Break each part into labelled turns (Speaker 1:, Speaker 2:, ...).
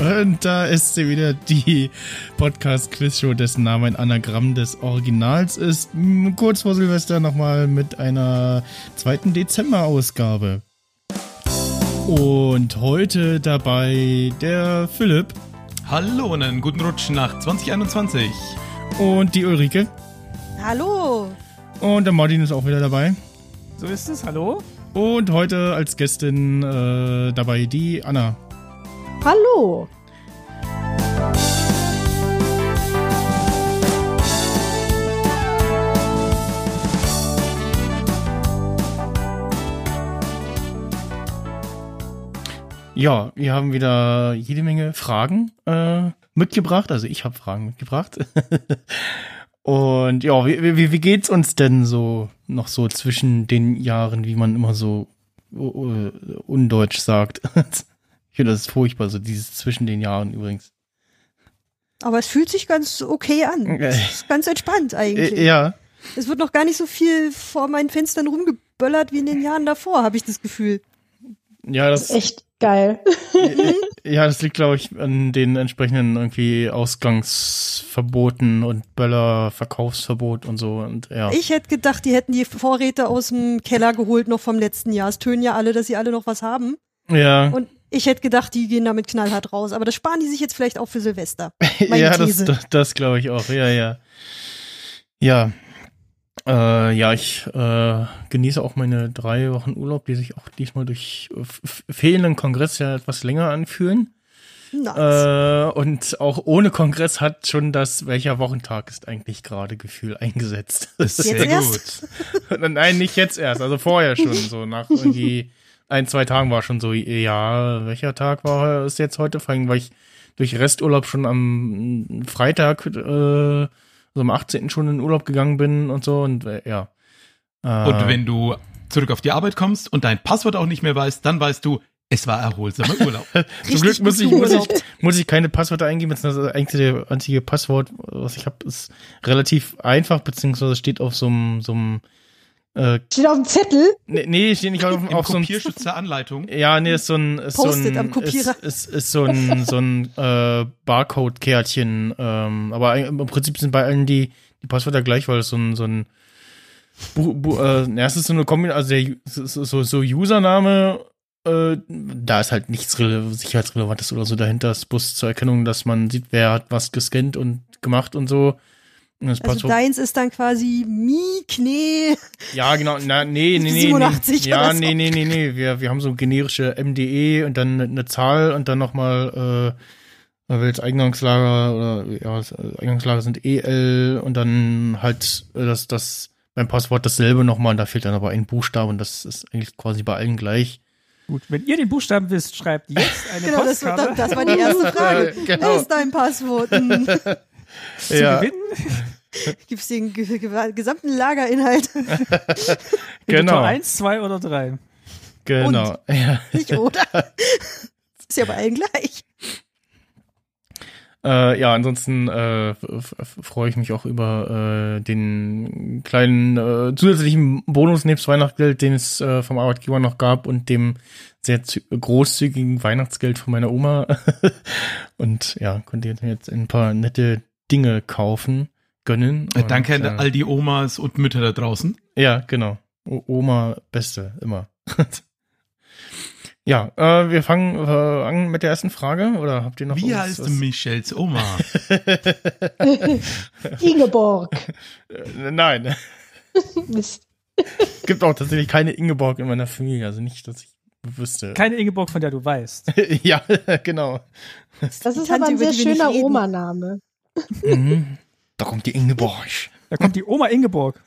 Speaker 1: Und da ist sie wieder, die Podcast-Quiz-Show, dessen Name ein Anagramm des Originals ist. Hm, Kurz vor Silvester nochmal mit einer zweiten Dezember-Ausgabe. Und heute dabei der Philipp
Speaker 2: Hallo und einen guten Rutsch nach 2021.
Speaker 1: und die Ulrike.
Speaker 3: Hallo.
Speaker 1: Und der Martin ist auch wieder dabei.
Speaker 4: So ist es, hallo?
Speaker 1: Und heute als Gästin äh, dabei die Anna.
Speaker 3: Hallo.
Speaker 1: Ja, wir haben wieder jede Menge Fragen äh, mitgebracht. Also ich habe Fragen mitgebracht. Und ja, wie, wie, wie geht's uns denn so noch so zwischen den Jahren, wie man immer so uh, undeutsch sagt? ich finde das ist furchtbar, so dieses zwischen den Jahren übrigens.
Speaker 3: Aber es fühlt sich ganz okay an.
Speaker 1: Okay.
Speaker 3: Es ist ganz entspannt eigentlich.
Speaker 1: Äh, ja,
Speaker 3: Es wird noch gar nicht so viel vor meinen Fenstern rumgeböllert wie in den Jahren davor, habe ich das Gefühl.
Speaker 1: ja, das
Speaker 5: Echt geil.
Speaker 1: Ja, das liegt, glaube ich, an den entsprechenden irgendwie Ausgangsverboten und Böller-Verkaufsverbot und so. Und ja.
Speaker 3: Ich hätte gedacht, die hätten die Vorräte aus dem Keller geholt noch vom letzten Jahr. Es tönen ja alle, dass sie alle noch was haben.
Speaker 1: ja,
Speaker 3: Und ich hätte gedacht, die gehen damit knallhart raus. Aber das sparen die sich jetzt vielleicht auch für Silvester.
Speaker 1: Äh,
Speaker 3: meine
Speaker 1: ja, das,
Speaker 3: These.
Speaker 1: das, das glaube ich auch. Ja, ja. Ja. Äh, ja, ich äh, genieße auch meine drei Wochen Urlaub, die sich auch diesmal durch äh, f- fehlenden Kongress ja etwas länger anfühlen.
Speaker 3: Nice.
Speaker 1: Äh, und auch ohne Kongress hat schon das, welcher Wochentag ist eigentlich gerade Gefühl eingesetzt.
Speaker 3: Jetzt erst?
Speaker 2: gut.
Speaker 1: Nein, nicht jetzt erst, also vorher schon so. Nach irgendwie ein, zwei Tagen war schon so, ja, welcher Tag war es jetzt heute? Vor allem, weil ich durch Resturlaub schon am Freitag, äh, also am 18. schon in Urlaub gegangen bin und so und äh, ja. Äh,
Speaker 2: Und wenn du zurück auf die Arbeit kommst und dein Passwort auch nicht mehr weißt, dann weißt du, es war erholsamer Urlaub.
Speaker 1: zum
Speaker 3: richtig Also
Speaker 1: Glück muss ich,
Speaker 3: guten
Speaker 1: muss,
Speaker 3: Urlaub.
Speaker 1: ich, muss ich keine Passwörter eingeben. Das einzige, einzige Passwort, was ich habe, ist relativ einfach, beziehungsweise steht auf so einem, so einem äh,
Speaker 5: Steht auf dem Zettel.
Speaker 1: nee, nee, steht nicht auf,
Speaker 2: Im
Speaker 1: auf so einem
Speaker 2: Kopierschutz der Anleitung.
Speaker 1: Ja, nee, ist so ein ist so
Speaker 3: Post-it
Speaker 1: ein,
Speaker 3: am Kopierer.
Speaker 1: Ist, ist, ist so ein so ein äh, Barcode-Kärtchen. Ähm, aber ein- im Prinzip sind bei allen die die Passwörter gleich, weil es so ein so ein Bu Bu äh, na, es ist so eine Kombination, also der Ju- so, so, so Username, äh, da ist halt nichts rele sicherheitsrelevantes oder so dahinter, ist bloß zur Erkennung, dass man sieht, wer hat was gescannt und gemacht und so. Und das
Speaker 3: Also deins ist dann quasi Mi, Knie.
Speaker 1: ja, genau. Na, nee, nee, nee.
Speaker 3: 87
Speaker 1: nee. Ja,
Speaker 3: oder so.
Speaker 1: nee, nee, nee, nee. Wir, wir haben so generische MDE und dann eine Zahl und dann nochmal, äh, welches Eingangslager oder ja, das Eingangslager sind EL und dann halt äh, das, das beim Passwort dasselbe nochmal, da fehlt dann aber ein Buchstabe und das ist eigentlich quasi bei allen gleich.
Speaker 4: Gut, wenn ihr den Buchstaben wisst, schreibt jetzt eine
Speaker 3: Genau, das,
Speaker 4: Postkarte
Speaker 3: das, das war die erste Frage.
Speaker 1: Ja, genau.
Speaker 3: Wer ist dein Passwort? Hm.
Speaker 4: zu gewinnen.
Speaker 3: Gibst den ge- ge- gesamten Lagerinhalt.
Speaker 4: Genau.
Speaker 1: genau.
Speaker 4: 1, 2 oder 3.
Speaker 1: Genau. Ja.
Speaker 3: Nicht, oder? Ist ja bei allen gleich.
Speaker 1: Äh, ja, ansonsten äh, f- f- freue ich mich auch über äh, den kleinen äh, zusätzlichen Bonus nebst Weihnachtsgeld, den es äh, vom Arbeitgeber noch gab und dem sehr zü- großzügigen Weihnachtsgeld von meiner Oma. und ja, konnte jetzt- jetzt ein paar nette Dinge kaufen, gönnen.
Speaker 2: Äh, Danke
Speaker 1: und,
Speaker 2: an all die Omas und Mütter da draußen.
Speaker 1: ja, genau. O Oma Beste, immer. ja, äh, wir fangen äh, an mit der ersten Frage. Oder habt ihr noch
Speaker 2: Wie
Speaker 1: irgendwas,
Speaker 2: heißt
Speaker 1: was-
Speaker 2: Michels Oma?
Speaker 5: Ingeborg.
Speaker 1: Äh, Nein.
Speaker 5: Mist.
Speaker 1: gibt auch tatsächlich keine Ingeborg in meiner Familie, also nicht, dass ich wüsste.
Speaker 4: Keine Ingeborg, von der du weißt.
Speaker 1: ja, genau.
Speaker 5: Das
Speaker 3: die
Speaker 5: ist
Speaker 3: Tante,
Speaker 5: aber ein
Speaker 3: über
Speaker 5: sehr
Speaker 3: die wir nicht
Speaker 5: schöner
Speaker 3: reden.
Speaker 5: Omaname.
Speaker 1: Mhm. Da kommt die Ingeborg.
Speaker 4: Da kommt die Oma Ingeborg.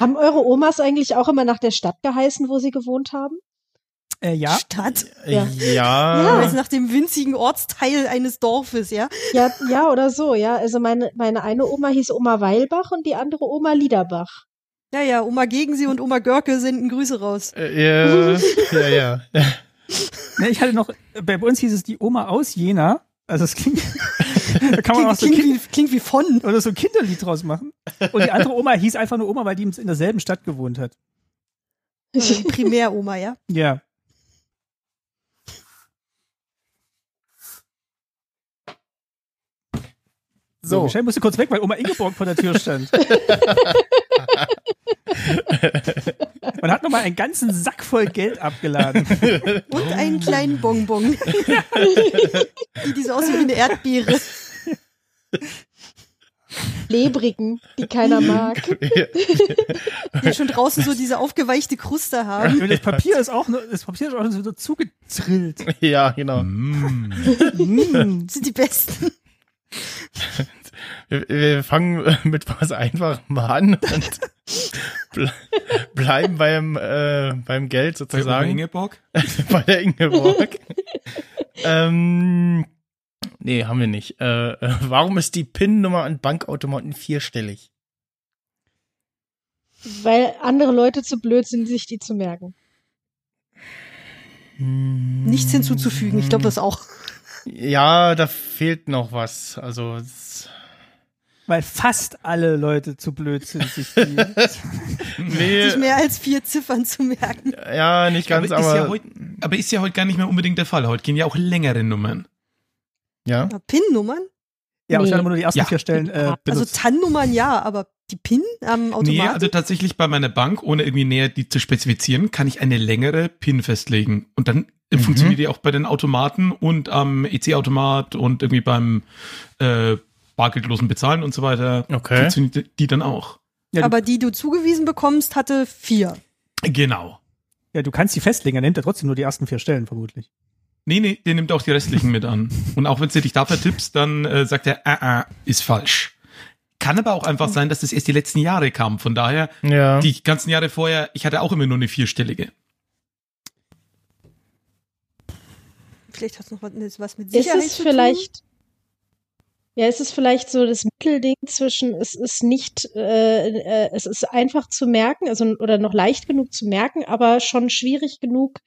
Speaker 5: Haben eure Omas eigentlich auch immer nach der Stadt geheißen, wo sie gewohnt haben?
Speaker 4: Äh, ja,
Speaker 3: Stadt.
Speaker 5: Ja.
Speaker 1: Ja.
Speaker 3: Also nach dem winzigen Ortsteil eines Dorfes, ja.
Speaker 5: Ja, ja oder so, ja. Also meine, meine eine Oma hieß Oma Weilbach und die andere Oma Liederbach.
Speaker 3: Ja, ja, Oma Gegensee und Oma Görke senden Grüße raus.
Speaker 1: Äh, ja, ja.
Speaker 4: Ne, ich hatte noch, bei uns hieß es die Oma aus Jena. Also es klingt, da kann man
Speaker 3: Klingt,
Speaker 4: auch so,
Speaker 3: klingt,
Speaker 4: kind,
Speaker 3: wie, klingt wie von.
Speaker 4: oder so ein Kinderlied draus machen. Und die andere Oma hieß einfach nur Oma, weil die in derselben Stadt gewohnt hat.
Speaker 3: Also die Primäroma, ja.
Speaker 4: Ja. So,
Speaker 1: So.
Speaker 4: Michelle musste kurz weg, weil Oma Ingeborg vor der Tür stand. Man hat nochmal einen ganzen Sack voll Geld abgeladen.
Speaker 3: Und
Speaker 1: Oh.
Speaker 3: einen kleinen Bonbon. die, die so aussieht wie eine Erdbeere.
Speaker 5: Lebrigen, die keiner mag.
Speaker 3: Die schon draußen so diese aufgeweichte Kruste haben.
Speaker 4: Und das Papier ist auch nur, das Papier ist auch nur so zugedrillt.
Speaker 1: ja, genau.
Speaker 2: Mm.
Speaker 4: Mm.
Speaker 3: Das sind die besten.
Speaker 1: Wir, wir fangen äh, mit was Einfachem an und ble bleiben beim, äh, beim Geld
Speaker 2: Bei Oma
Speaker 1: sozusagen.
Speaker 2: Ingeborg?
Speaker 1: Bei der Ingeborg. ähm, nee, haben wir nicht. Äh, äh, warum ist die PIN-Nummer an Bankautomaten vierstellig?
Speaker 5: Weil andere Leute zu blöd sind, sich die zu merken.
Speaker 3: Nichts hinzuzufügen. Ich glaube, das auch.
Speaker 1: Ja, da fehlt noch was. Also, es-
Speaker 4: Weil fast alle Leute zu blöd sind, sich die.
Speaker 1: nee,
Speaker 3: Sich mehr als vier Ziffern zu merken.
Speaker 1: ja, nicht ganz,
Speaker 2: aber, ist ja
Speaker 1: aber,
Speaker 2: heut, aber ist ja heute gar nicht mehr unbedingt der Fall. Heute gehen ja auch längere Nummern.
Speaker 1: ja.
Speaker 3: Aber PIN-Nummern?
Speaker 4: Ja,
Speaker 5: Nee.
Speaker 4: wahrscheinlich haben wir nur die ersten
Speaker 2: Ja.
Speaker 4: vier Stellen äh,
Speaker 3: Also
Speaker 4: benutzt.
Speaker 3: TAN-Nummern ja, aber die PIN am Automaten?
Speaker 2: Nee, also tatsächlich bei meiner Bank, ohne irgendwie näher die zu spezifizieren, kann ich eine längere PIN festlegen. Und dann äh,
Speaker 1: Mhm.
Speaker 2: funktioniert die auch bei den Automaten und am EC-Automat und irgendwie beim äh, bargeldlosen Bezahlen und so weiter.
Speaker 1: Okay.
Speaker 2: Funktioniert die dann auch.
Speaker 4: Ja, du-
Speaker 3: aber die du zugewiesen bekommst, hatte vier.
Speaker 2: Genau.
Speaker 4: ja, du kannst die festlegen, dann nimmt er trotzdem nur die ersten vier Stellen vermutlich.
Speaker 2: Nee, nee, der nimmt auch die restlichen mit an. Und auch wenn du dich da vertippst, dann äh, sagt er, ah, ah, ist falsch. Kann aber auch einfach sein, dass das erst die letzten Jahre kam. Von daher,
Speaker 1: Ja.
Speaker 2: die ganzen Jahre vorher, ich hatte auch immer nur eine vierstellige.
Speaker 3: Vielleicht hat es noch was, was mit
Speaker 5: Ist
Speaker 3: Sicherheit
Speaker 5: es
Speaker 3: zu tun.
Speaker 5: vielleicht, ja, ist es vielleicht so das Mittelding zwischen, es ist nicht, äh, äh, es ist einfach zu merken, also oder noch leicht genug zu merken, aber schon schwierig genug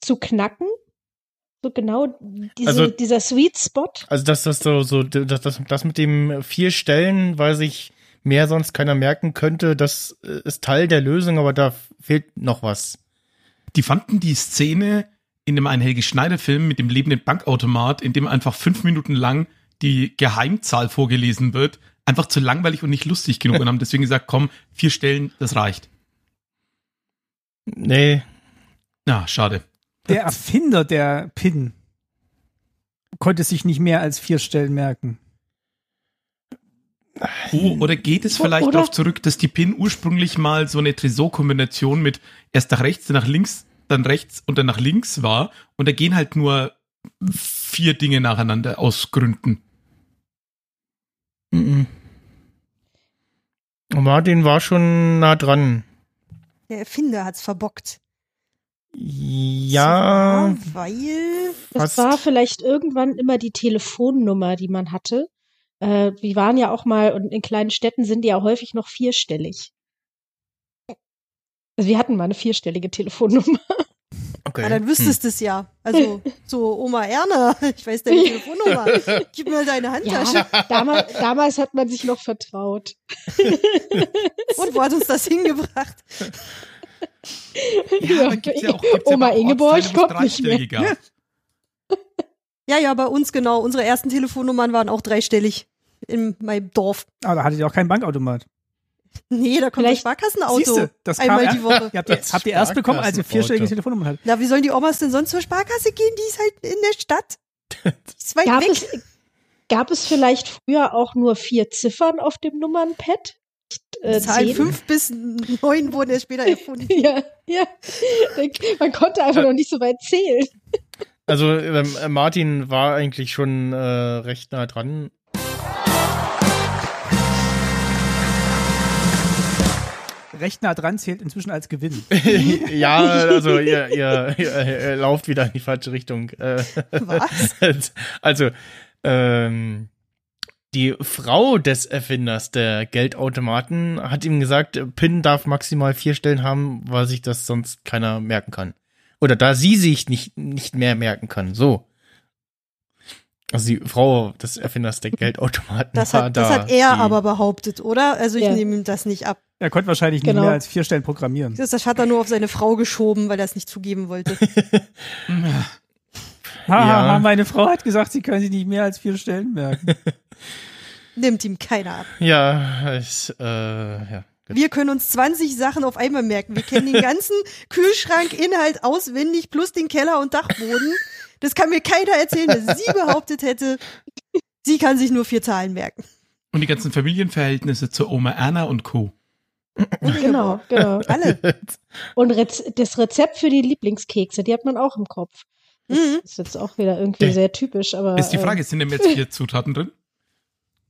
Speaker 5: zu knacken? So genau diese,
Speaker 1: Also-
Speaker 5: dieser Sweet Spot?
Speaker 1: Also das, das so, so das, das, das mit dem vier Stellen, weil sich mehr sonst keiner merken könnte, das äh, ist Teil der Lösung, aber da fehlt noch was.
Speaker 2: Die fanden die Szene in dem einen Helge Schneider-Film mit dem lebenden Bankautomat, in dem einfach fünf Minuten lang die Geheimzahl vorgelesen wird, einfach zu langweilig und nicht lustig genug und haben deswegen gesagt, komm, vier Stellen, das reicht.
Speaker 1: Nee,
Speaker 2: Na, schade.
Speaker 4: Der Erfinder der PIN konnte sich nicht mehr als vier Stellen merken.
Speaker 2: Oh, oder geht es vielleicht
Speaker 5: Hm. Oder-
Speaker 2: darauf zurück, dass die PIN ursprünglich mal so eine Tresorkombination mit erst nach rechts, dann nach links, dann rechts und dann nach links war und da gehen halt nur vier Dinge nacheinander aus Gründen.
Speaker 1: Mhm. Und Martin war schon nah dran.
Speaker 3: Der Erfinder hat's verbockt.
Speaker 1: Ja,
Speaker 3: Das war, Weil.
Speaker 5: Das
Speaker 1: fast.
Speaker 5: war vielleicht irgendwann immer die Telefonnummer, die man hatte. Äh, die waren ja auch mal, und in kleinen Städten sind die ja häufig noch vierstellig. Also wir hatten mal eine vierstellige Telefonnummer.
Speaker 3: Ah,
Speaker 1: okay. Hm.
Speaker 3: dann wüsstest du es ja. Also, so Oma Erna, ich weiß deine Telefonnummer. Gib mir deine Handtasche.
Speaker 5: damals, damals hat man sich noch vertraut.
Speaker 3: Und wo hat uns das hingebracht?
Speaker 5: Ja,
Speaker 2: aber gibt's ja auch- gibt's
Speaker 5: Oma
Speaker 2: aber auch
Speaker 5: Ingeborg
Speaker 2: Ortsteile, wo's
Speaker 5: kommt nicht mehr.
Speaker 2: dreistellige gab.
Speaker 3: Ja, ja, bei uns genau. Unsere ersten Telefonnummern waren auch dreistellig in meinem Dorf.
Speaker 4: Aber Ah, da hattet ihr auch keinen Bankautomat.
Speaker 3: Nee, da kommt
Speaker 5: Vielleicht-
Speaker 3: das Sparkassenauto.
Speaker 4: Siehste, das kam
Speaker 3: Einmal
Speaker 4: erst-
Speaker 3: die Woche.
Speaker 4: Ihr habt, ihr,
Speaker 1: Das
Speaker 4: habt ihr erst bekommen, als ihr
Speaker 1: Sparkassenauto.
Speaker 4: vierstellige Telefonnummern hattet.
Speaker 3: Na, wie sollen die Omas denn sonst zur Sparkasse gehen? Die ist halt in der Stadt. Die ist weit
Speaker 5: Gab
Speaker 3: weg.
Speaker 5: es, gab es vielleicht früher auch nur vier Ziffern auf dem Nummernpad? Nicht, Äh,
Speaker 3: Zahlen
Speaker 5: zehn?
Speaker 3: 5 bis 9 wurden erst später erfunden.
Speaker 5: Ja, ja. Man konnte einfach noch nicht so weit zählen.
Speaker 1: Also ähm, äh, Martin war eigentlich schon äh, recht nah dran.
Speaker 4: Recht nah dran zählt inzwischen als Gewinn.
Speaker 1: ja, also ihr, ihr, ihr, ihr lauft wieder in die falsche Richtung. Äh,
Speaker 3: Was?
Speaker 1: Also, ähm, die Frau des Erfinders der Geldautomaten hat ihm gesagt, PIN darf maximal vier Stellen haben, weil sich das sonst keiner merken kann. Oder da sie sich nicht, nicht mehr merken kann. So. Also die Frau des Erfinders der Geldautomaten
Speaker 3: Das
Speaker 1: war
Speaker 3: hat,
Speaker 1: da.
Speaker 3: das hat er
Speaker 1: die,
Speaker 3: aber behauptet, oder? Also ich
Speaker 5: Ja.
Speaker 3: nehme ihm das nicht ab.
Speaker 4: Er konnte wahrscheinlich
Speaker 5: Genau.
Speaker 4: nicht mehr als vier Stellen programmieren.
Speaker 3: Das, das hat er nur auf seine Frau geschoben, weil er es nicht zugeben wollte.
Speaker 4: Haha,
Speaker 1: Ja.
Speaker 4: meine Frau hat gesagt, sie kann sich nicht mehr als vier Stellen merken.
Speaker 3: Nimmt ihm keiner ab.
Speaker 1: Ja, ich, äh, ja.
Speaker 3: Wir können uns 20 Sachen auf einmal merken. Wir kennen den ganzen Kühlschrankinhalt auswendig, plus den Keller und Dachboden. Das kann mir keiner erzählen, dass sie behauptet hätte, sie kann sich nur vier Zahlen merken.
Speaker 2: Und die ganzen Familienverhältnisse zur Oma Erna und Co.
Speaker 3: Und
Speaker 5: Genau, genau.
Speaker 3: Alle.
Speaker 5: Und Rez das Rezept für die Lieblingskekse, die hat man auch im Kopf.
Speaker 3: Mhm.
Speaker 5: Ist jetzt auch wieder irgendwie
Speaker 2: Der-
Speaker 5: sehr typisch, aber.
Speaker 2: Ist die Frage, sind denn jetzt vier Zutaten drin?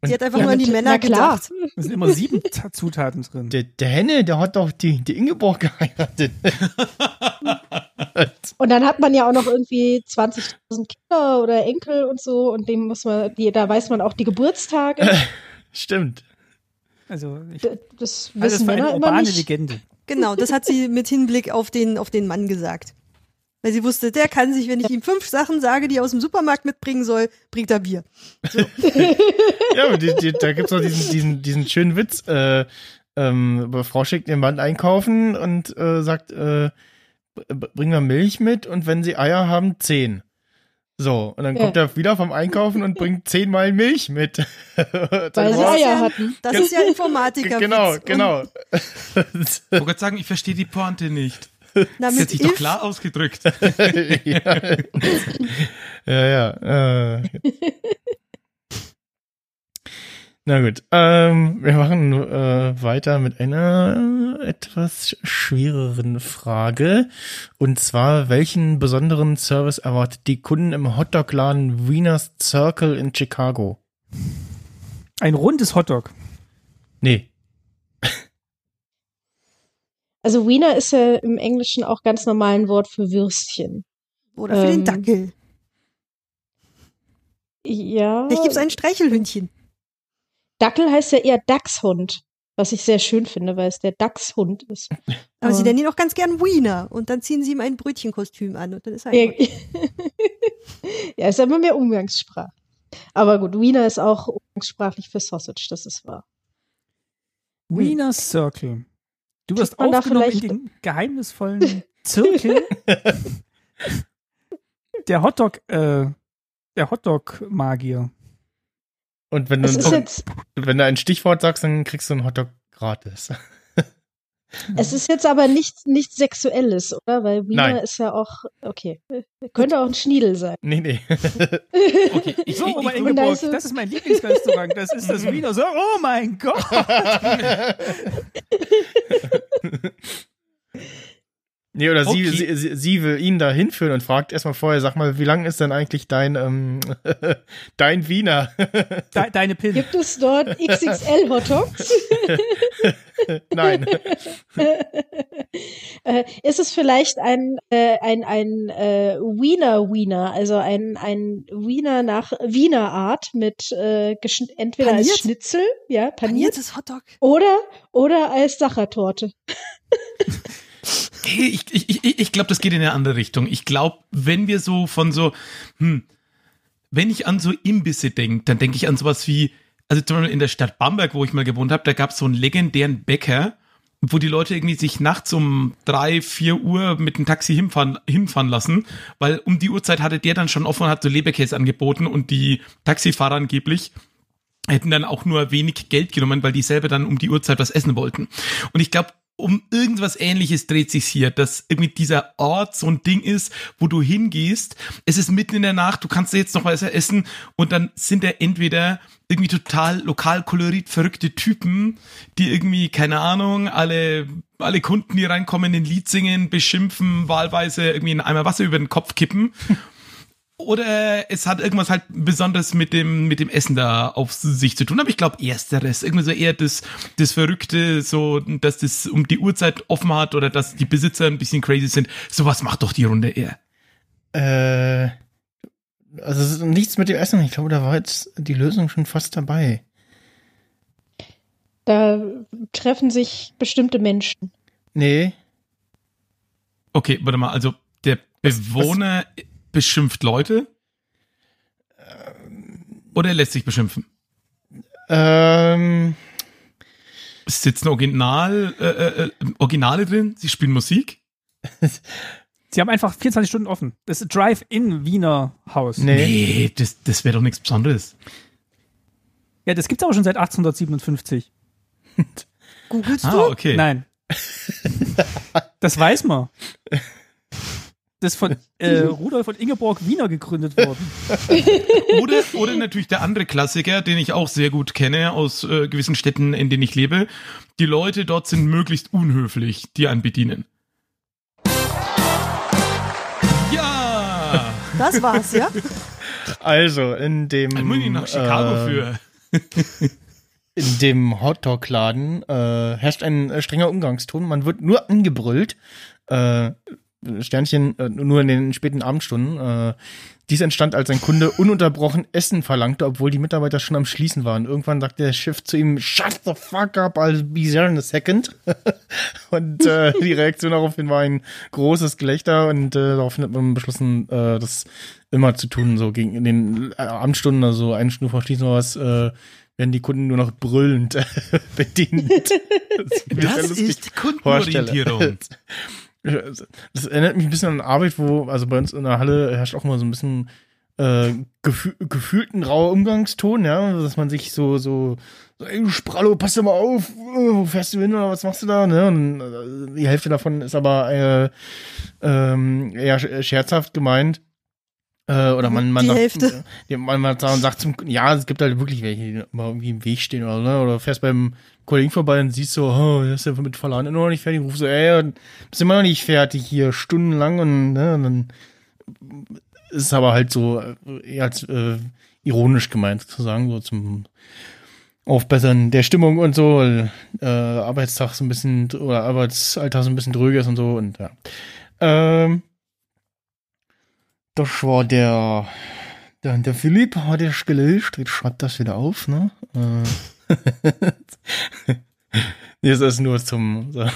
Speaker 3: Sie hat einfach
Speaker 5: Ja,
Speaker 3: nur an die
Speaker 5: na
Speaker 3: Männer
Speaker 5: klar.
Speaker 3: gedacht.
Speaker 4: Da sind immer sieben Ta- Zutaten drin.
Speaker 1: Der, der Henne, der hat doch die, die Ingeborg geheiratet.
Speaker 5: Äh, und dann hat man ja auch noch irgendwie 20.000 Kinder oder Enkel und so und dem muss man, die, da weiß man auch die Geburtstage.
Speaker 1: Stimmt.
Speaker 4: Also, ich,
Speaker 5: D- Das wissen
Speaker 4: alles für
Speaker 5: Männer
Speaker 4: eine
Speaker 5: immer
Speaker 4: urbane
Speaker 5: nicht.
Speaker 4: Legende.
Speaker 3: Genau, das hat sie mit Hinblick auf den, auf den Mann gesagt. Weil sie wusste, der kann sich, wenn ich ihm fünf Sachen sage, die er aus dem Supermarkt mitbringen soll, bringt er Bier.
Speaker 1: Ja, aber die, die, da gibt's noch diesen, diesen, diesen schönen Witz. Äh, ähm, aber Frau schickt den Mann einkaufen und äh, sagt, äh, b- b- bring mal Milch mit und wenn sie Eier haben, zehn. So, und dann
Speaker 5: Ja.
Speaker 1: kommt er wieder vom Einkaufen und bringt zehnmal Milch mit.
Speaker 5: Weil sie
Speaker 3: Wow.
Speaker 5: Eier hatten.
Speaker 3: Das ist ja Informatiker.
Speaker 1: genau, genau.
Speaker 2: Ich wollte gerade sagen, ich verstehe die Pointe nicht.
Speaker 3: Na,
Speaker 2: Das hat
Speaker 3: mit
Speaker 2: sich doch
Speaker 3: if,
Speaker 2: klar ausgedrückt.
Speaker 1: ja, ja. ja äh. Na gut, ähm, wir machen äh, weiter mit einer äh, etwas schwereren Frage. Und zwar, welchen besonderen Service erwartet die Kunden im Hotdog-Laden Wiener's Circle in Chicago?
Speaker 4: Ein rundes Hotdog.
Speaker 1: Nee,
Speaker 5: Also Wiener ist ja im Englischen auch ganz normal ein Wort für Würstchen.
Speaker 3: oder für den
Speaker 5: Ähm,
Speaker 3: Dackel.
Speaker 5: Ja.
Speaker 3: Ich gibt's ein Streichelhündchen.
Speaker 5: Dackel heißt ja eher Dachshund, was ich sehr schön finde, weil es der Dachshund ist. Ähm,
Speaker 3: Aber sie
Speaker 5: Aber-
Speaker 3: nennen ihn auch ganz gern Wiener. Und dann ziehen sie ihm ein Brötchenkostüm an. Und dann ist er
Speaker 5: Ja,
Speaker 3: ein
Speaker 5: ja ist ja immer mehr Umgangssprache. Aber gut, Wiener ist auch umgangssprachlich für Sausage, das ist wahr.
Speaker 4: Wiener Circle. Du wirst
Speaker 5: Hm. Kriegt man da
Speaker 4: aufgenommen in
Speaker 5: vielleicht-
Speaker 4: den geheimnisvollen Zirkel der Hotdog, äh, der Hotdog-Magier.
Speaker 1: und wenn du,
Speaker 5: Es ist
Speaker 1: ein,
Speaker 5: jetzt,
Speaker 1: wenn du ein Stichwort sagst, dann kriegst du einen Hotdog gratis.
Speaker 5: es ist jetzt aber nichts nichts Sexuelles, oder? Weil Wiener
Speaker 1: Nein.
Speaker 5: ist ja auch, okay, könnte auch ein Schniedel sein.
Speaker 1: Nee, nee.
Speaker 2: Okay, ich,
Speaker 4: So, Oma
Speaker 2: ich,
Speaker 5: Ingeborg,
Speaker 4: Ingeborg,
Speaker 5: da ist-
Speaker 4: das ist mein Lieblingsrestaurant. Das ist das Wiener Circle. Oh mein Gott.
Speaker 1: Nee, oder
Speaker 2: Okay.
Speaker 1: sie, sie- sie, sie will ihn da hinführen und fragt erstmal vorher, sag mal, wie lang ist denn eigentlich dein, ähm, dein Wiener?
Speaker 4: De deine Pille.
Speaker 5: Gibt es dort XXL Hotdogs?
Speaker 1: Nein.
Speaker 5: Äh, ist es vielleicht ein, äh, ein, ein äh, Wiener Wiener, also ein, ein Wiener nach Wiener Art mit äh, geschn- entweder
Speaker 3: Paniert?
Speaker 5: als Schnitzel, ja, paniert,
Speaker 3: paniertes Hotdog.
Speaker 5: oder oder als Sachertorte.
Speaker 2: Hey, ich, ich, ich, ich glaube, das geht in eine andere Richtung. Ich glaube, wenn wir so von so, hm, wenn ich an so Imbisse denke, dann denke ich an sowas wie, also zum Beispiel in der Stadt Bamberg, wo ich mal gewohnt habe, da gab es so einen legendären Bäcker, wo die Leute irgendwie sich nachts um drei, vier Uhr mit dem Taxi hinfahren, hinfahren lassen, weil um die Uhrzeit hatte der dann schon offen und hat so Leberkäse angeboten und die Taxifahrer angeblich hätten dann auch nur wenig Geld genommen, weil die selber dann um die Uhrzeit was essen wollten. Und ich glaube, um irgendwas ähnliches dreht sich hier, dass irgendwie dieser Ort so ein Ding ist, wo du hingehst, es ist mitten in der Nacht, du kannst dir jetzt noch was essen und dann sind da entweder irgendwie total lokal kolorit verrückte Typen, die irgendwie, keine Ahnung, alle, alle Kunden, die reinkommen, ein Lied singen, beschimpfen, wahlweise irgendwie einen Eimer Wasser über den Kopf kippen. Oder es hat irgendwas halt besonders mit dem, mit dem Essen da auf sich zu tun. Aber ich glaube, ersteres. Irgendwie so eher das, das Verrückte, so, dass das um die Uhrzeit offen hat oder dass die Besitzer ein bisschen crazy sind. Sowas macht doch die Runde eher.
Speaker 1: Äh, also es ist nichts mit dem Essen. Ich glaube, da war jetzt die Lösung schon fast dabei.
Speaker 5: Da treffen sich bestimmte Menschen.
Speaker 1: Nee.
Speaker 2: Okay, warte mal. Also, der Bewohner beschimpft Leute? Oder er lässt sich beschimpfen?
Speaker 1: Ähm,
Speaker 2: Es sitzen Original, äh, äh, Originale drin? Sie spielen Musik?
Speaker 4: Sie haben einfach 24 Stunden offen. Das ist Drive-In Wiener Haus.
Speaker 1: nee.
Speaker 2: Nee, das, das wäre doch nichts Besonderes.
Speaker 4: Ja, das gibt's aber schon seit 1857.
Speaker 3: Googlest
Speaker 2: Ah,
Speaker 3: du?
Speaker 2: okay.
Speaker 4: Nein. das weiß man. Das ist von äh, Rudolf und Ingeborg Wiener gegründet worden.
Speaker 2: Oder, oder natürlich der andere Klassiker, den ich auch sehr gut kenne aus äh, gewissen Städten, in denen ich lebe. Die Leute dort sind möglichst unhöflich, die einen bedienen. Ja!
Speaker 3: Das war's, ja?
Speaker 1: Also, in dem.
Speaker 2: Dann muss ich nach Chicago
Speaker 1: äh,
Speaker 2: für.
Speaker 1: In dem Hotdog-Laden äh, herrscht ein äh, strenger Umgangston. Man wird nur angebrüllt. Äh, Sternchen äh, nur in den späten Abendstunden. Äh, dies entstand, als ein Kunde ununterbrochen Essen verlangte, obwohl die Mitarbeiter schon am Schließen waren. Irgendwann sagte der Chef zu ihm, Shut the fuck up, I'll be there in a second. und äh, die Reaktion daraufhin war ein großes Gelächter und äh, daraufhin hat man beschlossen, äh, das immer zu tun. So gegen in den äh, Abendstunden, also eine Stunde vor Schließen oder was, äh, werden die Kunden nur noch brüllend bedient. Das, ist mir sehr
Speaker 2: Das
Speaker 1: lustig
Speaker 2: ist
Speaker 1: vorstelle.
Speaker 2: Kundenorientierung.
Speaker 1: Das erinnert mich ein bisschen an Arbeit, wo, also bei uns in der Halle herrscht auch mal so ein bisschen äh, gefü gefühlten rauer Umgangston, ja, dass man sich so, so, so ey, du Sprallo, pass doch mal auf, äh, wo fährst du hin oder was machst du da, ne? Und äh, die Hälfte davon ist aber äh, ähm, eher sch- äh, scherzhaft gemeint. Äh, oder man, man
Speaker 3: Die
Speaker 1: sagt,
Speaker 3: Hälfte.
Speaker 1: äh, Man, man sagt- sagt zum, ja, es gibt halt wirklich welche, die immer irgendwie im Weg stehen oder so, ne? Oder fährst beim Kollegen vorbei und siehst so, oh, der ist ja mit Verladen immer noch nicht fertig, rufst so, ey, und bist immer noch nicht fertig hier, stundenlang und, ne, und dann ist aber halt so äh, eher als äh, ironisch gemeint zu sagen, so zum Aufbessern der Stimmung und so, weil äh, Arbeitstag so ein bisschen oder Arbeitsalltag so ein bisschen dröge ist und so und ja. Ähm, das war der, der, der Philipp, hat er gelöscht, jetzt schreibt das wieder auf, ne? Äh, Nee, das ist nur zum, so,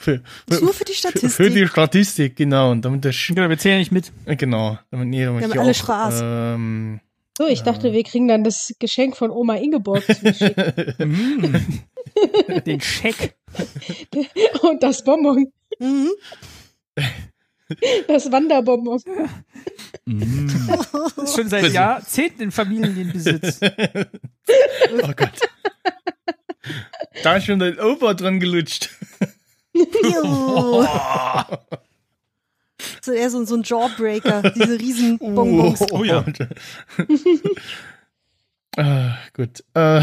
Speaker 1: für,
Speaker 3: Ist
Speaker 1: für,
Speaker 3: nur
Speaker 1: für
Speaker 3: für die
Speaker 1: die
Speaker 3: Statistik.
Speaker 1: Statistik, genau, und damit der Sch
Speaker 4: Genau, wir zählen nicht mit.
Speaker 1: äh, Genau. Damit, nee, damit
Speaker 3: Wir haben
Speaker 1: ich
Speaker 3: alle
Speaker 1: auch,
Speaker 3: Spaß.
Speaker 1: Ähm,
Speaker 5: So, ich dachte, wir kriegen dann das Geschenk von Oma Ingeborg zugeschickt
Speaker 2: Hm.
Speaker 4: Den Scheck.
Speaker 5: und das Bonbon,
Speaker 3: Mhm.
Speaker 5: das Wanderbonbon.
Speaker 2: Hm.
Speaker 4: Ist schon seit Jahrzehnten in Familienbesitz.
Speaker 1: oh Gott. da ist schon dein Opa dran gelutscht.
Speaker 3: Juhu. So eher so, so ein Jawbreaker, diese riesen Bonbons.
Speaker 2: Oh ja. Oh.
Speaker 1: äh, gut. Äh,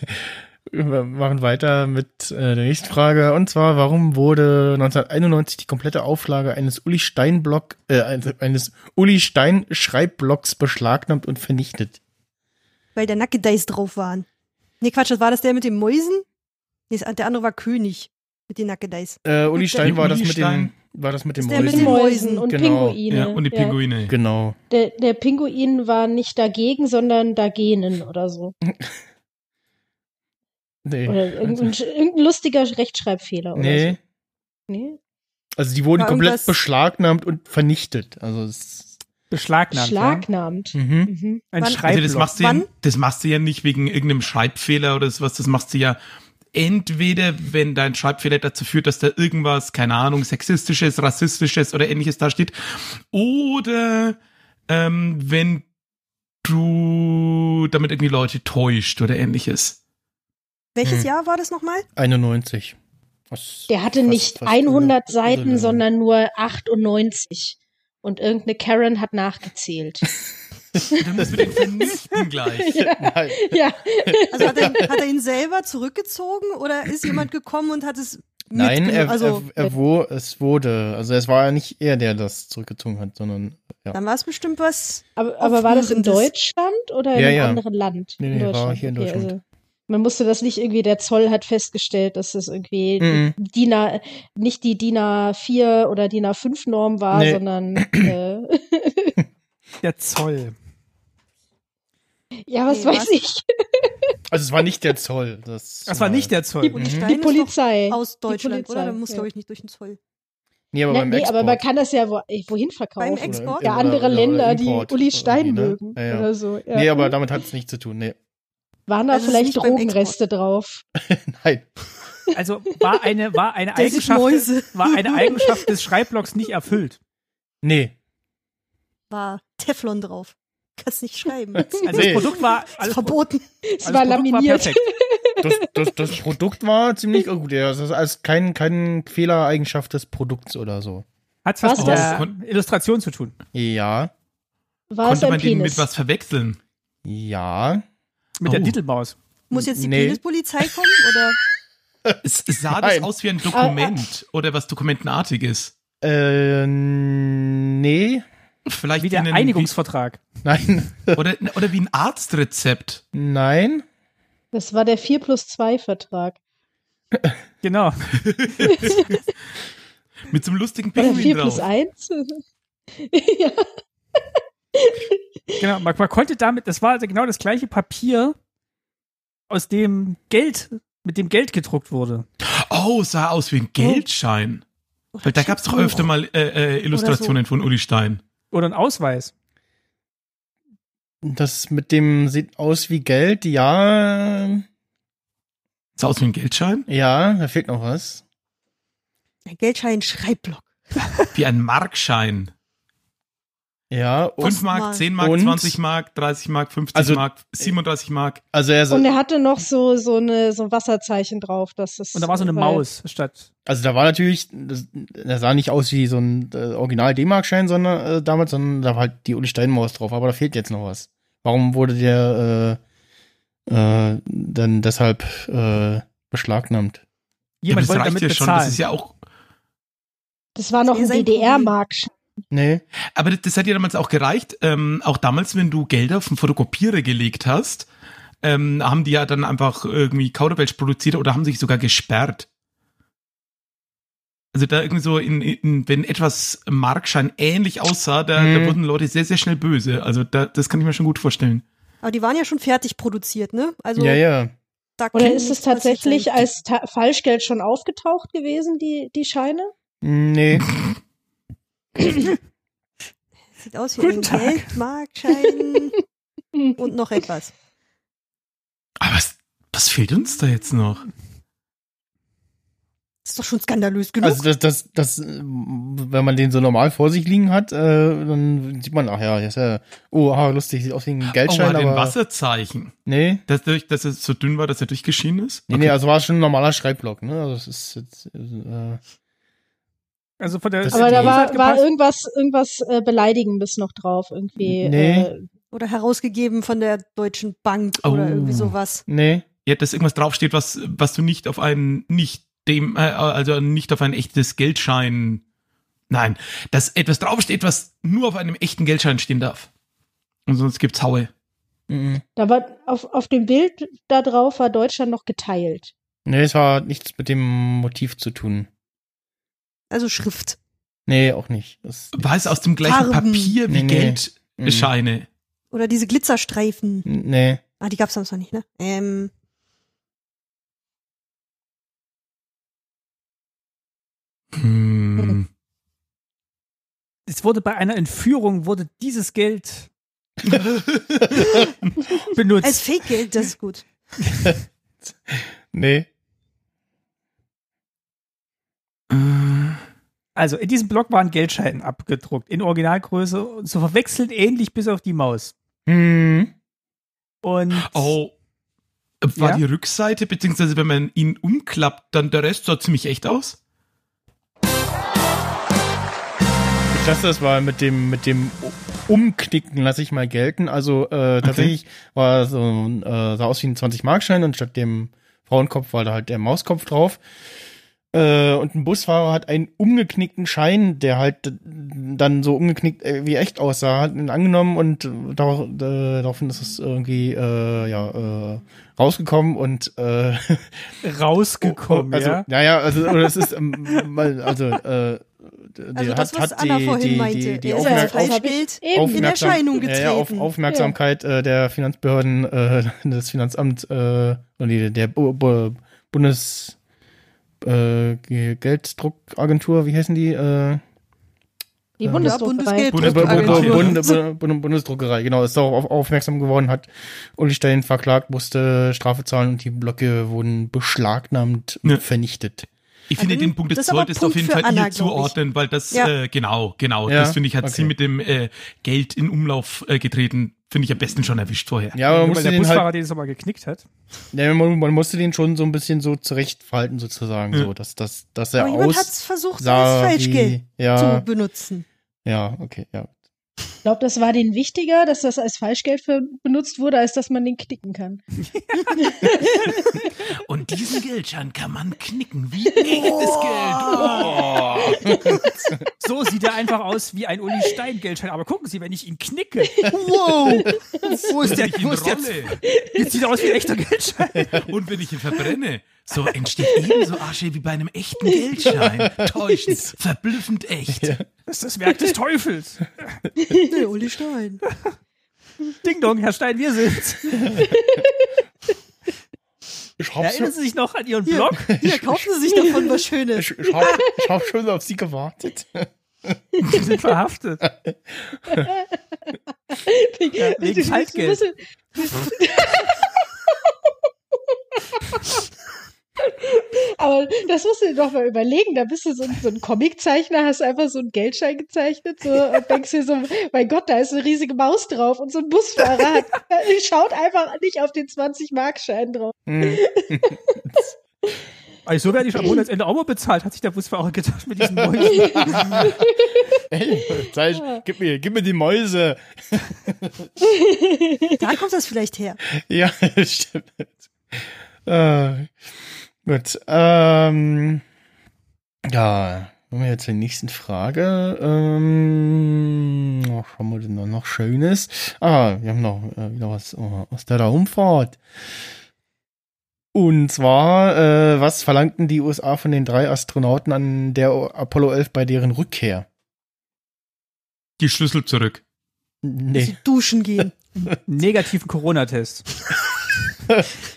Speaker 1: wir machen weiter mit äh, der nächsten Frage. Und zwar, warum wurde 1991 die komplette Auflage eines Uli Stein Block, äh, eines Uli Stein Schreibblocks beschlagnahmt und vernichtet?
Speaker 3: Weil da Nackedeis drauf waren. Nee, Quatsch, das war das der mit den Mäusen? Nee, das- der andere war König mit den Nackedeis.
Speaker 1: Äh, Uli Stein war
Speaker 2: Uli
Speaker 1: das mit
Speaker 2: Stein.
Speaker 1: den, war das mit dem
Speaker 3: Ist der mit
Speaker 5: Mit
Speaker 3: den
Speaker 1: Mäusen.
Speaker 5: Mäusen und
Speaker 1: Genau.
Speaker 5: Pinguine.
Speaker 2: ja, und die Pinguine.
Speaker 1: Genau.
Speaker 5: Der, der Pinguin war nicht dagegen, sondern dagenen oder so.
Speaker 1: Nee.
Speaker 5: Oder irgendein, irgendein lustiger Rechtschreibfehler oder
Speaker 1: nee.
Speaker 5: so. Nee.
Speaker 1: Also die wurden
Speaker 3: War
Speaker 1: komplett
Speaker 3: irgendwas-
Speaker 1: beschlagnahmt und vernichtet. Also es
Speaker 4: Beschlagnahmt. Ja?
Speaker 5: Beschlagnahmt.
Speaker 1: mhm.
Speaker 5: Mhm.
Speaker 4: Ein
Speaker 3: Wann-
Speaker 2: Also
Speaker 4: Schreibblock.
Speaker 2: das machst, du ja,
Speaker 3: Wann?
Speaker 2: das machst du ja nicht wegen irgendeinem Schreibfehler oder sowas, das machst du ja entweder, wenn dein Schreibfehler dazu führt, dass da irgendwas, keine Ahnung, sexistisches, rassistisches oder ähnliches da steht, oder ähm, wenn du damit irgendwie Leute täuscht oder ähnliches.
Speaker 3: Welches
Speaker 1: Hm.
Speaker 3: Jahr war das nochmal?
Speaker 1: 91. Was
Speaker 5: Der hatte
Speaker 1: fast-
Speaker 5: nicht
Speaker 1: fast genau
Speaker 5: 100
Speaker 1: irre-
Speaker 5: Seiten,
Speaker 1: irrelevant.
Speaker 5: sondern nur 98. Und irgendeine Karen hat nachgezählt.
Speaker 2: Und dann müssen wir den vernichten gleich.
Speaker 1: Nein.
Speaker 5: ja,
Speaker 3: Also hat er, ihn- hat er ihn selber zurückgezogen oder ist jemand gekommen und hat es
Speaker 1: Nein,
Speaker 3: mitgenommen?
Speaker 1: er,
Speaker 3: also,
Speaker 1: er, er wo, es wurde. Also es war ja nicht er, der das zurückgezogen hat, sondern
Speaker 3: dann war es bestimmt was.
Speaker 5: aber, aber war das in
Speaker 3: Aufrührendes.
Speaker 5: Deutschland oder in
Speaker 1: Ja,
Speaker 5: einem
Speaker 1: ja.
Speaker 5: anderen Land?
Speaker 1: Nee, nee, war hier in Deutschland.
Speaker 5: also man musste das nicht irgendwie, der Zoll hat festgestellt, dass das irgendwie
Speaker 1: Mhm.
Speaker 5: DIN A, nicht die DIN A4 oder DIN A5 Norm war,
Speaker 1: Nee.
Speaker 5: sondern äh,
Speaker 4: Der Zoll.
Speaker 5: ja, was
Speaker 3: Nee,
Speaker 5: weiß
Speaker 3: was?
Speaker 5: ich,
Speaker 1: also es war nicht der Zoll. Das,
Speaker 4: Das war nicht der Zoll.
Speaker 3: Und
Speaker 1: Mhm.
Speaker 3: die
Speaker 1: Die
Speaker 3: Steine
Speaker 5: die
Speaker 3: ist
Speaker 5: Polizei.
Speaker 3: doch aus Deutschland,
Speaker 5: Polizei,
Speaker 3: oder? Da muss,
Speaker 5: ja.
Speaker 3: glaube ich, nicht durch den Zoll.
Speaker 1: Nee, aber
Speaker 5: Ne, Nee,
Speaker 1: beim
Speaker 5: nee,
Speaker 1: Export.
Speaker 5: aber man kann das ja wo, wohin
Speaker 3: Beim
Speaker 5: verkaufen.
Speaker 3: Ex- Export?
Speaker 5: Ja, andere
Speaker 1: oder
Speaker 5: Länder,
Speaker 1: Import
Speaker 5: die Uli Stein
Speaker 1: irgendwie, ne?
Speaker 5: mögen
Speaker 1: Ja, ja.
Speaker 5: oder so. Ja.
Speaker 1: Nee, aber damit hat es nichts zu tun. Nee.
Speaker 5: Waren da
Speaker 3: Also es ist
Speaker 5: vielleicht
Speaker 3: nicht beim
Speaker 5: Drogenreste drauf?
Speaker 1: Nein.
Speaker 4: Also war eine, war eine
Speaker 3: Das sind
Speaker 4: Eigenschaft,
Speaker 3: Mäuse.
Speaker 4: war eine Eigenschaft des Schreibblocks nicht erfüllt.
Speaker 1: Nee.
Speaker 3: War Teflon drauf. das nicht schreiben.
Speaker 4: Also
Speaker 1: Nee.
Speaker 4: das Produkt war
Speaker 3: Das ist
Speaker 4: alles
Speaker 3: verboten.
Speaker 5: Es war laminiert.
Speaker 1: Das, das, das Produkt war ziemlich gut. Ja, das ist also kein, kein Fehlereigenschaft des Produkts oder so.
Speaker 4: Hat was
Speaker 5: Was,
Speaker 4: mit
Speaker 5: was?
Speaker 4: der Illustration zu tun.
Speaker 1: Ja,
Speaker 5: War es
Speaker 2: Konnte
Speaker 5: ein
Speaker 2: man den
Speaker 5: Penis?
Speaker 2: mit was verwechseln?
Speaker 1: ja.
Speaker 4: Mit der
Speaker 2: Oh.
Speaker 4: Titelmaus.
Speaker 3: Muss jetzt die
Speaker 1: Nee.
Speaker 3: Penispolizei kommen oder?
Speaker 2: Es es sah
Speaker 1: Nein.
Speaker 2: das aus
Speaker 4: Ah,
Speaker 2: wie ein Dokument oder was Dokumentenartiges.
Speaker 1: Äh, nee.
Speaker 2: Vielleicht
Speaker 4: Wie der
Speaker 2: einen-
Speaker 4: Einigungsvertrag.
Speaker 1: Nein,
Speaker 2: wie- oder, oder wie ein Arztrezept.
Speaker 1: nein.
Speaker 5: Das war der 4 plus 2 Vertrag.
Speaker 4: Genau.
Speaker 2: Mit so einem lustigen
Speaker 5: Oder 4
Speaker 2: Pinguin
Speaker 5: plus
Speaker 2: drauf.
Speaker 5: 1? ja,
Speaker 4: genau. Man, man konnte damit, das war genau das gleiche Papier, aus dem Geld, mit dem Geld gedruckt wurde.
Speaker 2: Oh, sah aus wie ein Geldschein. Weil da gab es doch öfter mal äh, äh, Illustrationen von Uli Stein.
Speaker 4: Oder ein Ausweis.
Speaker 1: Das mit dem sieht aus wie Geld. Ja,
Speaker 2: Sah aus wie ein Geldschein?
Speaker 1: ja, da fehlt noch was.
Speaker 3: Ein Geldschein, Schreibblock.
Speaker 2: Wie ein Markschein.
Speaker 1: Ja,
Speaker 5: Oh,
Speaker 1: und,
Speaker 2: 5 Mark,
Speaker 3: Mark.
Speaker 2: 10 Mark,
Speaker 1: Und?
Speaker 2: 20 Mark, 30 Mark, 50
Speaker 1: Also-
Speaker 2: Mark,
Speaker 4: äh,
Speaker 2: 37 Mark.
Speaker 1: also er,
Speaker 5: und er hatte noch so, so, eine, so ein Wasserzeichen drauf. Dass es
Speaker 4: Und da war so eine
Speaker 5: weil-
Speaker 4: Maus statt.
Speaker 1: also da war natürlich, das, er sah nicht aus wie so ein äh, Original D-Mark-Schein, sondern äh, damals, sondern da war halt die Uli Steinmaus drauf. Aber da fehlt jetzt noch was. Warum wurde der äh, äh, dann deshalb äh, beschlagnahmt?
Speaker 2: Ja, aber
Speaker 4: Jemand
Speaker 2: das
Speaker 4: wollte
Speaker 2: reicht
Speaker 4: damit
Speaker 2: ja schon. Das
Speaker 4: bezahlen.
Speaker 2: ist ja auch.
Speaker 5: Das war noch
Speaker 3: Das ist
Speaker 5: ein
Speaker 3: ein
Speaker 5: DDR-Mark.
Speaker 1: Nee.
Speaker 2: Aber das, das hat ja damals auch gereicht. Ähm, auch damals, wenn du Gelder vom Fotokopierer gelegt hast, ähm, haben die ja dann einfach irgendwie Kauderwelsch produziert oder haben sich sogar gesperrt. Also da irgendwie so, in, in, wenn etwas Markschein ähnlich aussah, da,
Speaker 1: Mhm.
Speaker 2: da wurden Leute sehr, sehr schnell böse. Also da, das kann ich mir schon gut vorstellen.
Speaker 3: Aber die waren ja schon fertig produziert, ne? Also
Speaker 1: ja, ja.
Speaker 3: da
Speaker 5: Oder
Speaker 3: kann
Speaker 5: ist es
Speaker 3: nichts passiert
Speaker 5: tatsächlich
Speaker 3: sein.
Speaker 5: als ta Falschgeld schon aufgetaucht gewesen, die, die Scheine?
Speaker 1: Nee.
Speaker 3: Sieht aus wie
Speaker 4: Guten
Speaker 3: ein
Speaker 4: Tag.
Speaker 3: Geldmarkschein
Speaker 1: Hm.
Speaker 3: und noch etwas.
Speaker 2: Aber was, was fehlt uns da jetzt noch?
Speaker 3: ist doch schon skandalös genug.
Speaker 1: Also das, das, das, äh, wenn man den so normal vor sich liegen hat, äh, dann sieht man, ach ja, das ist ja, oh, aha, lustig, sieht aus wie ein
Speaker 2: Oh,
Speaker 1: Geldschein,
Speaker 2: hat ein
Speaker 1: aber.
Speaker 2: Wasserzeichen.
Speaker 1: Nee.
Speaker 2: Dass, durch, dass es so dünn war, dass er durchgeschienen ist?
Speaker 1: Nee, nee, also war schon ein normaler Schreibblock, ne? Also es ist jetzt, äh,
Speaker 4: Also von der
Speaker 1: Das
Speaker 5: Aber
Speaker 1: ist
Speaker 5: da
Speaker 1: die-
Speaker 5: war, war
Speaker 4: irgendwie
Speaker 5: irgendwas, irgendwas äh, Beleidigendes noch drauf, irgendwie.
Speaker 1: Nee.
Speaker 5: Äh,
Speaker 3: Oder herausgegeben von der Deutschen Bank
Speaker 2: Oh.
Speaker 3: oder irgendwie sowas.
Speaker 1: nee.
Speaker 2: Ja, dass irgendwas draufsteht, was, was du nicht auf einen nicht dem, äh, also nicht auf ein echtes Geldschein. Nein, dass etwas draufsteht, was nur auf einem echten Geldschein stehen darf. Und sonst gibt's Haue.
Speaker 1: Mhm.
Speaker 5: da war auf, auf dem Bild da drauf war Deutschland noch geteilt.
Speaker 1: Nee, es war nichts mit dem Motiv zu tun.
Speaker 3: Also Schrift.
Speaker 1: Nee, auch nicht. Das,
Speaker 2: War es aus dem gleichen
Speaker 3: Farben.
Speaker 2: Papier
Speaker 1: Nee,
Speaker 2: wie
Speaker 1: nee. Mhm.
Speaker 2: Geldscheine?
Speaker 3: Oder diese Glitzerstreifen.
Speaker 1: Nee.
Speaker 3: Ah, die gab's sonst noch nicht, ne? Ähm,
Speaker 2: Hm.
Speaker 4: es wurde bei einer Entführung wurde dieses Geld benutzt.
Speaker 3: als Fake-Geld, das ist gut.
Speaker 1: Nee.
Speaker 4: also in diesem Block waren Geldscheine abgedruckt in Originalgröße und zu verwechseln ähnlich bis auf die Maus.
Speaker 1: Hm.
Speaker 4: Und
Speaker 2: Oh. War
Speaker 4: Ja?
Speaker 2: die Rückseite, beziehungsweise wenn man ihn umklappt, dann der Rest sah ziemlich echt aus?
Speaker 1: Ich lasse das mal mit dem, mit dem Umknicken lasse ich mal gelten. Also äh, tatsächlich war so ein, äh, sah aus wie ein 20-Mark-Schein und statt dem Frauenkopf war da halt der Mauskopf drauf. Äh, und ein Busfahrer hat einen umgeknickten Schein, der halt äh, dann so umgeknickt äh, wie echt aussah, hat ihn angenommen und äh, darauf, äh, daraufhin ist es irgendwie äh, ja, äh, rausgekommen und äh,
Speaker 4: rausgekommen,
Speaker 1: also,
Speaker 4: ja.
Speaker 1: ja, also oder es ist ähm, mal- also äh, der
Speaker 3: Also
Speaker 1: hat,
Speaker 3: das, was
Speaker 1: hat
Speaker 3: Anna
Speaker 1: die,
Speaker 3: vorhin
Speaker 1: die,
Speaker 3: meinte.
Speaker 1: die, die
Speaker 3: Er ist als
Speaker 5: Aufmerk-
Speaker 1: Aufmerksamkeit
Speaker 5: Aufmerk-
Speaker 3: Falschgeld
Speaker 5: Eben.
Speaker 3: in Erscheinung
Speaker 1: ja, ja, auf
Speaker 3: getreten.
Speaker 1: Aufmerksamkeit äh, der Finanzbehörden, äh, des Finanzamts äh, oder die- der Bu- Bu- Bundes äh, Ge- Gelddruckagentur, wie heißen die? Äh,
Speaker 5: Die
Speaker 1: Ja.
Speaker 3: Ja, Bundesgeld.
Speaker 5: Bundesdruckerei.
Speaker 1: Bu- Bu- Bu-
Speaker 2: Druckagentur.
Speaker 1: Bund- Bu- Bu- Bundesdruckerei, genau, ist darauf auf- aufmerksam geworden, hat Uli Stein verklagt, musste Strafe zahlen und die Blöcke wurden beschlagnahmt und
Speaker 2: Ja.
Speaker 1: vernichtet.
Speaker 2: Ich finde,
Speaker 3: Mhm.
Speaker 2: den Punkt
Speaker 3: Das ist aber
Speaker 2: solltest du auf
Speaker 3: Punkt
Speaker 2: jeden
Speaker 3: für
Speaker 2: Fall
Speaker 3: Anna,
Speaker 2: ihr
Speaker 3: glaub ich.
Speaker 2: zuordnen, weil das,
Speaker 3: Ja.
Speaker 2: äh, genau, genau,
Speaker 1: Ja,
Speaker 2: das finde ich, hat
Speaker 1: okay.
Speaker 2: sie mit dem äh, Geld in Umlauf äh, getreten finde ich am besten schon erwischt vorher.
Speaker 1: Ja, aber man
Speaker 4: weil
Speaker 1: musste
Speaker 4: der
Speaker 1: den
Speaker 4: Busfahrer
Speaker 1: halt,
Speaker 4: den jetzt mal geknickt hat.
Speaker 1: ja, man, man musste den schon so ein bisschen so zurechtfalten, sozusagen,
Speaker 2: Ja.
Speaker 1: so, dass, dass, dass er
Speaker 3: Aber jemand
Speaker 1: aus.
Speaker 3: hat's versucht, das
Speaker 1: sah
Speaker 3: Falschgeld
Speaker 1: wie, ja,
Speaker 3: zu benutzen.
Speaker 1: ja, okay, ja.
Speaker 5: Ich glaube, das war denen wichtiger, dass das als Falschgeld für, benutzt wurde, als dass man den knicken kann.
Speaker 2: Und diesen Geldschein kann man knicken wie
Speaker 3: Oh.
Speaker 2: echtes Oh, Geld.
Speaker 4: So sieht er einfach aus wie ein Uli Stein Geldschein. Aber gucken Sie, wenn ich ihn knicke,
Speaker 2: Wow!
Speaker 4: wo ist der,
Speaker 2: Wenn ich ihn
Speaker 4: wo ist der
Speaker 2: rolle
Speaker 4: Jetzt sieht er aus wie ein echter Geldschein.
Speaker 2: und wenn ich ihn verbrenne, so entsteht ebenso Asche wie bei einem echten Geldschein. Täuschend, verblüffend echt.
Speaker 4: Das ist das Werk des Teufels.
Speaker 3: Nee, Uli Stein.
Speaker 4: Ding Dong, Herr Stein, wir sind.
Speaker 1: Ich
Speaker 4: Erinnern Sie sich noch an Ihren
Speaker 3: Hier,
Speaker 4: Blog?
Speaker 3: hier kaufen Sie sich davon was Schönes.
Speaker 1: ich, ich, hab, ich hab schon auf sie gewartet.
Speaker 4: Sie sind verhaftet.
Speaker 5: Ja,
Speaker 4: wegen Falschgeld.
Speaker 5: Aber das musst du dir doch mal überlegen. Da bist du so ein, so ein Comiczeichner, hast einfach so einen Geldschein gezeichnet so, und denkst dir so, mein Gott, da ist eine riesige Maus drauf und so ein Busfahrer hat, äh, schaut einfach nicht auf den 20-Mark-Schein drauf.
Speaker 1: Hm.
Speaker 4: Also so werde ich am Monatsende auch mal bezahlt, hat sich der Busfahrer gedacht mit diesen Mäusen.
Speaker 1: Ey, Zeig, gib mir, gib mir die Mäuse.
Speaker 3: Da kommt das vielleicht her.
Speaker 1: Ja, stimmt. Äh, gut. Ähm, ja, kommen wir jetzt zur nächsten Frage. Ähm, oh, was haben wir denn da noch Schönes? Ah, wir haben noch äh, wieder was äh, aus der Raumfahrt. Und zwar, äh, was verlangten die USA von den drei Astronauten an der Apollo 11 bei deren Rückkehr?
Speaker 2: Die Schlüssel zurück.
Speaker 1: Nee.
Speaker 3: Duschen gehen.
Speaker 4: Negativen Corona-Test.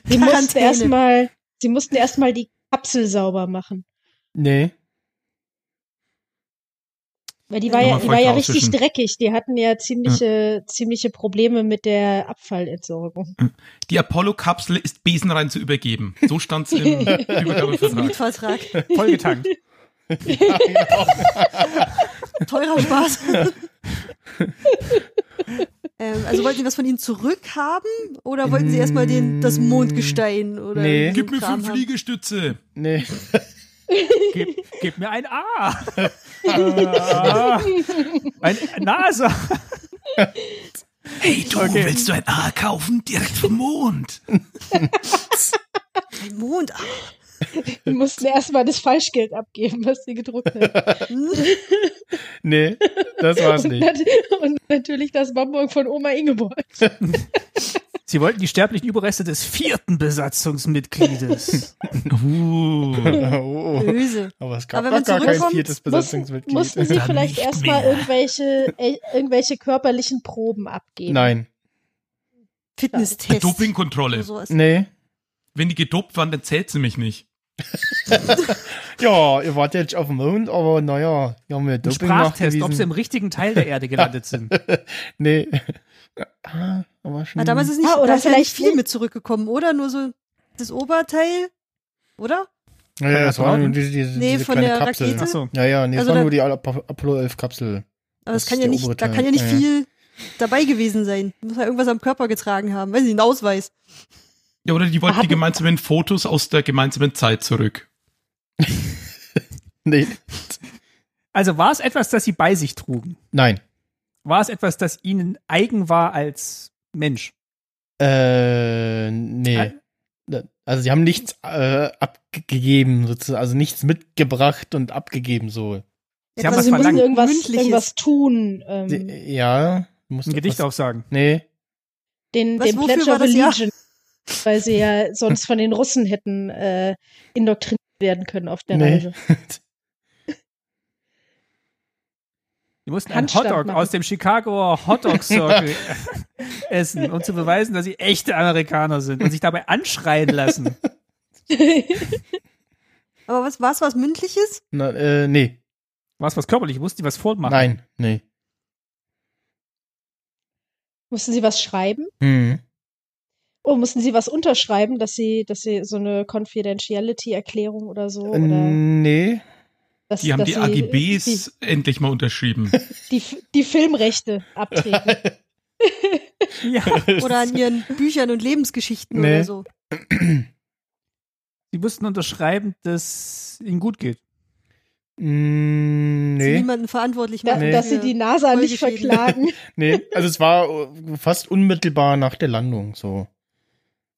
Speaker 5: Sie mussten
Speaker 3: Quarantäne.
Speaker 5: erstmal, sie mussten erstmal die Kapsel sauber machen.
Speaker 1: Nee.
Speaker 5: Weil die war ja,
Speaker 2: Nochmal
Speaker 5: die war ja
Speaker 2: Volker
Speaker 5: richtig
Speaker 2: auswischen.
Speaker 5: dreckig. Die hatten ja ziemliche, ziemliche Probleme mit der Abfallentsorgung.
Speaker 2: Die Apollo-Kapsel ist besenrein zu übergeben. So stand's im Übergabevertrag.
Speaker 3: Mietvertrag.
Speaker 4: Vollgetankt.
Speaker 3: Teurer Spaß. ähm, also wollten Sie was von Ihnen zurückhaben oder wollten Sie erstmal den, das
Speaker 5: Mm,
Speaker 3: Mondgestein oder
Speaker 1: Nee.
Speaker 3: so
Speaker 2: Gib mir
Speaker 3: Kram
Speaker 2: fünf
Speaker 3: haben?
Speaker 2: Liegestütze.
Speaker 1: Nee.
Speaker 4: Gib, gib mir ein A. Ah. ein Nase.
Speaker 2: Hey du,
Speaker 4: Okay.
Speaker 2: willst du ein A kaufen? Direkt vom Mond.
Speaker 3: Ein Mond. Ah,
Speaker 5: Die mussten erstmal das Falschgeld abgeben, was sie gedruckt haben.
Speaker 3: hm.
Speaker 1: Nee, das war's
Speaker 5: Und,
Speaker 1: nicht.
Speaker 5: nat und natürlich das Bamburg von Oma Ingeborg.
Speaker 4: Sie wollten die sterblichen Überreste des vierten Besatzungsmitgliedes.
Speaker 2: Uh.
Speaker 1: Oh.
Speaker 3: Böse.
Speaker 1: Aber es gab
Speaker 3: Aber
Speaker 1: doch
Speaker 3: wenn
Speaker 1: gar kein
Speaker 3: zurückkommt,
Speaker 1: viertes
Speaker 5: Mussten,
Speaker 1: Besatzungsmitglied.
Speaker 5: mussten sie
Speaker 2: Dann
Speaker 5: vielleicht
Speaker 2: nicht
Speaker 5: erstmal
Speaker 2: mehr.
Speaker 5: irgendwelche, äh, irgendwelche körperlichen Proben abgeben.
Speaker 1: Nein.
Speaker 3: Fitness-Test.
Speaker 2: Dopingkontrolle.
Speaker 3: Oder sowas.
Speaker 1: Nee.
Speaker 2: Wenn die gedopt waren, dann zählt sie mich nicht.
Speaker 1: Ja, ihr wart jetzt auf dem Mond, aber naja, wir haben ja
Speaker 4: Ein
Speaker 1: Doping
Speaker 4: Sprachtest, ob sie
Speaker 1: nachgewiesen.
Speaker 4: im richtigen Teil der Erde gelandet sind.
Speaker 1: Nee. Ah, aber schon.
Speaker 3: Ah, damals ist nicht,
Speaker 5: Ah, oder
Speaker 3: da ist ja nicht
Speaker 5: vielleicht
Speaker 3: viel
Speaker 5: nicht.
Speaker 3: mit zurückgekommen, oder? Nur so das Oberteil, oder?
Speaker 1: ja, ja, es war nur diese, diese,
Speaker 3: Nee,
Speaker 1: diese
Speaker 3: von
Speaker 1: kleine
Speaker 3: der
Speaker 1: Kapsel.
Speaker 3: Rakete.
Speaker 4: Achso.
Speaker 1: Ja, ja, nee,
Speaker 3: Also
Speaker 1: es war
Speaker 3: da-
Speaker 1: nur die Al- Ap- Apollo 11 Kapsel.
Speaker 3: Aber
Speaker 1: Das
Speaker 3: das kann
Speaker 1: ist
Speaker 3: ja
Speaker 1: der
Speaker 3: nicht,
Speaker 1: obere
Speaker 3: da
Speaker 1: Teil.
Speaker 3: kann ja nicht
Speaker 1: Ja, ja.
Speaker 3: viel dabei gewesen sein. Muss ja irgendwas am Körper getragen haben. Weiß nicht, einen Ausweis.
Speaker 2: Ja, oder die wollten
Speaker 5: Hatten-
Speaker 2: die gemeinsamen Fotos aus der gemeinsamen Zeit zurück.
Speaker 1: Nee.
Speaker 4: Also war es etwas, das sie bei sich trugen?
Speaker 1: Nein.
Speaker 4: War es etwas, das ihnen eigen war als Mensch?
Speaker 1: Äh, nee.
Speaker 4: Ah.
Speaker 1: Also sie haben nichts äh, abgegeben, sozusagen, also nichts mitgebracht und abgegeben so.
Speaker 4: Sie haben
Speaker 5: Also
Speaker 4: was
Speaker 5: sie mussten
Speaker 4: verlangt.
Speaker 5: irgendwas,
Speaker 3: Mündliches.
Speaker 5: irgendwas tun.
Speaker 3: Mhm.
Speaker 1: Sie-
Speaker 5: Ähm,
Speaker 1: Ja, musst
Speaker 4: Ein Gedicht
Speaker 1: was,
Speaker 4: aufsagen.
Speaker 1: Nee.
Speaker 5: den
Speaker 3: Was,
Speaker 5: den
Speaker 3: wofür
Speaker 5: Pledge
Speaker 3: war
Speaker 5: of
Speaker 3: das Jahr?
Speaker 5: Allegiance, weil sie ja sonst von den Russen hätten äh, indoktriniert werden können auf der
Speaker 1: Nee.
Speaker 5: Reise.
Speaker 4: Sie mussten einen
Speaker 5: Handstand
Speaker 4: Hotdog
Speaker 5: machen.
Speaker 4: aus dem Chicagoer Hotdog Circle essen, um zu beweisen, dass sie echte Amerikaner sind und sich dabei anschreien lassen.
Speaker 3: Aber was war's, was mündliches?
Speaker 1: Na, äh, nee.
Speaker 4: War es was körperlich? Mussten die was vormachen?
Speaker 1: Nein, nee.
Speaker 5: mussten sie was schreiben?
Speaker 1: Hm.
Speaker 5: Oh, mussten sie was unterschreiben, dass sie, dass sie so eine Confidentiality-Erklärung oder so?
Speaker 1: Äh,
Speaker 5: Oder
Speaker 1: Nee.
Speaker 5: dass,
Speaker 2: Die haben
Speaker 5: dass
Speaker 2: die
Speaker 5: sie
Speaker 2: AGBs endlich mal unterschrieben.
Speaker 5: Die, die, die Filmrechte abtreten.
Speaker 4: Ja,
Speaker 3: Oder an ihren Büchern und Lebensgeschichten
Speaker 1: Nee.
Speaker 3: oder so.
Speaker 4: sie mussten unterschreiben, dass ihnen gut geht.
Speaker 1: Mm,
Speaker 3: Sie
Speaker 1: nee,
Speaker 3: niemanden verantwortlich
Speaker 5: Da,
Speaker 3: machen.
Speaker 1: Nee.
Speaker 5: Dass sie die NASA nicht
Speaker 3: Folgeschäden.
Speaker 5: verklagen.
Speaker 1: nee. Also es war äh, fast unmittelbar nach der Landung so.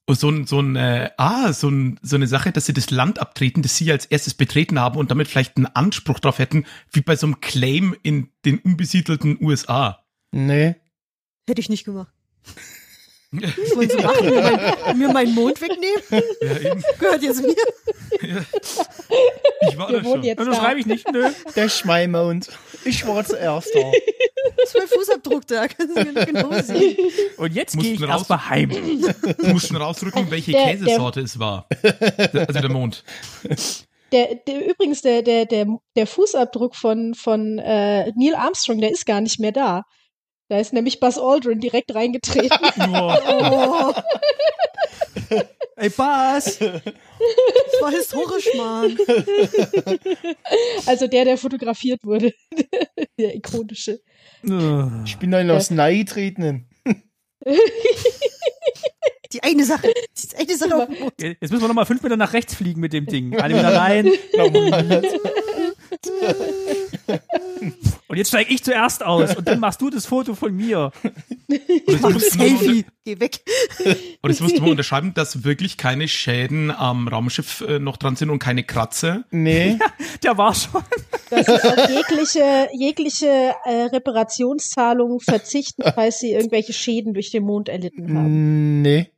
Speaker 2: Oh, so ein, so ein, äh, ah, so, ein, so eine Sache, dass sie das Land abtreten, das sie als erstes betreten haben und damit vielleicht einen Anspruch drauf hätten, wie bei so einem Claim in den unbesiedelten USA.
Speaker 1: Nee.
Speaker 3: Hätte ich nicht gemacht. Was wollen sie machen? Mir, mein, mir meinen Mond wegnehmen?
Speaker 2: Ja, eben.
Speaker 3: Gehört jetzt mir?
Speaker 2: Ja. Ich war
Speaker 5: Wir
Speaker 2: da
Speaker 5: wohnen
Speaker 2: schon.
Speaker 5: jetzt da.
Speaker 4: Unterschreibe Also ich nicht, nö.
Speaker 1: Der Schmeimund. Ich war zuerst da.
Speaker 3: Das ist mein Fußabdruck da. Kannst du mir genau sehen.
Speaker 4: Und jetzt
Speaker 2: Mussten
Speaker 4: gehe ich
Speaker 2: raus.
Speaker 4: erstmal heim.
Speaker 2: Wir mussten rausrücken, welche
Speaker 5: Der- der-
Speaker 2: Käsesorte es war. Also der Mond.
Speaker 5: Der, der, übrigens, der, der, der, der Fußabdruck von, von äh, Neil Armstrong, der ist gar nicht mehr da. Da ist nämlich Buzz Aldrin direkt reingetreten.
Speaker 3: Oh,
Speaker 4: Nur, ey, Bas!
Speaker 3: das war historisch, Mann.
Speaker 5: also der, der fotografiert wurde. der ikonische.
Speaker 4: Äh,
Speaker 1: Ich bin ein aus Nei tretenden.
Speaker 3: Die eine Sache. Die eine Sache auf dem Mond.
Speaker 4: Äh, Jetzt müssen wir nochmal fünf Meter nach rechts fliegen mit dem Ding. Alle wieder rein. Und jetzt steige ich zuerst aus und dann machst du das Foto von mir.
Speaker 2: Und es
Speaker 3: Mach ein
Speaker 2: musste nur-
Speaker 3: Selfie. Geh weg.
Speaker 2: Und es musste man unterschreiben, dass wirklich keine Schäden am Raumschiff äh, noch dran sind und keine Kratzer.
Speaker 1: Nee.
Speaker 4: Der war schon.
Speaker 5: Dass sie auf jegliche, jegliche äh, Reparationszahlungen verzichten, falls sie irgendwelche Schäden durch den Mond erlitten haben.
Speaker 1: Nee.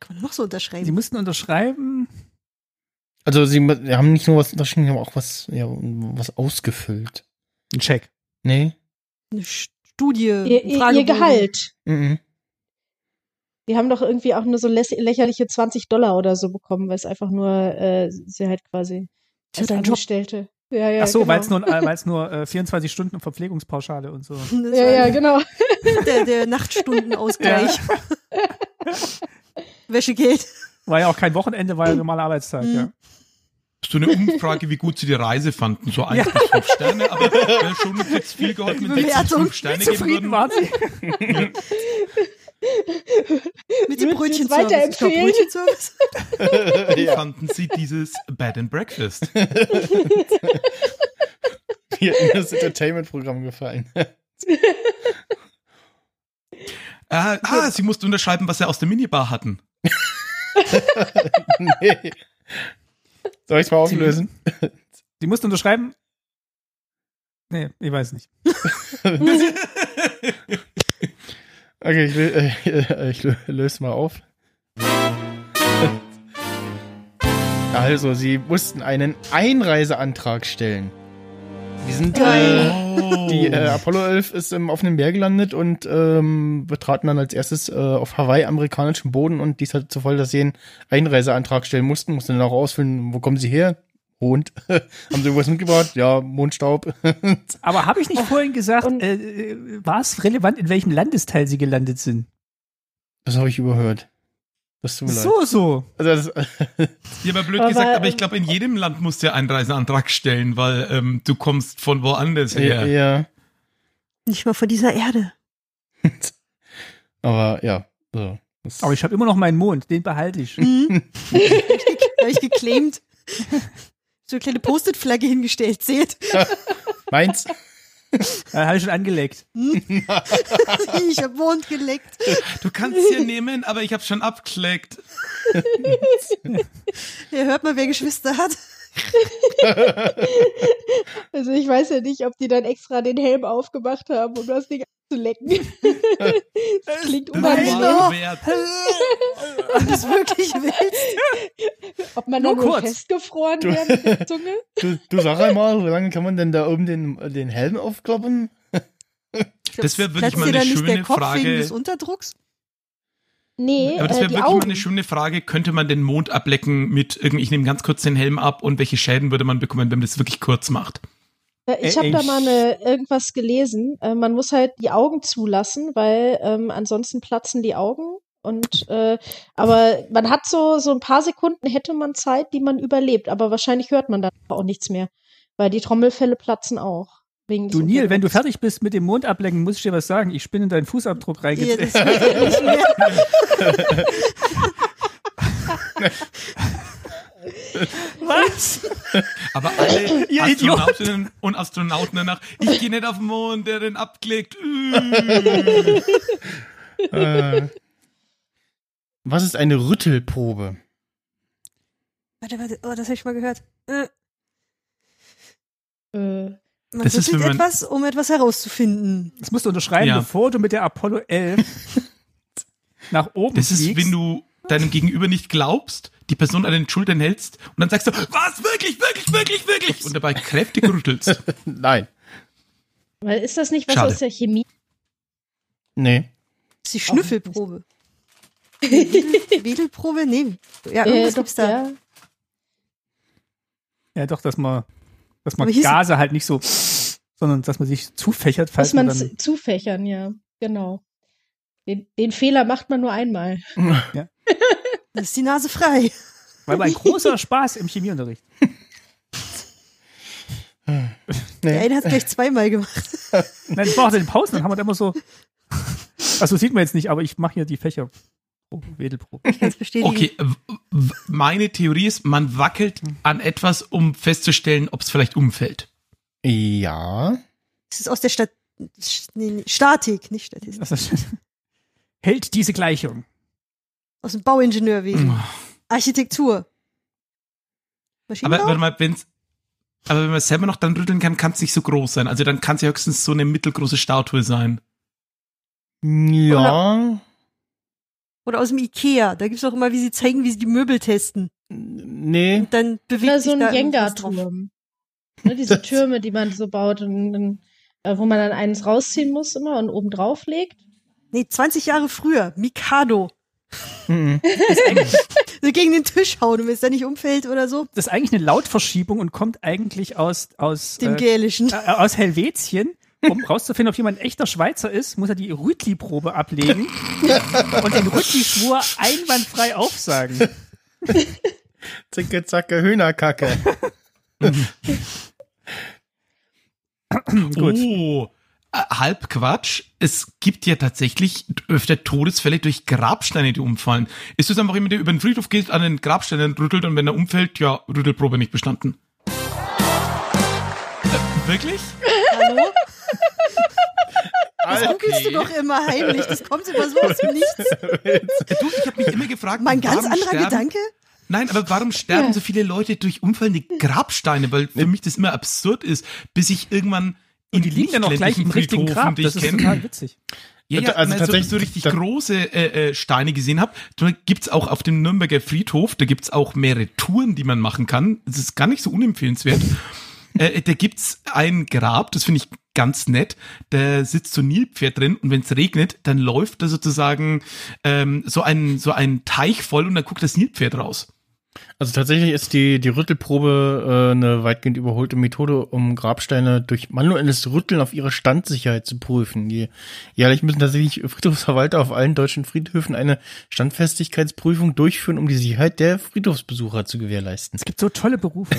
Speaker 3: Kann man noch so unterschreiben.
Speaker 4: Sie mussten unterschreiben.
Speaker 1: Also sie mu- die haben nicht nur was unterschrieben, die haben auch was, ja, was ausgefüllt.
Speaker 4: Ein Check.
Speaker 1: Nee.
Speaker 3: eine Studie,
Speaker 2: Hm.
Speaker 3: ein
Speaker 5: Ihr, ihr, ihr
Speaker 3: Fragebogen.
Speaker 5: Gehalt.
Speaker 1: Mhm.
Speaker 5: Die haben doch irgendwie auch nur so läs- lächerliche 20 Dollar oder so bekommen, weil es einfach nur äh, sie halt quasi
Speaker 3: Tja,
Speaker 5: als
Speaker 3: dein Job.
Speaker 5: Angestellte. Ja, ja,
Speaker 4: Ach so,
Speaker 5: genau.
Speaker 4: weil es nur, äh, weil's nur äh, 24 Stunden Verpflegungspauschale und so.
Speaker 3: Das war
Speaker 5: Ja, ja, genau.
Speaker 3: der, der Nachtstundenausgleich. Wäschegeld.
Speaker 4: War ja auch kein Wochenende, war ja normale Arbeitszeit.
Speaker 3: Mhm.
Speaker 4: Ja.
Speaker 2: So eine Umfrage, wie gut sie die Reise fanden. So eins
Speaker 4: Ja.
Speaker 2: bis fünf Sterne, aber äh, schon mit viel geholfen, wenn sechs bis
Speaker 3: Bewertung.
Speaker 2: fünf Sterne geben
Speaker 4: Zufrieden
Speaker 2: würden.
Speaker 4: waren sie.
Speaker 3: Mit dem
Speaker 5: Würdest du jetzt
Speaker 3: Brötchenservice. Ich glaub,
Speaker 5: weiterempfehlen?
Speaker 3: Brötchenservice.
Speaker 2: Wie
Speaker 1: ja.
Speaker 2: fanden sie dieses Bed and Breakfast?
Speaker 1: Mir hat das Entertainment-Programm gefallen.
Speaker 2: Ah, ah, sie musste unterschreiben, was sie aus der Minibar hatten.
Speaker 1: nee. Soll ich es mal auflösen?
Speaker 4: Sie mussten unterschreiben. Nee, ich weiß nicht.
Speaker 1: Okay, ich, lö- äh, ich lö- löse mal auf. Also, sie mussten einen Einreiseantrag stellen. Die sind, äh,
Speaker 2: Oh.
Speaker 1: die äh, Apollo 11 ist im offenen Meer gelandet und ähm, betraten dann als erstes äh, auf Hawaii amerikanischen Boden und dies hatte zur Folge, dass sie einen Einreiseantrag stellen mussten, mussten dann auch ausfüllen, wo kommen sie her? Mond. Haben sie irgendwas mitgebracht? Ja, Mondstaub.
Speaker 4: Aber habe ich nicht vorhin gesagt,
Speaker 5: Und-
Speaker 4: äh, äh, war es relevant, in welchem Landesteil sie gelandet sind?
Speaker 1: das habe ich überhört. Das tut mir leid.
Speaker 4: So, so.
Speaker 1: Also das,
Speaker 2: Ja, aber blöd
Speaker 5: Aber,
Speaker 2: gesagt, aber
Speaker 5: ähm,
Speaker 2: ich glaube, in jedem Land musst du ja einen Reiseantrag stellen, weil ähm, du kommst von woanders
Speaker 1: ja.
Speaker 2: her.
Speaker 1: ja.
Speaker 3: Nicht mal von dieser Erde.
Speaker 1: Aber ja, so. Das,
Speaker 4: Aber ich habe immer noch meinen Mond, den behalte ich. Äh,
Speaker 5: Hm?
Speaker 3: Mhm. Habe ich geclaimt. So eine kleine Post-it-Flagge hingestellt. Seht,
Speaker 1: meins?
Speaker 4: Äh, habe ich schon angelegt.
Speaker 3: ich habe Mond geleckt.
Speaker 2: Du kannst es hier nehmen, aber ich habe schon abgekleckt.
Speaker 3: Ja, hört mal, wer Geschwister hat.
Speaker 5: Also ich weiß ja nicht, ob die dann extra den Helm aufgemacht haben, um das Ding zu lecken. das klingt
Speaker 2: Das war
Speaker 5: unangenehm.
Speaker 3: doch.
Speaker 2: wert.
Speaker 3: Wenn du es wirklich willst.
Speaker 5: Ob man
Speaker 4: Nur
Speaker 5: dann nur
Speaker 4: kurz.
Speaker 5: festgefroren wäre mit der Zunge.
Speaker 1: Du, du sag einmal, wie lange kann man denn da oben den, den Helm aufklappen?
Speaker 2: Das wär wirklich
Speaker 3: Platzt
Speaker 2: mal eine
Speaker 3: dir dann nicht
Speaker 2: schöne
Speaker 3: der Kopf
Speaker 2: Frage.
Speaker 3: wegen des Unterdrucks?
Speaker 5: Nee,
Speaker 2: Aber das
Speaker 5: äh,
Speaker 2: wäre
Speaker 5: die
Speaker 2: wirklich mal
Speaker 5: Augen.
Speaker 2: eine schöne Frage. Könnte man den Mond ablecken mit irgendwie, ich nehme ganz kurz den Helm ab und welche Schäden würde man bekommen, wenn man das wirklich kurz macht?
Speaker 5: Äh, Ich habe
Speaker 4: Äh,
Speaker 5: da
Speaker 4: ich-
Speaker 5: mal eine, irgendwas gelesen. Äh, man muss halt die Augen zulassen, weil ähm, ansonsten platzen die Augen. Und äh, aber man hat so so ein paar Sekunden hätte man Zeit, die man überlebt. Aber wahrscheinlich hört man dann auch nichts mehr, weil die Trommelfälle platzen auch. Wegen des
Speaker 4: Du Neil, wenn du
Speaker 5: Unterdrucks.
Speaker 4: fertig bist mit dem Mond ablecken, muss ich dir was sagen. Ich bin in deinen Fußabdruck
Speaker 3: Ihr,
Speaker 4: reingetreten.
Speaker 3: das geht ja nicht mehr.
Speaker 4: Was?
Speaker 2: Aber alle
Speaker 4: Ihr Idiot.
Speaker 2: Astronautinnen und Astronauten danach, ich gehe nicht auf den Mond, der den abklickt.
Speaker 1: Äh, was ist eine Rüttelprobe?
Speaker 3: Warte, warte, oh, das habe ich mal gehört. Äh,
Speaker 5: Äh,
Speaker 3: man
Speaker 2: Das ist,
Speaker 3: rüttelt
Speaker 2: wenn man-
Speaker 3: etwas, um etwas herauszufinden.
Speaker 4: Das musst du unterschreiben,
Speaker 2: Ja.
Speaker 4: bevor du mit der Apollo 11 nach oben
Speaker 2: Das ist,
Speaker 4: fliegst.
Speaker 2: wenn du deinem Gegenüber nicht glaubst, die Person an den Schultern hältst und dann sagst du, was, wirklich, wirklich, wirklich, wirklich? Und dabei kräftig rüttelst.
Speaker 1: Nein.
Speaker 5: weil ist das nicht was
Speaker 2: Schade.
Speaker 5: aus der Chemie?
Speaker 1: Nee.
Speaker 3: Das ist die Schnüffelprobe. Wedel- Wedelprobe? Nee. Ja, irgendwas
Speaker 5: Äh, doch,
Speaker 3: gibt's da.
Speaker 5: ja.
Speaker 4: Ja, doch, dass man, dass man
Speaker 3: Aber hieß-
Speaker 4: Gase halt nicht so, sondern dass man sich zufächert, falls
Speaker 5: Muss
Speaker 4: man
Speaker 5: man
Speaker 4: dann.
Speaker 5: zu- zufächern, ja. Genau. Den, den Fehler macht man nur einmal.
Speaker 3: Da ist die Nase frei.
Speaker 4: War aber ein großer Spaß im Chemieunterricht.
Speaker 3: Der eine hat gleich zweimal gemacht.
Speaker 4: Nein, ich mache den Pausen, dann haben wir da immer so. Also sieht man jetzt nicht, aber ich mache hier die Fächer. Oh, Wedelprobe.
Speaker 3: Ich kann es bestätigen.
Speaker 2: Okay, w- w- meine Theorie ist, man wackelt an etwas, um festzustellen, ob es vielleicht umfällt.
Speaker 1: Ja.
Speaker 3: Das ist aus der Stat Sch- nee, nee, Statik, nicht Statistik.
Speaker 4: Das ist- Hält diese Gleichung.
Speaker 3: Aus dem Bauingenieurwesen. Architektur.
Speaker 2: Aber
Speaker 3: Maschinenbau?
Speaker 2: warte mal, wenn's, aber wenn man es selber noch dann rütteln kann, kann es nicht so groß sein. Also dann kann es ja höchstens so eine mittelgroße Statue sein.
Speaker 1: Ja.
Speaker 3: Oder aus dem Ikea. Da gibt's auch immer, wie sie zeigen, wie sie die Möbel testen.
Speaker 1: Nee.
Speaker 3: Und dann bewegt
Speaker 5: Oder so
Speaker 3: sich
Speaker 5: ein
Speaker 3: da irgendwas drauf.
Speaker 5: Jenga-Turm. Ne, diese Türme, die man so baut und dann, äh, wo man dann eines rausziehen muss immer und oben drauf legt.
Speaker 3: Nee, 20 Jahre früher. Mikado.
Speaker 1: Mhm.
Speaker 3: So gegen den Tisch hauen, wenn es da nicht umfällt oder so.
Speaker 4: Das ist eigentlich eine Lautverschiebung und kommt eigentlich aus, aus,
Speaker 3: Dem
Speaker 4: äh,
Speaker 3: Gälischen.
Speaker 4: äh, aus Helvetien. Um rauszufinden, ob jemand ein echter Schweizer ist, muss er die Rütli-Probe ablegen und den Rütli-Schwur einwandfrei aufsagen.
Speaker 1: Zicke, zacke, Hühnerkacke.
Speaker 4: Gut.
Speaker 2: Oh, äh, halb Quatsch. Es gibt ja tatsächlich öfter Todesfälle durch Grabsteine, die umfallen. Ist das einfach jemand, der über den Friedhof geht, an den Grabstein dann rüttelt und wenn er umfällt, ja, Rüttelprobe nicht bestanden. Äh, wirklich?
Speaker 3: Hallo? Das
Speaker 1: Alter.
Speaker 3: googelst du doch immer heimlich. Das kommt immer so aus dem Nichts.
Speaker 2: Äh, Du, ich habe mich immer gefragt,
Speaker 3: Mein ganz
Speaker 2: warum
Speaker 3: anderer
Speaker 2: sterben,
Speaker 3: Gedanke.
Speaker 2: Nein, aber warum sterben so viele Leute durch umfallende Grabsteine? Weil für mich das immer absurd ist, bis ich irgendwann in
Speaker 4: Die liegen dann auch gleich im richtigen
Speaker 2: Friedhofen,
Speaker 4: Grab.
Speaker 2: die ich
Speaker 4: Das ist
Speaker 2: kenn-
Speaker 4: total witzig.
Speaker 2: Ja, ja
Speaker 1: Also
Speaker 2: also tatsächlich
Speaker 1: tatsächlich-
Speaker 2: so, so richtig
Speaker 1: da-
Speaker 2: große äh, äh, Steine gesehen habe. Da gibt's auch auf dem Nürnberger Friedhof, da gibt's auch mehrere Touren, die man machen kann. Das ist gar nicht so unempfehlenswert. äh, da gibt's ein Grab, das finde ich ganz nett. Da sitzt so ein Nilpferd drin und wenn's regnet, dann läuft da sozusagen ähm, so, ein, so ein Teich voll und dann guckt das Nilpferd raus.
Speaker 1: Also tatsächlich ist die, die Rüttelprobe äh, eine weitgehend überholte Methode, um Grabsteine durch manuelles Rütteln auf ihre Standsicherheit zu prüfen. Je, jährlich müssen tatsächlich Friedhofsverwalter auf allen deutschen Friedhöfen eine Standfestigkeitsprüfung durchführen, um die Sicherheit der Friedhofsbesucher zu gewährleisten.
Speaker 4: Es gibt so tolle Berufe.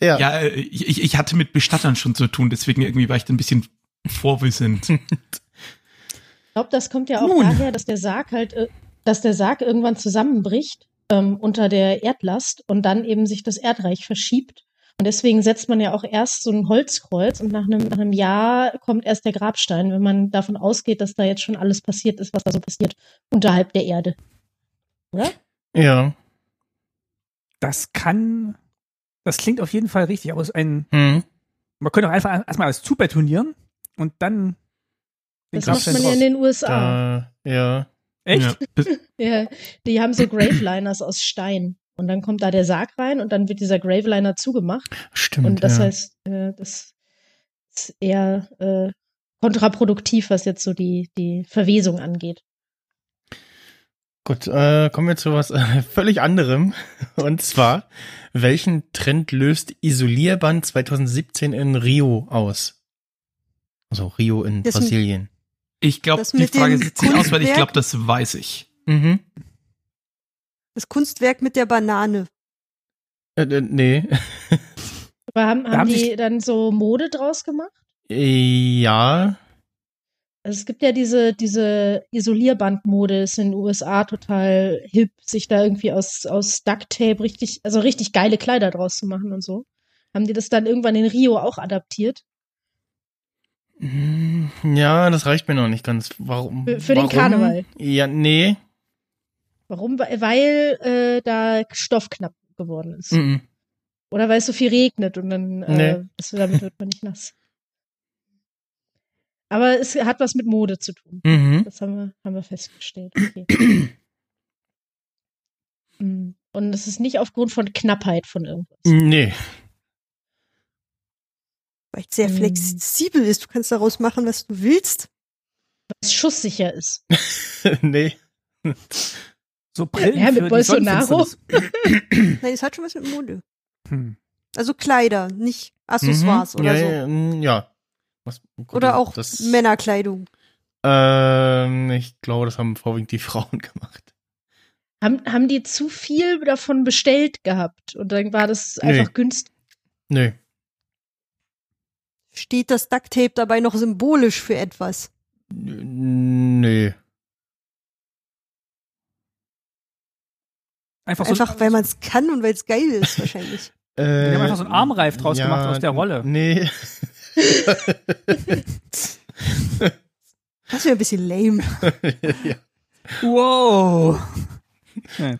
Speaker 2: Ja, äh, ich, ich- ich hatte mit Bestattern schon zu tun, deswegen irgendwie war ich da ein bisschen vorwissend.
Speaker 5: Ich glaube, das kommt ja auch
Speaker 4: Nun.
Speaker 5: daher, dass der Sarg halt, äh, dass der Sarg irgendwann zusammenbricht ähm, unter der Erdlast und dann eben sich das Erdreich verschiebt. Und deswegen setzt man ja auch erst so ein Holzkreuz und nach einem, nach einem Jahr kommt erst der Grabstein, wenn man davon ausgeht, dass da jetzt schon alles passiert ist, was da so passiert, unterhalb der Erde. Oder?
Speaker 1: Ja.
Speaker 4: Das kann. Das klingt auf jeden Fall richtig, aber es ist ein.
Speaker 1: Hm.
Speaker 4: Man könnte auch einfach erstmal alles zubetonieren und dann den
Speaker 5: Das macht
Speaker 4: Grabstein
Speaker 5: man ja
Speaker 4: drauf.
Speaker 5: in den USA.
Speaker 1: Da, ja.
Speaker 4: Echt?
Speaker 2: Ja, das,
Speaker 5: Ja, die haben so Graveliners aus Stein. Und dann kommt da der Sarg rein und dann wird dieser Graveliner zugemacht.
Speaker 1: Stimmt.
Speaker 5: Und das
Speaker 1: ja.
Speaker 5: heißt, äh, das ist eher äh, kontraproduktiv, was jetzt so die, die Verwesung angeht.
Speaker 1: Gut, äh, kommen wir zu was äh, völlig anderem. Und zwar, welchen Trend löst Isolierband 2017 in Rio aus? Also Rio in
Speaker 3: Das-
Speaker 1: Brasilien.
Speaker 2: Ich glaube,
Speaker 3: Das
Speaker 2: die
Speaker 3: mit
Speaker 2: Frage
Speaker 3: dem
Speaker 2: sitzt nicht aus, weil ich
Speaker 3: Kunstwerk?
Speaker 2: glaube, das weiß ich.
Speaker 1: Mhm.
Speaker 3: Das Kunstwerk mit der Banane.
Speaker 1: Äh, äh, nee.
Speaker 5: Aber haben,
Speaker 4: Da
Speaker 5: haben
Speaker 4: haben
Speaker 5: die
Speaker 4: sich-
Speaker 5: dann so Mode draus gemacht?
Speaker 1: Ja.
Speaker 5: Also es gibt ja diese, diese Isolierbandmode, ist in den USA total hip, sich da irgendwie aus, aus Duct Tape richtig, also richtig geile Kleider draus zu machen und so. Haben die das dann irgendwann in Rio auch adaptiert?
Speaker 1: Hm, Ja, das reicht mir noch nicht ganz. Warum?
Speaker 5: Für- für den
Speaker 1: warum?
Speaker 5: Karneval.
Speaker 1: Ja, nee.
Speaker 5: Warum? Weil- Weil äh, da Stoff knapp geworden ist.
Speaker 1: Mhm.
Speaker 5: Oder weil es so viel regnet und dann, äh,
Speaker 1: Nee.
Speaker 5: das, damit wird man nicht nass. Aber es hat was mit Mode zu tun.
Speaker 1: Mhm.
Speaker 5: Das haben wir, haben wir festgestellt. Okay. Mm. Und es ist nicht aufgrund von Knappheit von irgendwas.
Speaker 1: Nee.
Speaker 3: Weil es sehr
Speaker 5: Hm.
Speaker 3: flexibel ist. Du kannst daraus machen, was du willst.
Speaker 5: Was schusssicher ist.
Speaker 1: nee.
Speaker 4: So Brillen
Speaker 5: Ja, mit
Speaker 4: für die
Speaker 5: Bolsonaro.
Speaker 4: Sonnenfinsternis.
Speaker 3: Nein, es hat schon was mit Mode.
Speaker 4: Hm.
Speaker 3: Also Kleider, nicht Accessoires
Speaker 1: Mhm.
Speaker 3: oder
Speaker 1: ja,
Speaker 3: so.
Speaker 1: Ja, mm, ja. Was, oh Gott,
Speaker 3: Oder auch
Speaker 1: das,
Speaker 3: Männerkleidung.
Speaker 1: Ähm, ich glaube, das haben vorwiegend die Frauen gemacht.
Speaker 5: Haben, haben die zu viel davon bestellt gehabt und dann war das
Speaker 1: Nee.
Speaker 5: einfach günstig.
Speaker 1: Nee.
Speaker 3: Steht das Duct Tape dabei noch symbolisch für etwas?
Speaker 1: Nee.
Speaker 4: Einfach, so
Speaker 3: Einfach weil man es kann und weil es geil ist wahrscheinlich.
Speaker 1: Äh,
Speaker 4: Die haben einfach so einen Armreif draus gemacht aus der Rolle.
Speaker 1: Nee.
Speaker 3: Das wäre ein bisschen lame.
Speaker 1: ja.
Speaker 4: Wow. Nee.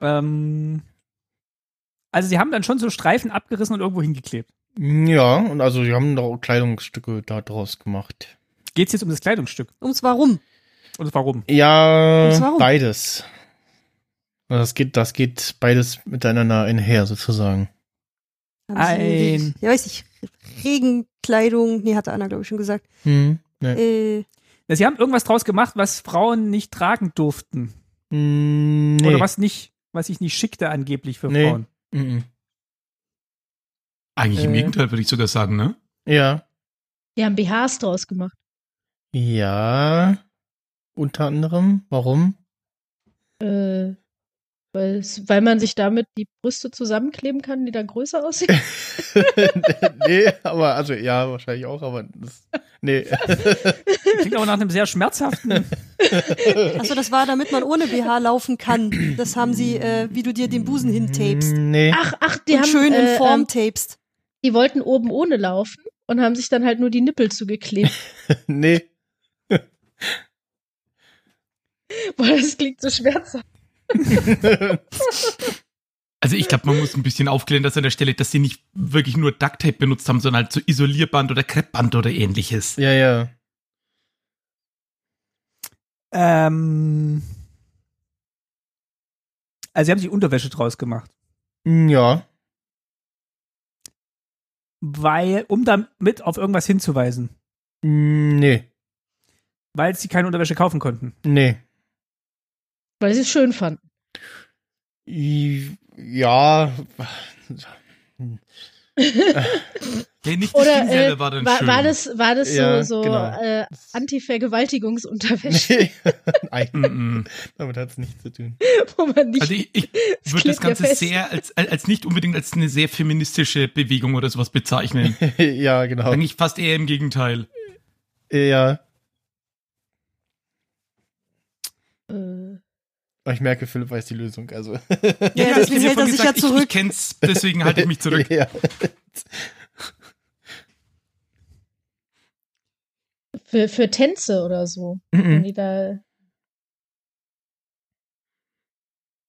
Speaker 4: Ähm, also sie haben dann schon so Streifen abgerissen und irgendwo hingeklebt.
Speaker 1: ja, und also die haben da auch Kleidungsstücke da draus gemacht.
Speaker 4: Geht's jetzt um das Kleidungsstück?
Speaker 3: Ums Warum?
Speaker 4: Und warum?
Speaker 1: Ja,
Speaker 3: Und warum?
Speaker 1: beides. Das geht, das geht beides miteinander einher, sozusagen.
Speaker 3: Haben sie-
Speaker 4: Ein-
Speaker 3: Ja, weiß ich. Regenkleidung. Nee, hatte Anna, glaube ich, schon gesagt.
Speaker 1: Hm. Nee.
Speaker 3: Äh,
Speaker 4: Na, sie haben irgendwas draus gemacht, was Frauen nicht tragen durften.
Speaker 1: Mm, nee.
Speaker 4: Oder was nicht, was sich nicht schickte angeblich für
Speaker 1: Nee.
Speaker 4: Frauen.
Speaker 1: Mhm.
Speaker 2: Eigentlich im
Speaker 4: Äh.
Speaker 2: Gegenteil, würde ich sogar sagen, ne?
Speaker 1: Ja.
Speaker 5: Die haben BHs draus gemacht.
Speaker 1: Ja. Unter anderem. Warum?
Speaker 5: Äh, weil es- weil man sich damit die Brüste zusammenkleben kann, die dann größer aussehen.
Speaker 1: nee, aber also ja, wahrscheinlich auch, aber das. Nee.
Speaker 4: Klingt aber nach einem sehr schmerzhaften.
Speaker 3: achso, das war, damit man ohne BH laufen kann. Das haben sie, äh, wie du dir den Busen hintapest.
Speaker 1: Mm, Nee.
Speaker 5: Ach, ach, die
Speaker 3: Und
Speaker 5: haben
Speaker 3: schön in
Speaker 5: äh,
Speaker 3: Form
Speaker 5: ähm,
Speaker 3: tapest.
Speaker 5: die wollten oben ohne laufen und haben sich dann halt nur die Nippel zugeklebt.
Speaker 1: Nee.
Speaker 5: Boah, das klingt so schmerzhaft.
Speaker 2: Also ich glaube, man muss ein bisschen aufklären, dass an der Stelle, dass sie nicht wirklich nur Duct Tape benutzt haben, sondern halt so Isolierband oder Kreppband oder ähnliches.
Speaker 1: ja, ja.
Speaker 4: ähm, also sie haben sich Unterwäsche draus gemacht.
Speaker 1: Mm, Ja.
Speaker 4: Weil, um damit auf irgendwas hinzuweisen.
Speaker 1: Mm, Nee.
Speaker 4: Weil sie keine Unterwäsche kaufen konnten.
Speaker 1: Nee.
Speaker 5: Weil sie es schön fanden.
Speaker 1: I- Ja.
Speaker 2: Hey, nicht das
Speaker 5: Oder
Speaker 2: Ding
Speaker 5: äh,
Speaker 2: selber war
Speaker 5: war,
Speaker 2: dann schön.
Speaker 5: war das, war das
Speaker 1: Ja,
Speaker 5: so, so
Speaker 1: genau.
Speaker 5: äh, Anti-Vergewaltigungsunterwäsche,
Speaker 1: Nee. Nein,
Speaker 2: Mm, mm.
Speaker 1: damit hat es nichts zu tun.
Speaker 5: wo man nicht.
Speaker 2: Also ich, ich
Speaker 5: Das
Speaker 2: würde das
Speaker 5: klingt ja
Speaker 2: Ganze
Speaker 5: fest.
Speaker 2: sehr als, als als nicht unbedingt als eine sehr feministische Bewegung oder sowas bezeichnen.
Speaker 1: ja, genau.
Speaker 2: Eigentlich fast eher im Gegenteil.
Speaker 1: Ja.
Speaker 5: äh,
Speaker 1: Aber ich merke, Philipp weiß die Lösung. Also.
Speaker 3: Ja,
Speaker 2: ich
Speaker 3: deswegen
Speaker 2: bin
Speaker 3: hält er
Speaker 2: davon
Speaker 3: sich ja
Speaker 2: gesagt, Ich, ich
Speaker 3: zurück.
Speaker 2: kenn's, deswegen halte ich mich zurück.
Speaker 1: ja.
Speaker 5: für, für Tänze oder so. Wenn
Speaker 1: Mhm.
Speaker 5: die da,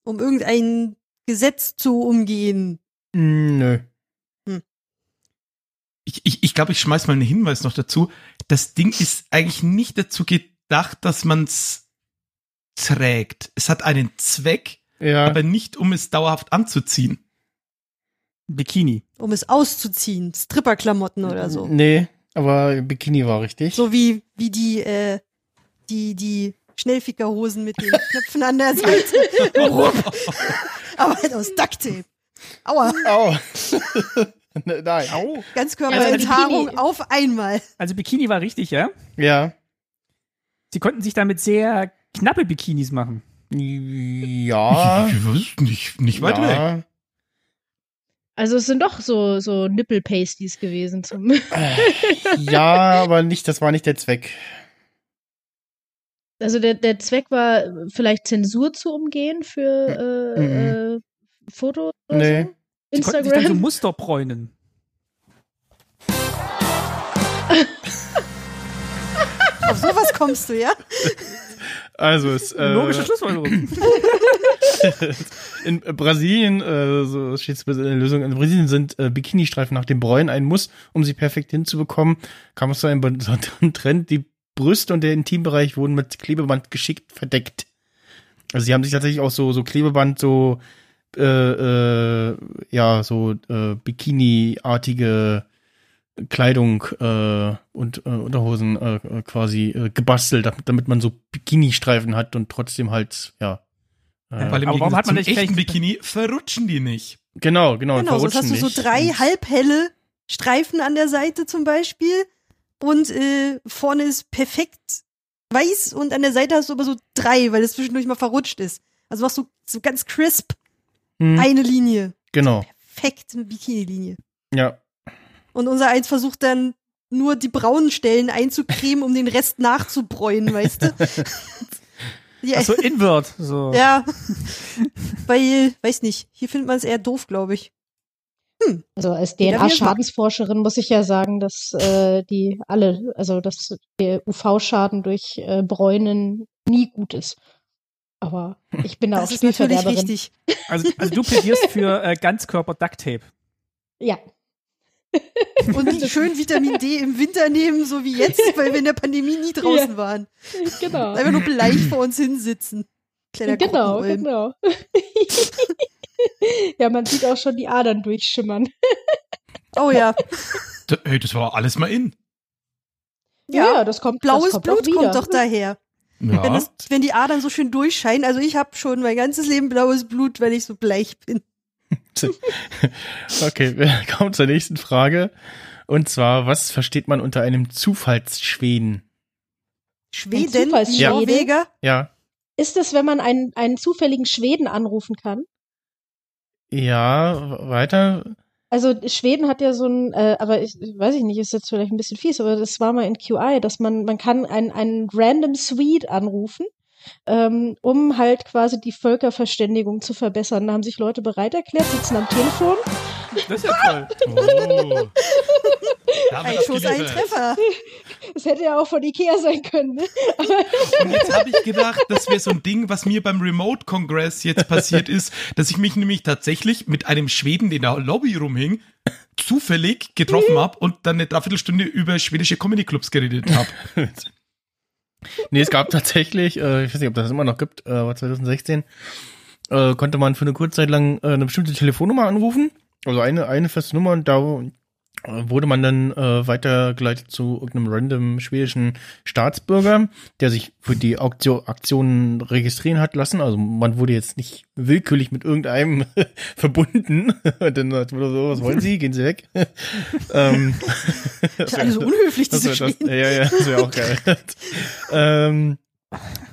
Speaker 3: um irgendein Gesetz zu umgehen.
Speaker 1: Mm, Nö.
Speaker 2: Ich, ich, ich glaube, ich schmeiß mal einen Hinweis noch dazu. Das Ding ist eigentlich nicht dazu gedacht, dass man's trägt. Es hat einen Zweck,
Speaker 1: Ja.
Speaker 2: aber nicht, um es dauerhaft anzuziehen.
Speaker 4: Bikini.
Speaker 3: um es auszuziehen, Stripperklamotten oder so.
Speaker 1: Nee, aber Bikini war richtig.
Speaker 3: So wie, wie die, äh, die, die Schnellfickerhosen mit den Knöpfen an der Seite. Aber halt aus Ducktape. Aua,
Speaker 1: Au. Nein.
Speaker 4: Au.
Speaker 3: Ganzkörperenthaarung
Speaker 5: Ja,
Speaker 3: auf einmal.
Speaker 4: Also Bikini war richtig, ja?
Speaker 1: Ja.
Speaker 4: Sie konnten sich damit sehr knappe Bikinis machen.
Speaker 1: Ja.
Speaker 2: Ich weiß nicht, nicht weit weg.
Speaker 1: ja.
Speaker 5: Also es sind doch so, so Nippel-Pasties gewesen zum.
Speaker 1: ja, aber nicht, das war nicht der Zweck.
Speaker 5: Also der, der Zweck war, vielleicht Zensur zu umgehen für
Speaker 3: Hm.
Speaker 5: äh,
Speaker 1: Mhm.
Speaker 5: äh, Fotos oder
Speaker 1: Nee.
Speaker 5: so.
Speaker 4: Die konnten sich dann so
Speaker 5: Instagram.
Speaker 4: Muster bräunen.
Speaker 3: Auf sowas kommst du, ja?
Speaker 1: Also es
Speaker 4: Logische
Speaker 1: äh,
Speaker 4: Schlussfolgerung.
Speaker 1: in Brasilien, äh, so steht es in der Lösung, in Brasilien sind äh, Bikini-Streifen nach dem Bräunen ein Muss, um sie perfekt hinzubekommen. Kam es zu einem besonderen Trend. Die Brüste und der Intimbereich wurden mit Klebeband geschickt verdeckt. Also sie haben sich tatsächlich auch so, so Klebeband, so äh, äh, ja, so äh, Bikini-artige Kleidung äh, und äh, Unterhosen äh, äh, quasi äh, gebastelt, damit- damit man so Bikini-Streifen hat und trotzdem halt, ja. äh,
Speaker 2: Weil im
Speaker 4: Aber warum
Speaker 2: Gegensatz
Speaker 4: hat
Speaker 2: zum
Speaker 4: man nicht
Speaker 2: echten
Speaker 4: gleich-
Speaker 2: Bikini verrutschen die nicht.
Speaker 1: Genau, genau. und
Speaker 3: Genau, sonst hast
Speaker 1: verrutschen
Speaker 3: du so
Speaker 1: nicht. Hm.
Speaker 3: drei
Speaker 1: Und-
Speaker 3: halbhelle Streifen an der Seite zum Beispiel und äh, vorne ist perfekt weiß und an der Seite hast du aber so drei, weil es zwischendurch mal verrutscht ist. Also machst du so ganz crisp
Speaker 1: Hm,
Speaker 3: eine Linie.
Speaker 1: Genau,
Speaker 3: Perfekt eine Bikini-Linie.
Speaker 1: ja.
Speaker 3: Und unser Eins versucht dann nur die braunen Stellen einzucremen, um den Rest nachzubräunen, weißt du? Die-
Speaker 4: Ach so Also invert. So.
Speaker 3: Ja. Weil, weiß nicht, hier findet man es eher doof, glaube ich.
Speaker 5: Also als
Speaker 3: Ja, wir-
Speaker 5: DNA-Schadensforscherin muss ich ja sagen, dass äh, die alle, also dass der UV-Schaden durch äh, Bräunen nie gut ist. Aber ich bin da auch
Speaker 3: Hm. das ist natürlich
Speaker 5: Spielverderberin.
Speaker 3: richtig.
Speaker 4: Also, also du plädierst für äh, Ganzkörper-Ducktape.
Speaker 5: Ja,
Speaker 3: Und schön Vitamin D im Winter nehmen, so wie jetzt, weil wir in der Pandemie nie draußen waren.
Speaker 5: genau.
Speaker 3: Einfach nur bleich vor uns hinsitzen. Kleiner
Speaker 5: genau,
Speaker 3: Krokodilen.
Speaker 5: genau. ja, man sieht auch schon die Adern durchschimmern.
Speaker 3: Oh ja,
Speaker 2: Da, hey, das war alles mal in.
Speaker 3: Ja,
Speaker 5: das kommt
Speaker 3: blaues
Speaker 5: das kommt
Speaker 3: Blut
Speaker 5: auch wieder.
Speaker 3: kommt doch daher.
Speaker 2: Ja.
Speaker 3: Wenn, das, wenn die Adern so schön durchscheinen. Also ich habe schon mein ganzes Leben blaues Blut, weil ich so bleich bin.
Speaker 1: Okay, wir kommen zur nächsten Frage. Und zwar, was versteht man unter einem Zufallsschweden?
Speaker 3: Schweden, die
Speaker 5: Zufallsschwede.
Speaker 3: Norweger.
Speaker 1: Ja.
Speaker 5: Ist das, wenn man einen, einen zufälligen Schweden anrufen kann?
Speaker 1: Ja, weiter.
Speaker 5: Also Schweden hat ja so ein, äh, aber ich ich weiß ich nicht, ist jetzt vielleicht ein bisschen fies, aber das war mal in QI, dass man, man kann einen, einen random Swede anrufen, ähm, um halt quasi die Völkerverständigung zu verbessern. Da haben sich Leute bereit erklärt, sitzen am Telefon.
Speaker 4: Das ist ja toll.
Speaker 2: Oh. Da
Speaker 3: Ein
Speaker 2: wird's
Speaker 3: Schuss, ein
Speaker 2: geliefert.
Speaker 3: Treffer.
Speaker 5: Das hätte ja auch von Ikea sein können. Ne?
Speaker 2: Und jetzt habe ich gedacht, das wäre so ein Ding, was mir beim Remote Congress jetzt passiert ist, dass ich mich nämlich tatsächlich mit einem Schweden, der in der Lobby rumhing, zufällig getroffen habe und dann eine Dreiviertelstunde über schwedische Comedy Clubs geredet habe.
Speaker 1: Nee, es gab tatsächlich, äh, ich weiß nicht, ob das immer noch gibt, äh, war 2016, äh, konnte man für eine kurze Zeit lang äh, eine bestimmte Telefonnummer anrufen. Also eine, eine feste Nummer und da äh, wurde man dann äh, weitergeleitet zu irgendeinem random schwedischen Staatsbürger, der sich für die Auktion, Aktion registrieren hat lassen. Also man wurde jetzt nicht willkürlich mit irgendeinem verbunden. Und dann sagt man so, was wollen Sie? Gehen Sie weg. ähm,
Speaker 3: Das ist alles so Also unhöflich,
Speaker 1: das
Speaker 3: diese
Speaker 1: wär, das,
Speaker 3: Schweden.
Speaker 1: ja, ja, das wäre auch geil. Oh ähm,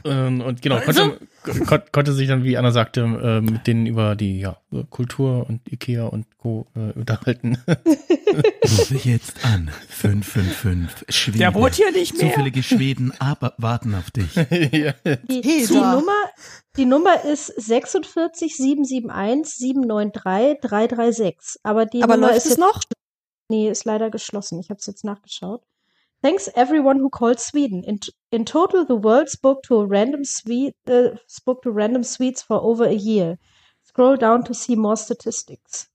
Speaker 1: ähm, und genau, konnte,
Speaker 5: Also?
Speaker 1: kon konnte sich dann, wie Anna sagte, äh, mit denen über die ja, Kultur und Ikea und Co. Äh, unterhalten.
Speaker 2: Rufe jetzt an. 555 Schweden.
Speaker 4: Der wohnt hier nicht mehr.
Speaker 2: Schweden aber warten auf dich.
Speaker 1: ja.
Speaker 5: Die,
Speaker 3: Hey,
Speaker 5: die,
Speaker 3: da.
Speaker 5: Nummer, die Nummer ist 46 771 793 336. Aber die
Speaker 3: Aber
Speaker 5: Nummer
Speaker 3: läuft
Speaker 5: ist
Speaker 3: es
Speaker 5: jetzt,
Speaker 3: noch?
Speaker 5: nee, ist leider geschlossen. Ich habe es jetzt nachgeschaut. Thanks everyone who called Sweden. In, in total, the world spoke to a random Swede, äh, spoke to random Swedes for over a year. Scroll down to see more statistics.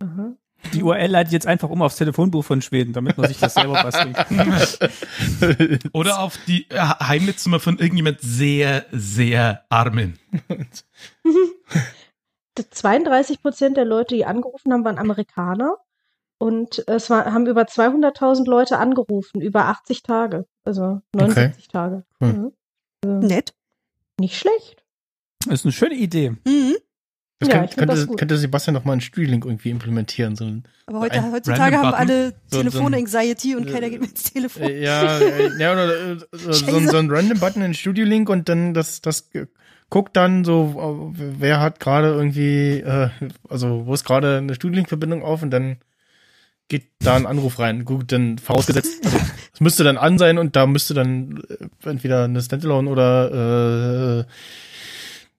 Speaker 5: Aha.
Speaker 4: Die URL leitet jetzt einfach um aufs Telefonbuch von Schweden, damit man sich das selber basteln kann.
Speaker 2: Oder auf die äh, Heimnetznummer von irgendjemand sehr, sehr armen.
Speaker 5: 32 Prozent der Leute, die angerufen haben, waren Amerikaner. Und es war, haben über 200.000 Leute angerufen, über 80 Tage, also 79 Tage.
Speaker 1: Cool.
Speaker 5: Mhm.
Speaker 3: Nett.
Speaker 5: Nicht schlecht.
Speaker 4: Das ist eine schöne Idee.
Speaker 3: Mhm.
Speaker 1: Das
Speaker 5: Ja,
Speaker 1: könnt-
Speaker 5: ich find
Speaker 1: könnte,
Speaker 5: das gut.
Speaker 1: könnte Sebastian noch mal einen Studiolink irgendwie implementieren. So ein,
Speaker 3: Aber
Speaker 1: Ein
Speaker 3: heute, heutzutage
Speaker 2: random
Speaker 3: haben
Speaker 2: Button.
Speaker 3: alle
Speaker 1: So- so ein-
Speaker 3: Telefon-Anxiety und
Speaker 1: äh,
Speaker 3: keiner geht mehr ins Telefon.
Speaker 1: äh, ja, äh, ja oder, äh, so, so, ein- so ein Random Button, ein Studiolink und dann das, das guck dann so, äh, wer hat gerade irgendwie, äh, also wo ist gerade eine Studienverbindung auf und dann geht da ein Anruf rein. Gut, dann vorausgesetzt, also, es müsste dann an sein und da müsste dann äh, entweder eine Standalone oder äh,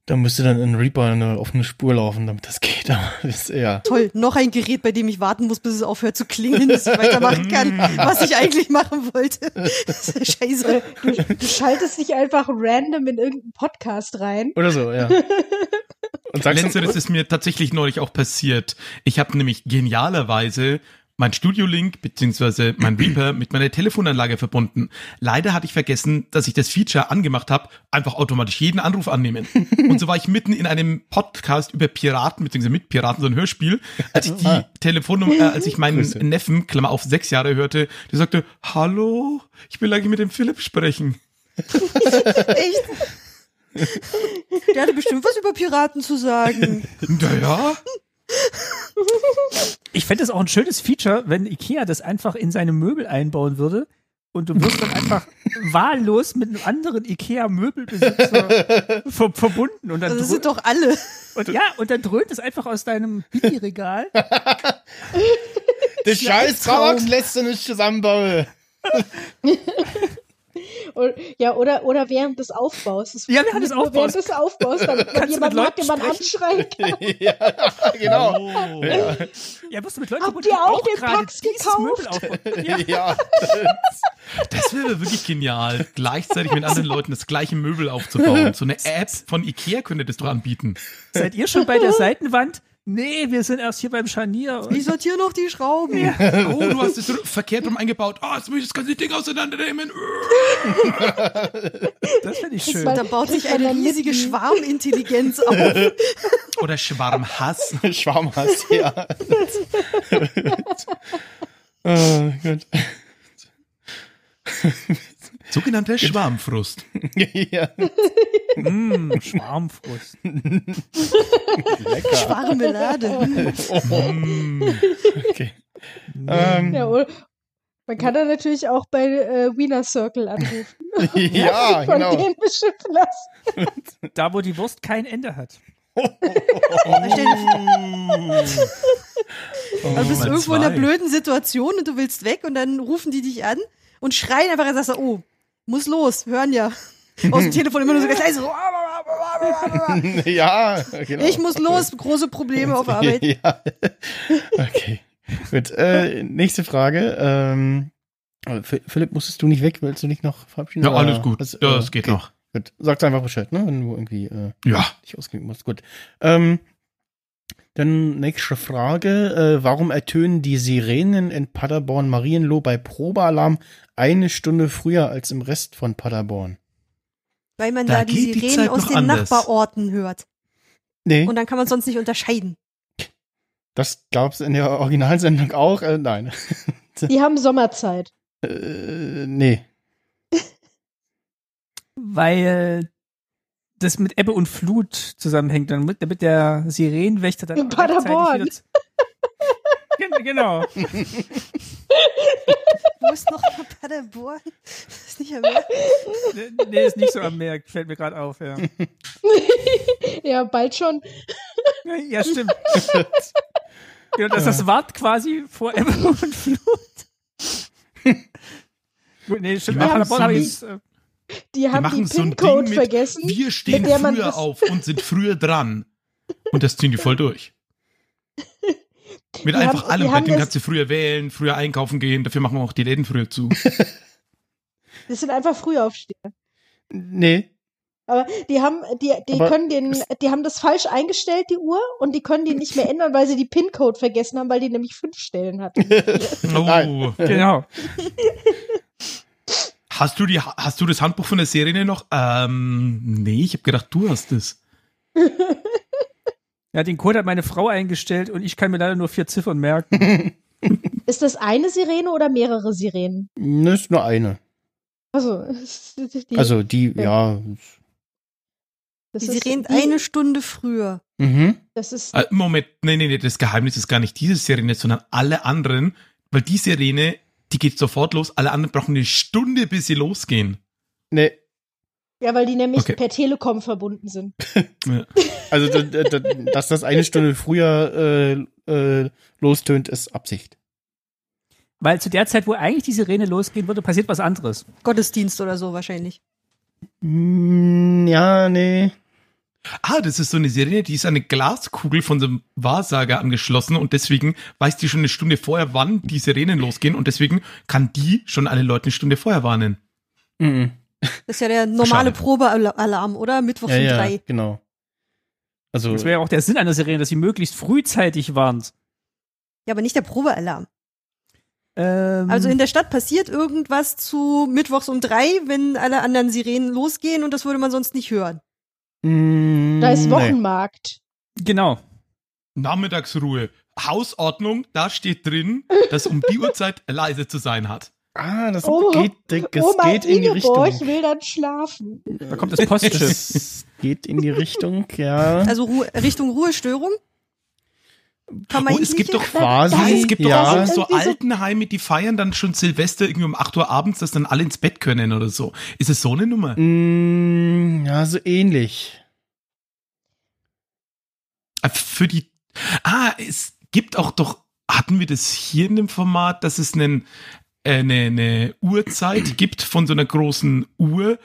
Speaker 1: da müsste dann in Reaper eine offene Spur laufen, damit das geht. Aber das ist eher.
Speaker 3: Toll, noch ein Gerät, bei dem ich warten muss, bis es aufhört zu klingeln, dass ich
Speaker 1: Mm.
Speaker 3: weitermachen kann, was ich eigentlich machen wollte. Das ist ja
Speaker 5: Äh,
Speaker 3: scheiße.
Speaker 5: Du, du schaltest dich einfach random in irgendeinen Podcast rein.
Speaker 1: Oder so, ja. Und sagst dann,
Speaker 2: Letzteres ist mir tatsächlich neulich auch passiert. Ich habe nämlich genialerweise mein Studio-Link bzw. mein Reaper mit meiner Telefonanlage verbunden. Leider hatte ich vergessen, dass ich das Feature angemacht habe, einfach automatisch jeden Anruf annehmen. Und so war ich mitten in einem Podcast über Piraten bzw. mit Piraten, so ein Hörspiel, als ich die
Speaker 1: Ah.
Speaker 2: Telefonnummer, äh, als ich meinen
Speaker 1: Grüße.
Speaker 2: Neffen, Klammer auf, sechs Jahre hörte, der sagte, hallo, ich will eigentlich mit dem Philipp sprechen.
Speaker 3: Echt? Der hatte bestimmt was über Piraten zu sagen.
Speaker 2: Naja,
Speaker 4: Ich fände es auch ein schönes Feature, wenn Ikea das einfach in seine Möbel einbauen würde und du wirst dann einfach wahllos mit einem anderen Ikea-Möbelbesitzer ver verbunden. Und dann,
Speaker 3: Also, das
Speaker 4: drö
Speaker 3: sind doch alle.
Speaker 4: und, ja, und dann dröhnt es einfach aus deinem Billigregal.
Speaker 1: der scheiß
Speaker 4: Traum.
Speaker 1: Traum lässt du nicht zusammenbauen.
Speaker 5: Und, ja, oder, oder während des Aufbaus. Das
Speaker 4: Ja, während des
Speaker 5: funktioniert nur
Speaker 4: Aufbaus.
Speaker 5: Während des Aufbaus, damit man
Speaker 4: Kannst du mit
Speaker 5: jemanden hat, den man
Speaker 4: Leuten
Speaker 5: anschreien kann.
Speaker 1: ja, genau.
Speaker 2: Oh.
Speaker 1: Ja.
Speaker 4: Ja, wirst du mit Leuten
Speaker 5: Habt
Speaker 4: verbunden,
Speaker 5: ihr
Speaker 4: die
Speaker 5: auch den
Speaker 4: gerade
Speaker 5: Pax
Speaker 4: dieses
Speaker 5: gekauft?
Speaker 4: Möbel aufbauen. Ja,
Speaker 1: ja.
Speaker 2: Das wäre wirklich genial, gleichzeitig mit anderen Leuten das gleiche Möbel aufzubauen. So eine App von Ikea könnte das doch anbieten.
Speaker 4: seid ihr schon bei der Seitenwand? Nee, wir sind erst hier beim Scharnier.
Speaker 3: Ich sortiere noch die Schrauben.
Speaker 2: Oh, du hast es so verkehrt rum eingebaut. Oh, jetzt muss ich das ganze Ding auseinandernehmen.
Speaker 4: Das finde ich
Speaker 5: Kriegst
Speaker 4: schön.
Speaker 5: mal-
Speaker 3: Da baut sich
Speaker 5: Kriegt man
Speaker 3: eine
Speaker 5: dann
Speaker 3: riesige
Speaker 5: mitten.
Speaker 3: Schwarmintelligenz auf.
Speaker 2: Oder Schwarmhass.
Speaker 1: Schwarmhass, ja. oh Gott.
Speaker 2: Sogenannter Schwarmfrust.
Speaker 1: ja.
Speaker 4: Mm, Schwarmfrust.
Speaker 1: Lecker.
Speaker 3: Schwarmelade.
Speaker 1: Okay. Ähm,
Speaker 5: Ja, oder, man kann da natürlich auch bei äh, Wiener Circle anrufen.
Speaker 1: ja,
Speaker 5: Sich von
Speaker 1: genau.
Speaker 5: denen beschimpfen lassen.
Speaker 4: Da, wo die Wurst kein Ende hat.
Speaker 3: Stell dir vor, Du Also bist
Speaker 2: Mal
Speaker 3: irgendwo in einer
Speaker 2: zwei.
Speaker 3: blöden Situation und du willst weg und dann rufen die dich an und schreien einfach und sagst, oh, muss los, wir hören ja. Aus dem Telefon immer nur so ganz leise. so,
Speaker 1: Ja, genau.
Speaker 3: Ich muss los, große Probleme auf Arbeit.
Speaker 1: ja. Okay. Gut. Äh, nächste Frage. Ähm, aber Ph- Philipp, musstest du nicht weg? Willst du dich noch verabschieden?
Speaker 2: Ja,
Speaker 1: Oder
Speaker 2: alles gut.
Speaker 3: Also,
Speaker 1: was-
Speaker 2: Das
Speaker 1: äh,
Speaker 2: geht
Speaker 1: okay.
Speaker 2: noch.
Speaker 1: Gut. Sag's einfach Bescheid, ne? Wenn du irgendwie äh,
Speaker 2: Ja.
Speaker 1: dich ausklinken musst. Gut. Ähm, dann nächste Frage. Äh, warum ertönen die Sirenen in Paderborn Marienloh bei Probealarm eine Stunde früher als im Rest von Paderborn?
Speaker 3: Weil man
Speaker 2: Da
Speaker 3: da, die
Speaker 2: geht die
Speaker 3: Sirenen
Speaker 2: Zeit
Speaker 3: aus
Speaker 2: noch
Speaker 3: den
Speaker 2: anders.
Speaker 3: Nachbarorten hört.
Speaker 1: Nee.
Speaker 3: Und dann kann man sonst nicht unterscheiden.
Speaker 1: Das gab's in der Originalsendung auch. Äh, nein.
Speaker 5: Die haben Sommerzeit.
Speaker 1: Äh, nee.
Speaker 4: weil das mit Ebbe und Flut zusammenhängt, damit, damit der Sirenenwächter dann
Speaker 5: In
Speaker 4: auch rechtzeitig
Speaker 5: Paderborn.
Speaker 4: wieder zu- Gen- genau.
Speaker 3: Wo ist noch mal Paderborn? Das ist nicht mehr mehr.
Speaker 4: Nee, Nee, ist nicht so am Meer, fällt mir gerade auf, ja.
Speaker 5: Ja, bald schon.
Speaker 4: Ja, stimmt. Genau, das, das wart quasi vor Ebbe und Flut. Gut, nee, stimmt.
Speaker 2: Die
Speaker 4: Ja,
Speaker 2: machen
Speaker 4: Paderborn habe ich jetzt,
Speaker 2: so
Speaker 4: äh,
Speaker 5: Die
Speaker 2: Wir
Speaker 5: haben
Speaker 2: machen
Speaker 5: den
Speaker 2: so ein
Speaker 5: PIN-Code
Speaker 2: Ding mit,
Speaker 5: vergessen.
Speaker 2: wir stehen
Speaker 5: mit der man
Speaker 2: früher
Speaker 5: das-
Speaker 2: auf und sind früher dran. Und das ziehen die voll durch. Mit
Speaker 5: Wir
Speaker 2: einfach
Speaker 5: haben- wir
Speaker 2: allem. Bei
Speaker 5: haben
Speaker 2: dem
Speaker 5: das-
Speaker 2: kannst du früher wählen, früher einkaufen gehen. Dafür machen wir auch die Läden früher zu.
Speaker 5: Das sind einfach Frühaufsteher.
Speaker 1: Nee.
Speaker 5: Aber die haben, die, die
Speaker 1: Aber
Speaker 5: können den, die haben das falsch eingestellt, die Uhr, und die können den nicht mehr ändern, weil sie die PIN-Code vergessen haben, weil die nämlich fünf Stellen hatten.
Speaker 1: Nein.
Speaker 2: Oh.
Speaker 4: genau.
Speaker 2: Hast du, die, hast du das Handbuch von der Serie noch? Ähm, nee, ich habe gedacht, du hast es.
Speaker 4: Ja, den Code hat meine Frau eingestellt und ich kann mir leider nur vier Ziffern merken.
Speaker 5: Ist das eine Sirene oder mehrere Sirenen?
Speaker 1: Das ist nur eine.
Speaker 5: Also, es ist die,
Speaker 1: Also die, ja.
Speaker 5: das
Speaker 3: Die
Speaker 5: ist
Speaker 3: Sirenen
Speaker 5: die-
Speaker 3: eine Stunde früher.
Speaker 1: Mhm.
Speaker 5: Das ist,
Speaker 2: Äh, Moment, nee, nee, nee, das Geheimnis ist gar nicht diese Sirene, sondern alle anderen, weil die Sirene, die geht sofort los, alle anderen brauchen eine Stunde, bis sie losgehen.
Speaker 1: Nee.
Speaker 5: Ja, weil die nämlich
Speaker 2: Okay.
Speaker 5: per Telekom verbunden sind.
Speaker 1: Also, d- d- d- dass das eine Stunde früher äh, äh, lostönt, ist Absicht.
Speaker 4: Weil zu der Zeit, wo eigentlich die Sirene losgehen würde, passiert was anderes.
Speaker 3: Gottesdienst oder so wahrscheinlich.
Speaker 1: Mm, ja, nee.
Speaker 2: Ah, das ist so eine Sirene, die ist an eine Glaskugel von so einem Wahrsager angeschlossen und deswegen weiß die schon eine Stunde vorher, wann die Sirenen losgehen und deswegen kann die schon alle Leute eine Stunde vorher warnen.
Speaker 1: Mhm.
Speaker 3: Das ist ja der normale
Speaker 2: Schade.
Speaker 3: Probealarm, oder? Mittwoch
Speaker 1: Ja,
Speaker 3: um
Speaker 1: ja,
Speaker 3: drei.
Speaker 1: genau. Also,
Speaker 4: Das wäre ja auch der Sinn einer Sirene, dass sie möglichst frühzeitig warnt.
Speaker 3: Ja, aber nicht der Probealarm.
Speaker 4: Ähm,
Speaker 3: Also in der Stadt passiert irgendwas zu Mittwochs um drei, wenn alle anderen Sirenen losgehen und das würde man sonst nicht hören.
Speaker 1: mm,
Speaker 5: Da ist
Speaker 1: nee.
Speaker 5: Wochenmarkt.
Speaker 4: genau.
Speaker 2: Nachmittagsruhe, Hausordnung, da steht drin, dass um die Uhrzeit leise zu sein hat.
Speaker 1: Ah, das
Speaker 5: Oh,
Speaker 1: geht, das
Speaker 5: Oma
Speaker 1: geht in die
Speaker 5: Ingeborg
Speaker 1: Richtung.
Speaker 5: will dann schlafen.
Speaker 4: Da kommt das Postschiff.
Speaker 1: Das geht in die Richtung, ja.
Speaker 3: Also Ruhe, Richtung Ruhestörung. Kann man
Speaker 2: Und es gibt
Speaker 3: hinkriegen?
Speaker 2: doch
Speaker 1: Quasi,
Speaker 5: das
Speaker 2: Also es gibt doch
Speaker 1: ja.
Speaker 2: auch so
Speaker 5: Irgendwie so-
Speaker 2: Altenheime, die feiern dann schon Silvester irgendwie um 8 Uhr abends, dass dann alle ins Bett können oder so. Ist es so eine Nummer?
Speaker 1: Mm, ja, so ähnlich.
Speaker 2: Für die. Ah, es gibt auch doch. Hatten wir das hier in dem Format, dass es einen, äh, eine, eine Uhrzeit gibt von so einer großen Uhr,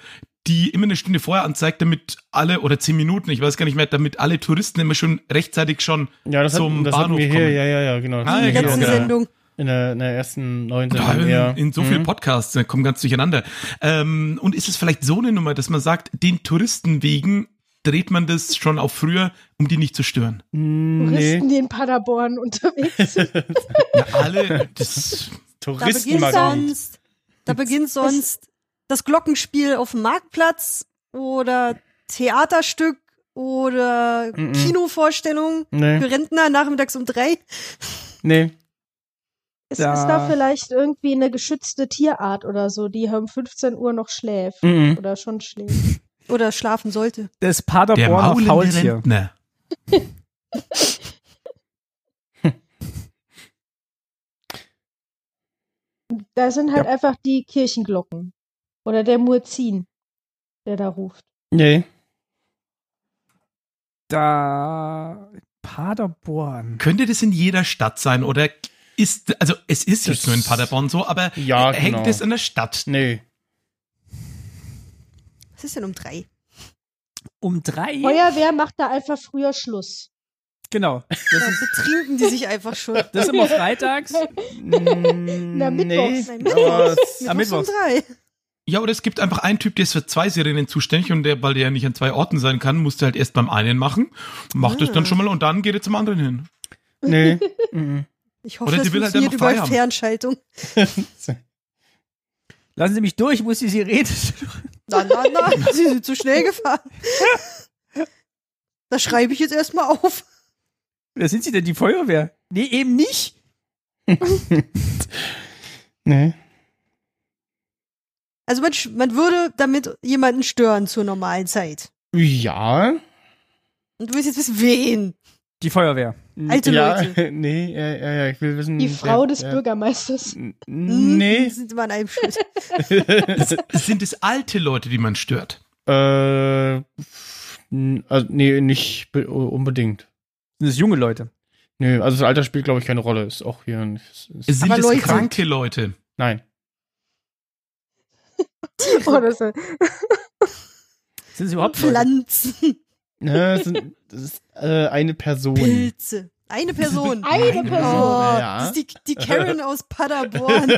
Speaker 2: die immer eine Stunde vorher anzeigt, damit alle, oder zehn Minuten, ich weiß gar nicht mehr, damit alle Touristen immer schon rechtzeitig schon.
Speaker 1: Ja, das,
Speaker 2: Zum
Speaker 1: hatten, das hatten
Speaker 2: Bahnhof
Speaker 1: wir hier,
Speaker 2: kommen.
Speaker 1: ja, ja, ja, genau. Das
Speaker 2: Ah,
Speaker 1: hatten
Speaker 2: ja,
Speaker 1: wir hier
Speaker 3: In der letzten
Speaker 1: in der-
Speaker 3: Sendung.
Speaker 1: In der, in der ersten neuen
Speaker 2: Ja,
Speaker 1: Sendung,
Speaker 2: in,
Speaker 1: ja.
Speaker 2: in so vielen
Speaker 1: Mhm.
Speaker 2: Podcasts, da kommen ganz durcheinander. Ähm, und ist es vielleicht so eine Nummer, dass man sagt, den Touristen wegen dreht man das schon auf früher, um die nicht zu stören?
Speaker 1: Mm, Nee,
Speaker 5: Touristen, die in Paderborn unterwegs sind.
Speaker 2: Ja, alle, das,
Speaker 3: Da beginnt
Speaker 1: Touristenmagnet.
Speaker 3: sonst, da beginnt sonst das Glockenspiel auf dem Marktplatz oder Theaterstück oder
Speaker 1: Mhm.
Speaker 3: Kinovorstellung
Speaker 1: Nee,
Speaker 3: für Rentner nachmittags um drei.
Speaker 1: nee.
Speaker 5: Es
Speaker 4: Da-
Speaker 5: ist da vielleicht irgendwie eine geschützte Tierart oder so, die um 15 Uhr noch schläft
Speaker 1: Mhm.
Speaker 5: oder schon schläft.
Speaker 3: Oder schlafen sollte.
Speaker 4: Das
Speaker 2: der
Speaker 4: Paderborner
Speaker 2: maulende
Speaker 4: Faultier.
Speaker 2: Rentner.
Speaker 5: Da sind halt einfach die Kirchenglocken oder der Muezzin, der da ruft.
Speaker 1: Nee.
Speaker 4: Da. Paderborn.
Speaker 2: Könnte das in jeder Stadt sein oder ist, also es ist
Speaker 1: Das-
Speaker 2: jetzt nur in Paderborn so, aber
Speaker 1: Ja,
Speaker 2: hängt
Speaker 1: genau.
Speaker 2: es an der Stadt?
Speaker 1: Nee.
Speaker 3: Was ist denn um drei?
Speaker 4: Um drei.
Speaker 3: Oh
Speaker 5: Feuerwehr macht da einfach früher Schluss.
Speaker 4: Genau.
Speaker 3: Da betrinken die sich einfach schon.
Speaker 4: Das ist immer freitags.
Speaker 1: Na,
Speaker 5: mittwochs,
Speaker 1: Mm, nee.
Speaker 5: nein,
Speaker 1: aber es-
Speaker 4: Am
Speaker 3: Mittwochs um
Speaker 4: Mittwoch.
Speaker 3: drei.
Speaker 2: Ja, oder es gibt einfach einen Typ, der ist für zwei Serien zuständig und der, weil der ja nicht an zwei Orten sein kann, musste halt erst beim einen machen, macht es
Speaker 3: Ah.
Speaker 2: dann schon mal und dann geht er zum anderen hin.
Speaker 1: Nee. Mhm.
Speaker 3: Ich hoffe,
Speaker 2: Oder die
Speaker 3: das
Speaker 2: will halt dann
Speaker 3: funktioniert
Speaker 2: noch
Speaker 3: über
Speaker 2: Feierabend.
Speaker 3: Fernschaltung.
Speaker 4: Lassen Sie mich durch, ich muss die Sirene.
Speaker 3: Na, na, na, sie sind zu schnell gefahren. Das schreibe ich jetzt erstmal auf.
Speaker 4: Wer sind Sie denn, die Feuerwehr? Nee, eben nicht.
Speaker 1: Nee.
Speaker 3: Also man, sch- man würde damit jemanden stören zur normalen Zeit.
Speaker 1: Ja.
Speaker 3: Und du willst jetzt wissen, wen?
Speaker 4: Die Feuerwehr.
Speaker 3: Alte
Speaker 1: ja.
Speaker 3: Leute.
Speaker 1: Nee, ja, ja, Mhm. ja, ich will wissen.
Speaker 5: Die Frau
Speaker 1: wer-
Speaker 5: des
Speaker 1: wer-
Speaker 5: Bürgermeisters.
Speaker 1: N-
Speaker 3: Hm,
Speaker 1: Nee.
Speaker 3: Sind immer an einem Schritt.
Speaker 2: Sind es alte Leute, die man stört?
Speaker 1: äh, n- also, nee, nicht be- unbedingt.
Speaker 4: Das sind junge Leute.
Speaker 1: Nee, also das Alter spielt, glaube ich, keine Rolle. Ist auch hier ein. Ist, ist,
Speaker 2: Sind
Speaker 3: Aber
Speaker 2: es
Speaker 3: Leute.
Speaker 2: kranke Leute?
Speaker 1: nein.
Speaker 5: Oder so.
Speaker 4: Sind sie überhaupt Leute?
Speaker 3: Pflanzen,
Speaker 1: Ne, es sind, das ist äh, eine Person.
Speaker 3: Pilze. Eine Person.
Speaker 5: Eine
Speaker 3: Oh,
Speaker 5: Person.
Speaker 1: Ja.
Speaker 3: das ist die, die Karen aus Paderborn.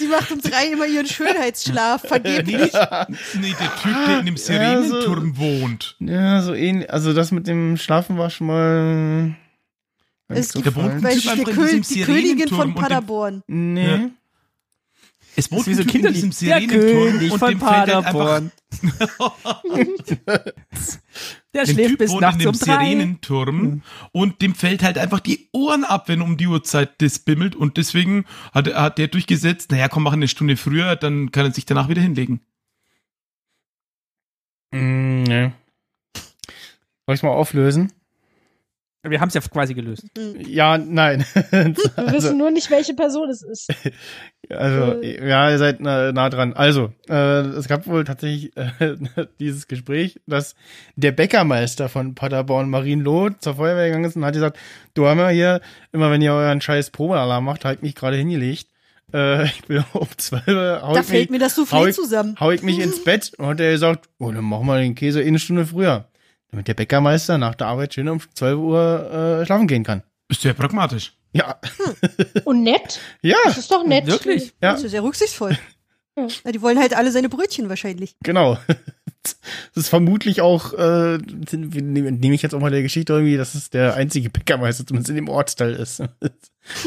Speaker 3: Die macht um drei immer ihren Schönheitsschlaf
Speaker 2: Nee,
Speaker 3: vergeblich.
Speaker 2: nee, der Typ, der in dem Sirenenturm wohnt.
Speaker 1: Ja, so ähnlich. Also das mit dem Schlafen war schon mal.
Speaker 3: Es
Speaker 1: so
Speaker 3: gibt-
Speaker 1: gefallen.
Speaker 2: Typ
Speaker 3: Weil die,
Speaker 2: einfach in diesem
Speaker 3: die Königin
Speaker 2: Sirenenturm
Speaker 3: von
Speaker 2: und dem-
Speaker 3: Paderborn.
Speaker 1: Nee.
Speaker 2: Ja. Es wohnt
Speaker 4: Das ist wie so
Speaker 2: ein Typ in diesem
Speaker 4: Kinderlied. Der
Speaker 2: Sirenenturm
Speaker 4: König
Speaker 2: und
Speaker 4: von
Speaker 2: dem fällt halt einfach
Speaker 4: Paderborn. Der
Speaker 2: der
Speaker 4: schläft
Speaker 2: Typ
Speaker 4: bis
Speaker 2: wohnt in
Speaker 4: nachts
Speaker 2: dem
Speaker 4: um drei. Hm.
Speaker 2: Sirenenturm und dem fällt halt einfach die Ohren ab, wenn um die Uhrzeit das bimmelt und deswegen hat, hat der durchgesetzt, naja, komm, mach eine Stunde früher, dann kann er sich danach wieder hinlegen.
Speaker 1: Mm, nee. Soll ich mal auflösen?
Speaker 4: Wir haben es ja quasi gelöst.
Speaker 1: Ja, nein.
Speaker 5: Wir
Speaker 1: also,
Speaker 5: wissen nur nicht, welche Person es ist.
Speaker 1: also, ja, ihr seid nah, nah dran. Also, äh, es gab wohl tatsächlich äh, dieses Gespräch, dass der Bäckermeister von Paderborn Marienloh zur Feuerwehr gegangen ist und hat gesagt, du haben wir hier, immer wenn ihr euren scheiß Probealarm macht, halt mich gerade hingelegt. Äh, ich bin um 12 Uhr, hau
Speaker 3: Da
Speaker 1: ich mich,
Speaker 3: fällt mir das
Speaker 1: hau
Speaker 3: Soufflé
Speaker 1: ich-
Speaker 3: zusammen.
Speaker 1: hau ich mich ins Bett und hat er gesagt, oh, dann mach mal den Käse eine Stunde früher. Damit der Bäckermeister nach der Arbeit schön um 12 Uhr äh, schlafen gehen kann.
Speaker 2: Ist sehr pragmatisch.
Speaker 1: Ja,
Speaker 5: Und nett?
Speaker 1: ja,
Speaker 5: Das ist doch nett.
Speaker 4: Wirklich?
Speaker 1: Ja.
Speaker 3: Das ist ja sehr rücksichtsvoll.
Speaker 5: Ja.
Speaker 3: Na, die wollen halt alle seine Brötchen wahrscheinlich.
Speaker 1: genau. Das ist vermutlich auch, äh, nehme nehm ich jetzt auch mal der Geschichte irgendwie, dass es der einzige Bäckermeister zumindest in dem Ortsteil ist.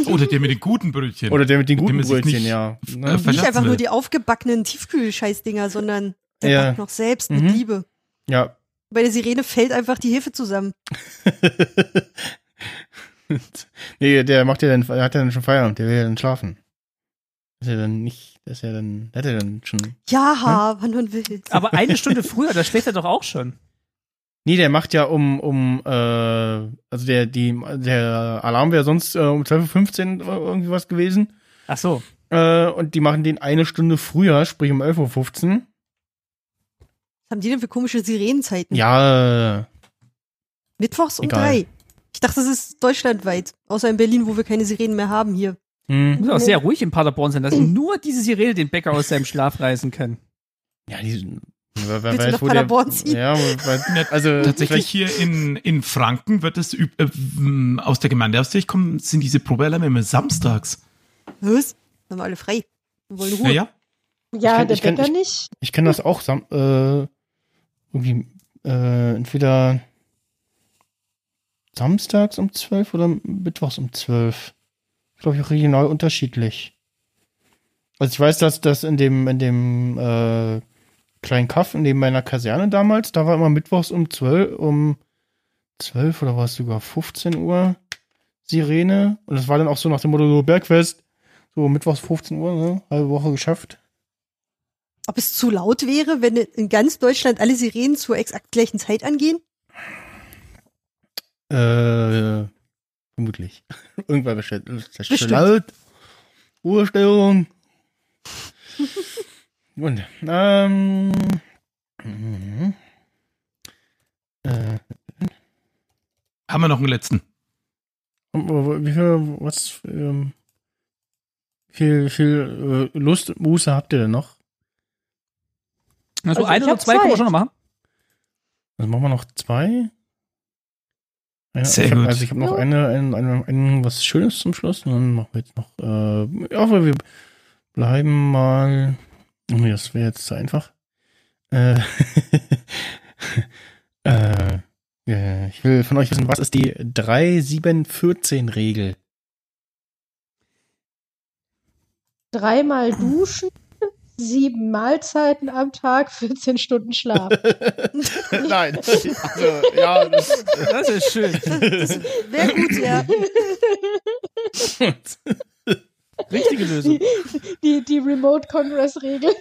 Speaker 2: Oder der mit den guten Brötchen.
Speaker 1: Oder der mit den
Speaker 2: Mit dem
Speaker 1: guten
Speaker 2: es sich
Speaker 1: Brötchen,
Speaker 2: nicht,
Speaker 1: ja.
Speaker 2: äh,
Speaker 1: Ne?
Speaker 2: ver-
Speaker 3: Nicht
Speaker 2: Verschatzen
Speaker 3: einfach
Speaker 2: will.
Speaker 3: nur die aufgebackenen Tiefkühlscheißdinger, sondern der
Speaker 1: Ja.
Speaker 3: backt noch selbst
Speaker 1: Mhm.
Speaker 3: mit Liebe.
Speaker 1: Ja.
Speaker 3: Bei der Sirene fällt einfach die Hefe zusammen.
Speaker 1: nee, der macht ja dann, der hat ja dann schon Feierabend, der will ja dann schlafen. Ist ja dann nicht, das ist ja dann, hat er dann schon.
Speaker 3: Ja,
Speaker 1: Hm?
Speaker 3: wann man will.
Speaker 4: Aber eine Stunde früher, da schläft er doch auch schon.
Speaker 1: Nee, der macht ja um, um, äh, also der, die, der Alarm wäre sonst äh, um 12.15 Uhr irgendwie was gewesen.
Speaker 4: Ach so.
Speaker 1: Äh, und die machen den eine Stunde früher, sprich um 11.15 Uhr.
Speaker 3: Was haben die denn für komische Sirenenzeiten?
Speaker 1: Ja,
Speaker 3: Mittwochs um
Speaker 1: Egal.
Speaker 3: drei. Ich dachte, das ist deutschlandweit. Außer in Berlin, wo wir keine Sirenen mehr haben hier.
Speaker 1: hm.
Speaker 4: Muss auch sehr ruhig in Paderborn sein, dass nur diese Sirene den Bäcker aus seinem Schlaf reißen kann.
Speaker 1: ja, die, wer,
Speaker 3: Willst du nach Paderborn ziehen?
Speaker 1: Ja, weil, also
Speaker 2: Tatsächlich
Speaker 1: tatsächlich.
Speaker 2: hier in, in Franken wird das üb, äh, m, aus der Gemeinde, aus der ich komme, sind diese Probealarme immer samstags.
Speaker 3: Was? Dann haben wir alle frei. Wir wollen Ruhe.
Speaker 2: Naja,
Speaker 1: Ich
Speaker 5: Ja,
Speaker 1: kann-
Speaker 5: der
Speaker 1: ich kann-
Speaker 5: Bäcker
Speaker 1: ich-
Speaker 5: nicht.
Speaker 1: Ich kann das auch sam äh, irgendwie äh, entweder samstags um 12 oder mittwochs um 12. Ich glaube, ich auch regional unterschiedlich. Also ich weiß, dass das in dem, in dem äh, kleinen Kaff neben meiner Kaserne damals, da war immer mittwochs um 12, um 12 oder war es sogar 15 Uhr Sirene. Und das war dann auch so nach dem Motto so Bergfest. So mittwochs 15 Uhr, ne? Halbe Woche geschafft.
Speaker 3: Ob es zu laut wäre, wenn in ganz Deutschland alle Sirenen zur exakt gleichen Zeit angehen?
Speaker 1: Äh, vermutlich. Irgendwann
Speaker 3: Bestimmt.
Speaker 1: bestellt. Ruhestörung. Und, ähm. mhm. Äh,
Speaker 2: haben wir noch einen letzten.
Speaker 1: wie viel, was, ähm, wie viel, wie viel äh, Lust, Muße habt ihr denn noch?
Speaker 4: Also,
Speaker 5: Also
Speaker 4: eine
Speaker 5: ich
Speaker 4: oder
Speaker 5: hab
Speaker 4: zwei können wir
Speaker 5: Zeit.
Speaker 4: schon noch machen.
Speaker 1: Also machen wir noch zwei? Ja,
Speaker 2: Sehr
Speaker 1: ich hab,
Speaker 2: gut.
Speaker 1: Also ich habe noch eine, eine, eine, eine, was Schönes zum Schluss und dann machen wir jetzt noch. Äh, ja, aber wir bleiben mal. Oh, nee, das wäre jetzt zu einfach. Äh, äh, äh, ich will von euch wissen, was ist die 3-7-14-Regel?
Speaker 5: Dreimal duschen, sieben Mahlzeiten am Tag, 14 Stunden Schlaf.
Speaker 1: Nein. Also, ja, das,
Speaker 4: Das ist schön.
Speaker 3: Wäre gut, ja.
Speaker 4: Richtige Lösung.
Speaker 5: Die, die Remote Congress Regel.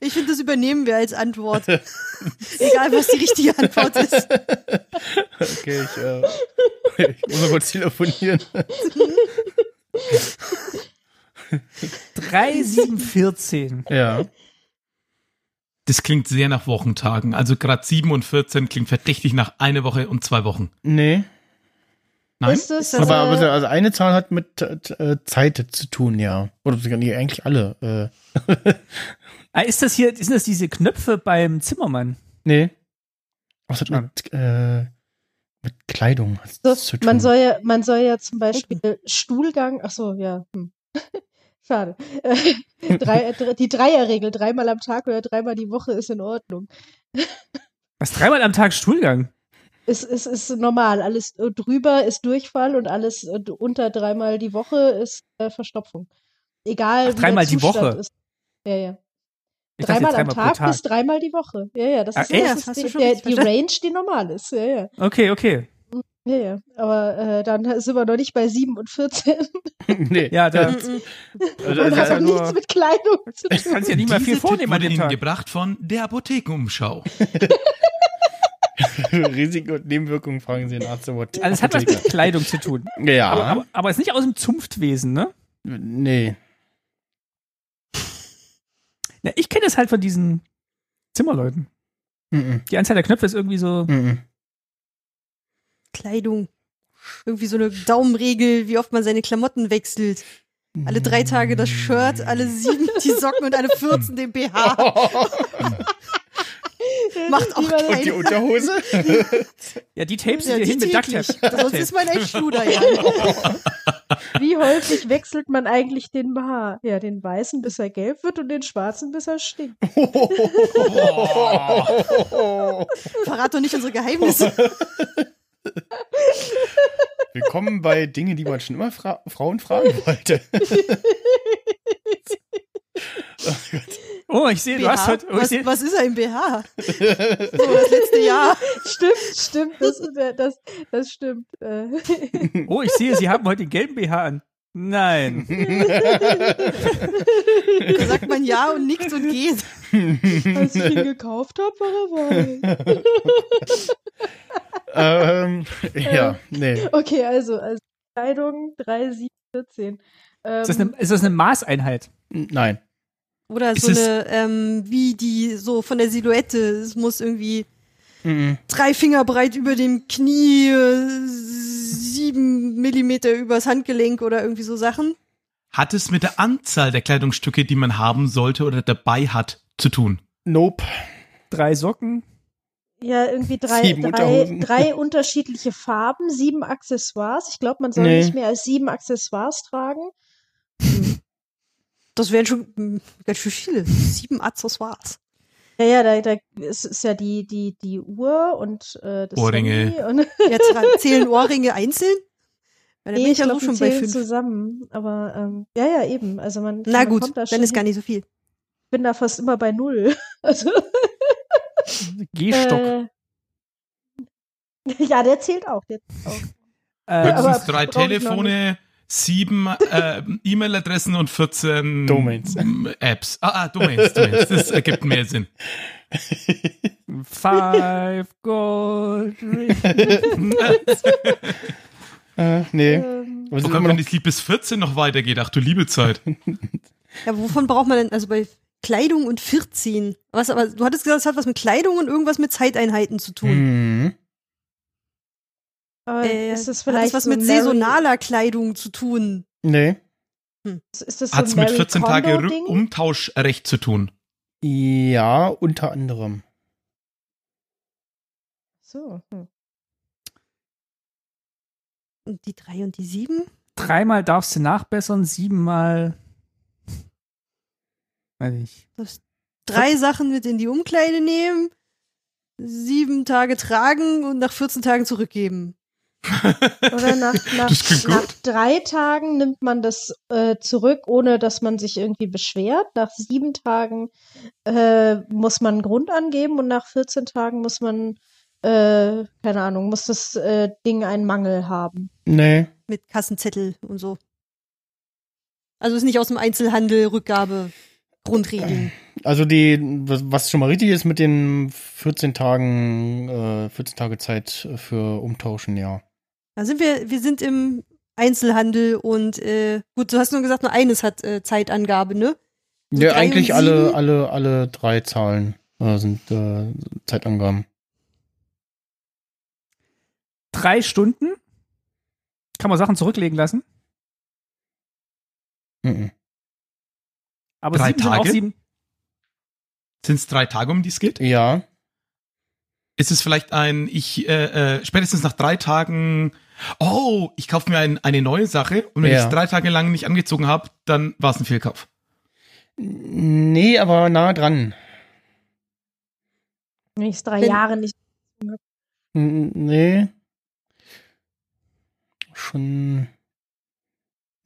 Speaker 3: Ich finde, das übernehmen wir als Antwort. Egal, was die richtige Antwort ist.
Speaker 1: okay, ich, äh, ich muss mal kurz telefonieren.
Speaker 4: 3714.
Speaker 1: Ja.
Speaker 2: Das klingt sehr nach Wochentagen. Also gerade 7 und 14 klingt verdächtig nach einer Woche und zwei Wochen.
Speaker 1: Nee.
Speaker 2: Nein?
Speaker 5: Ist das,
Speaker 1: Aber, aber
Speaker 5: äh,
Speaker 1: so- also eine Zahl hat mit äh, Zeit zu tun, ja. Oder sogar nee, eigentlich alle. Äh,
Speaker 4: Ah, ist das hier, sind das diese Knöpfe beim Zimmermann?
Speaker 1: nee. Was hat mit,
Speaker 4: Ah.
Speaker 1: äh, mit Kleidung was
Speaker 5: so,
Speaker 1: zu tun?
Speaker 5: man, soll ja, man soll ja zum Beispiel Stuhlgang, ach so, ja. Hm. Schade. Äh, Drei, äh, dr- die Dreierregel, dreimal am Tag oder dreimal die Woche ist in Ordnung.
Speaker 4: Was, dreimal am Tag Stuhlgang?
Speaker 5: Es ist, ist normal. Alles äh, drüber ist Durchfall und alles äh, d- unter dreimal die Woche ist äh, Verstopfung. Egal.
Speaker 4: Ach,
Speaker 5: wie der
Speaker 4: dreimal die
Speaker 5: Zustand
Speaker 4: Woche?
Speaker 5: Ist. Ja, ja.
Speaker 4: Ich dachte
Speaker 5: Dreimal,
Speaker 4: jetzt
Speaker 5: am Tag, bis dreimal die Woche. Ja, ja, das
Speaker 4: Ah,
Speaker 5: ist,
Speaker 4: echt?
Speaker 5: das
Speaker 3: Hast
Speaker 5: ist
Speaker 3: du
Speaker 5: die,
Speaker 3: schon
Speaker 5: der,
Speaker 3: richtig
Speaker 5: die
Speaker 3: verstanden?
Speaker 5: Range, die normal ist. Ja, ja.
Speaker 4: Okay, okay.
Speaker 5: ja, ja. Aber äh, dann sind wir noch nicht bei 7 und 14.
Speaker 1: nee.
Speaker 4: Ja, da
Speaker 3: Mhm.
Speaker 1: Also,
Speaker 5: und
Speaker 1: das ist
Speaker 5: hat auch
Speaker 1: ja
Speaker 5: nichts
Speaker 1: nur,
Speaker 5: mit Kleidung zu tun.
Speaker 4: kannst ja nicht mal
Speaker 2: Dieser
Speaker 4: viel
Speaker 2: Tipp
Speaker 4: vornehmen an
Speaker 2: wurde
Speaker 4: dem
Speaker 2: Ihnen
Speaker 4: Tag.
Speaker 2: gebracht von der Apothekenumschau.
Speaker 1: Risiken und Nebenwirkungen fragen Sie den Arzt im Hotel.
Speaker 4: Also es hat was mit Kleidung zu tun.
Speaker 1: Ja.
Speaker 4: Aber, aber, aber ist nicht aus dem Zunftwesen, ne?
Speaker 1: nee.
Speaker 4: Na, ich kenne es halt von diesen Zimmerleuten.
Speaker 1: Mhm.
Speaker 4: Die Anzahl der Knöpfe ist irgendwie so.
Speaker 1: Mhm.
Speaker 3: Kleidung. Irgendwie so eine Daumenregel, wie oft man seine Klamotten wechselt. Alle drei Tage das Shirt, alle sieben die Socken und alle 14 den BH. Macht auch
Speaker 5: Lieber-
Speaker 1: Oh, und die
Speaker 3: keinen.
Speaker 1: Unterhose?
Speaker 4: Ja, die Tapes
Speaker 3: Ja,
Speaker 4: sind ja
Speaker 3: die
Speaker 4: hin mit
Speaker 3: täglich.
Speaker 4: Ducktape.
Speaker 3: Sonst ist man ein Schluder, ja.
Speaker 5: Wie häufig wechselt man eigentlich den BH? Ja, den weißen, bis er gelb wird und den schwarzen, bis er stinkt.
Speaker 3: Verrat doch nicht unsere Geheimnisse.
Speaker 1: Willkommen bei Dinge, die man schon immer fra Frauen fragen wollte.
Speaker 4: Oh, ich sehe, du hast
Speaker 3: BH?
Speaker 4: heute. Oh, ich
Speaker 3: Was,
Speaker 4: sehe,
Speaker 3: was ist ein BH? So, das letzte Jahr.
Speaker 5: Stimmt, stimmt, das, ist der- das, das stimmt. Äh,
Speaker 4: oh, ich sehe, sie haben heute den gelben BH an. Nein.
Speaker 3: Da sagt man ja und nickt und geht.
Speaker 5: als ich ihn gekauft habe, war er weiß.
Speaker 1: ähm, ja, nee.
Speaker 5: Okay, also, also Kleidung 3, 7, 14. Ähm,
Speaker 4: Ist das eine, ist das eine Maßeinheit?
Speaker 1: Nein.
Speaker 3: Oder so
Speaker 2: Ist es-
Speaker 3: eine, ähm, wie die, so von der Silhouette. Es muss irgendwie
Speaker 1: Mhm.
Speaker 3: drei Finger breit über dem Knie, äh, sieben Millimeter übers Handgelenk oder irgendwie so Sachen.
Speaker 2: Hat es mit der Anzahl der Kleidungsstücke, die man haben sollte oder dabei hat, zu tun?
Speaker 1: Nope.
Speaker 4: Drei Socken?
Speaker 5: ja, irgendwie drei,
Speaker 1: Sieben
Speaker 5: drei,
Speaker 1: Unterhosen.
Speaker 5: drei unterschiedliche Farben, sieben Accessoires. Ich glaube, man soll
Speaker 1: Nee.
Speaker 5: nicht mehr als sieben Accessoires tragen.
Speaker 3: Das wären schon mh, ganz schön viele. Sieben Accessoires.
Speaker 5: Ja, ja, da, da ist, ist ja die, die, die Uhr und äh, das
Speaker 2: Ohrringe.
Speaker 5: Handy und
Speaker 3: Ja, tra- zählen Ohrringe einzeln? Weil dann bin ich ja
Speaker 5: glaub,
Speaker 3: auch
Speaker 5: die
Speaker 3: schon bei
Speaker 5: zählen
Speaker 3: fünf.
Speaker 5: zusammen. Aber ähm, ja, ja, eben. Also man,
Speaker 3: Na
Speaker 5: man
Speaker 3: gut,
Speaker 5: kommt da
Speaker 3: dann ist gar
Speaker 5: hin.
Speaker 3: nicht so viel.
Speaker 5: Ich bin da fast immer bei null. Also,
Speaker 4: Gehstock.
Speaker 5: Äh, ja, der zählt auch. Der zählt auch.
Speaker 4: Äh,
Speaker 5: aber
Speaker 2: Höchstens drei
Speaker 5: brauche ich noch
Speaker 2: Telefone, sieben äh, E-Mail-Adressen und 14
Speaker 1: Domains.
Speaker 2: m, Apps. Ah, ah Domains, Domains. Das ergibt mehr Sinn.
Speaker 4: five Gold.
Speaker 1: Äh, nee.
Speaker 5: Ähm,
Speaker 1: Wir
Speaker 2: Oh
Speaker 1: sind
Speaker 2: Gott,
Speaker 1: immer
Speaker 2: wenn
Speaker 1: noch,
Speaker 2: das Lied bis 14 noch weitergeht, ach du liebe Zeit.
Speaker 3: Ja, wovon braucht man denn? Also bei Kleidung und 14. Was aber, du hattest gesagt, es hat was mit Kleidung und irgendwas mit Zeiteinheiten zu tun.
Speaker 1: Mhm.
Speaker 5: aber
Speaker 3: Äh,
Speaker 5: ist das
Speaker 3: hat
Speaker 5: vielleicht
Speaker 3: das was
Speaker 5: so
Speaker 3: mit
Speaker 5: Mary-
Speaker 3: saisonaler Kleidung zu tun?
Speaker 1: Nee.
Speaker 5: Ist das so
Speaker 2: Hat es mit
Speaker 5: Mary
Speaker 2: 14 Tage um?
Speaker 5: Kondo
Speaker 2: Rück-
Speaker 5: Ding?
Speaker 2: Umtauschrecht zu tun?
Speaker 1: Ja, unter anderem.
Speaker 5: So. Hm.
Speaker 3: Und die drei und die sieben?
Speaker 4: Dreimal darfst du nachbessern, siebenmal. Weiß ich.
Speaker 3: Drei Sachen mit in die Umkleide nehmen, sieben Tage tragen und nach 14 Tagen zurückgeben.
Speaker 5: Oder nach, nach,
Speaker 2: Das klingt
Speaker 5: nach
Speaker 2: gut.
Speaker 5: drei Tagen nimmt man das äh, zurück, ohne dass man sich irgendwie beschwert. Nach sieben Tagen äh, muss man einen Grund angeben und nach 14 Tagen muss man, äh, keine Ahnung, muss das äh, Ding einen Mangel haben.
Speaker 1: Nee.
Speaker 3: Mit Kassenzettel und so. Also ist nicht aus dem Einzelhandel, Rückgabe, Grundregeln.
Speaker 1: Also die, was was schon mal richtig ist mit den 14 Tagen, äh, 14 Tage Zeit für Umtauschen, ja.
Speaker 3: Da sind wir, wir sind im Einzelhandel und äh, gut, du hast nur gesagt, nur eines hat äh, Zeitangabe, ne? So
Speaker 1: ja,
Speaker 3: drei und
Speaker 1: eigentlich alle,
Speaker 3: sieben?
Speaker 1: alle, alle drei Zahlen äh, sind äh, Zeitangaben.
Speaker 4: Drei Stunden? Kann man Sachen zurücklegen lassen?
Speaker 1: Mhm.
Speaker 4: Aber
Speaker 2: Drei
Speaker 4: sieben sind
Speaker 2: Tage?
Speaker 4: auch sieben.
Speaker 2: Sind es drei Tage, um die es geht?
Speaker 1: Ja.
Speaker 2: Ist es vielleicht ein, ich, äh, äh, spätestens nach drei Tagen, oh, ich kaufe mir ein, eine neue Sache und wenn
Speaker 1: Ja.
Speaker 2: ich es drei Tage lang nicht angezogen habe, dann war es ein Fehlkauf.
Speaker 1: Nee, aber nah dran.
Speaker 5: Wenn ich es drei
Speaker 3: Wenn-
Speaker 5: Jahre nicht.
Speaker 1: N- Nee. Schon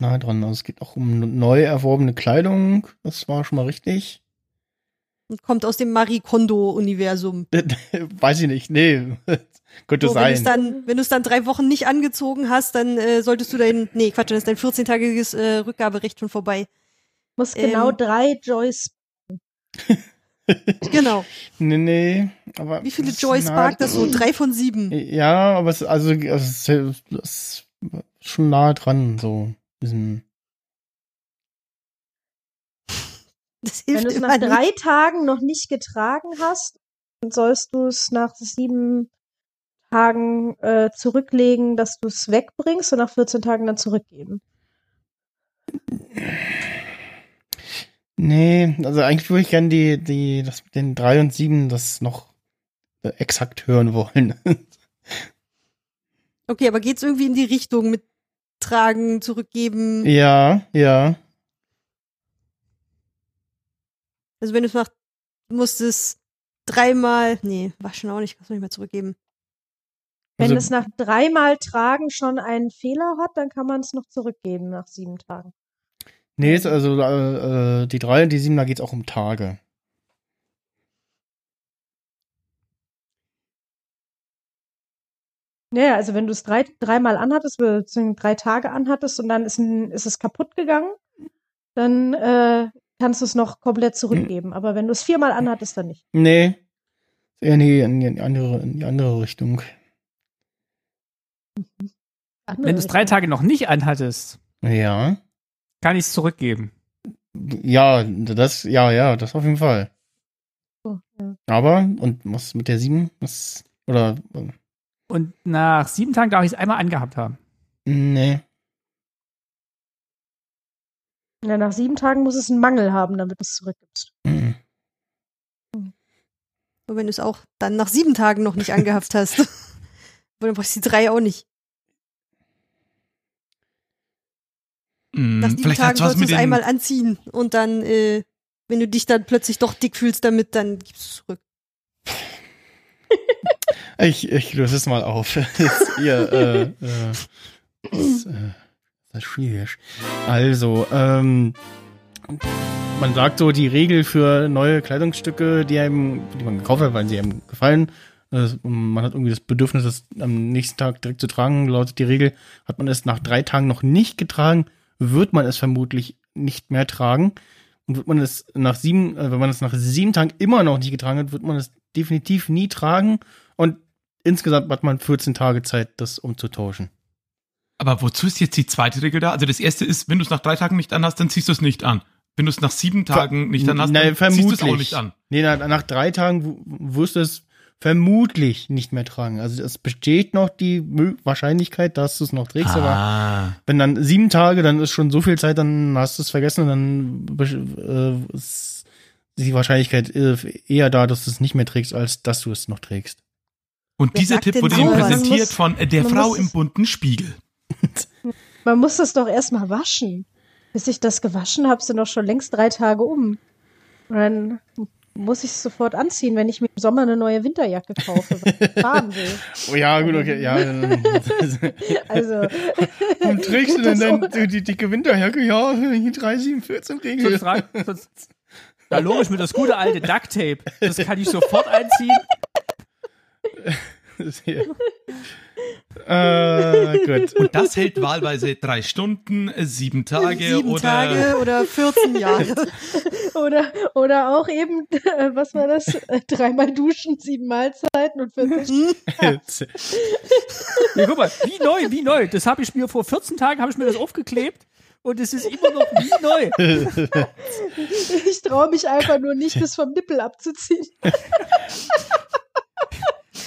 Speaker 1: nah dran. Also es geht auch um neu erworbene Kleidung. Das war schon mal richtig.
Speaker 3: Und kommt aus dem Marie Kondo-Universum.
Speaker 1: Weiß ich nicht. Nee. Könnte
Speaker 3: So, wenn du es
Speaker 1: sein.
Speaker 3: dann, wenn du es dann drei Wochen nicht angezogen hast, dann äh, solltest du dein, nee, Quatsch, dann ist dein
Speaker 5: ähm,
Speaker 3: 14-tägiges äh, Rückgaberecht schon vorbei.
Speaker 5: Muss genau
Speaker 3: Ähm.
Speaker 5: drei Joys.
Speaker 3: Genau.
Speaker 1: Nee, nee. Aber
Speaker 3: Wie viele
Speaker 1: es ist
Speaker 3: Joy
Speaker 1: nah-
Speaker 3: Spark das so? Drei von sieben.
Speaker 1: Ja, aber es, also, es ist, es ist schon nah dran, so. Diesen,
Speaker 3: Das
Speaker 5: Wenn
Speaker 3: hilft
Speaker 5: du es
Speaker 3: immer
Speaker 5: nach
Speaker 3: drei.
Speaker 5: drei Tagen noch nicht getragen hast, dann sollst du es nach sieben Tagen äh, zurücklegen, dass du es wegbringst und nach 14 Tagen dann zurückgeben.
Speaker 1: nee, also eigentlich würde ich gerne die, die, das mit den 3 und 7 das noch äh, exakt hören wollen.
Speaker 3: Okay, aber geht's irgendwie in die Richtung mit tragen, zurückgeben?
Speaker 1: ja, ja.
Speaker 3: Also wenn du es machst, musst du es dreimal, nee, waschen auch nicht, kannst du nicht mehr zurückgeben.
Speaker 5: Wenn
Speaker 1: Also-
Speaker 5: es nach dreimal Tragen schon einen Fehler hat, dann kann man es noch zurückgeben nach sieben Tagen.
Speaker 1: Nee, ist also äh, äh, die 3 und die 7, da geht's auch um Tage.
Speaker 5: Naja, also wenn du es drei, dreimal anhattest, beziehungsweise drei Tage anhattest und dann ist, ein, ist es kaputt gegangen, dann äh, kannst du es noch komplett zurückgeben. Aber wenn du es viermal anhattest, dann nicht.
Speaker 1: Nee. Eher in die, in die, andere, in die andere Richtung.
Speaker 4: Wenn du es drei Tage noch nicht anhattest,
Speaker 1: Ja.
Speaker 4: kann ich es zurückgeben.
Speaker 1: Ja, das, ja, ja, das auf jeden Fall.
Speaker 5: So, ja.
Speaker 1: Aber, und was mit der 7? Was, oder, äh,
Speaker 4: Und nach sieben Tagen darf ich es einmal angehabt haben.
Speaker 1: äh, nee.
Speaker 5: Ja, nach sieben Tagen muss es einen Mangel haben, damit du es zurückgibst.
Speaker 1: Mm.
Speaker 3: Und wenn du es auch dann nach sieben Tagen noch nicht angehabt hast, weil dann brauchst du die drei auch nicht.
Speaker 2: Hm,
Speaker 3: Nach sieben
Speaker 2: vielleicht
Speaker 3: Tagen
Speaker 2: hat's was
Speaker 3: sollst du
Speaker 2: mit
Speaker 3: es
Speaker 2: den,
Speaker 3: einmal anziehen und dann, äh, wenn du dich dann plötzlich doch dick fühlst damit, dann gibst du es zurück.
Speaker 1: Ich, ich löse es mal auf. Das, ihr, äh, äh, das, äh, das ist schwierig. Also, ähm, man sagt so, die Regel für neue Kleidungsstücke, die, einem, die man gekauft hat, weil sie einem gefallen, äh, man hat irgendwie das Bedürfnis, das am nächsten Tag direkt zu tragen, lautet die Regel, hat man es nach drei Tagen noch nicht getragen, wird man es vermutlich nicht mehr tragen. Und wird man es nach sieben, äh, wenn man es nach sieben Tagen immer noch nicht getragen hat, wird man es definitiv nie tragen. Und insgesamt hat man 14 Tage Zeit, das umzutauschen.
Speaker 2: aber wozu ist jetzt die zweite Regel da? Also das erste ist, wenn du es nach drei Tagen nicht anhast, dann ziehst du es nicht an. Wenn du es nach sieben Tagen nicht anhast,
Speaker 1: Nein,
Speaker 2: dann ziehst du es auch
Speaker 1: vermutlich.
Speaker 2: nicht an.
Speaker 1: Nee, nach, nach drei Tagen w- wirst du es vermutlich nicht mehr tragen. Also es besteht noch die Mö- Wahrscheinlichkeit, dass du es noch trägst, aber
Speaker 2: Ah.
Speaker 1: wenn dann sieben Tage, dann ist schon so viel Zeit, dann hast du es vergessen und dann besch- äh, ist die Wahrscheinlichkeit äh, eher da, dass du es nicht mehr trägst, als dass du es noch trägst.
Speaker 2: Und
Speaker 3: Wer
Speaker 2: dieser
Speaker 3: sagt
Speaker 2: Tipp
Speaker 3: denn
Speaker 2: wurde ihm
Speaker 3: sowas?
Speaker 2: präsentiert
Speaker 5: Man muss-
Speaker 2: von äh, der
Speaker 5: man
Speaker 2: Frau
Speaker 5: muss-
Speaker 2: im bunten Spiegel.
Speaker 5: Man muss das doch erstmal waschen. Bis ich das gewaschen habe, sind doch schon längst drei Tage um. Und dann muss ich es sofort anziehen, wenn ich mir im Sommer eine neue Winterjacke kaufe, weil ich fahren will.
Speaker 1: Oh ja, gut, okay, ja.
Speaker 5: Also,
Speaker 1: Warum trägst du denn
Speaker 5: Das
Speaker 1: dann die, die dicke Winterjacke? Ja, die 3, 7, 14 Regel.
Speaker 4: Sonst tragen, sonst, na logisch, mit das gute alte Duct Tape. Das kann ich sofort einziehen.
Speaker 1: äh, gut.
Speaker 2: Und das hält wahlweise drei Stunden, äh, sieben Tage
Speaker 3: sieben
Speaker 2: oder
Speaker 3: Tage oder 14 Jahre.
Speaker 5: oder, oder auch eben, äh, was war das? Äh, Dreimal duschen, sieben Mahlzeiten und 40
Speaker 4: Ja, guck mal, wie neu, wie neu. Das habe ich mir vor 14 Tagen habe ich mir das aufgeklebt und es ist immer noch wie neu.
Speaker 5: Ich traue mich einfach nur nicht, das vom Nippel abzuziehen.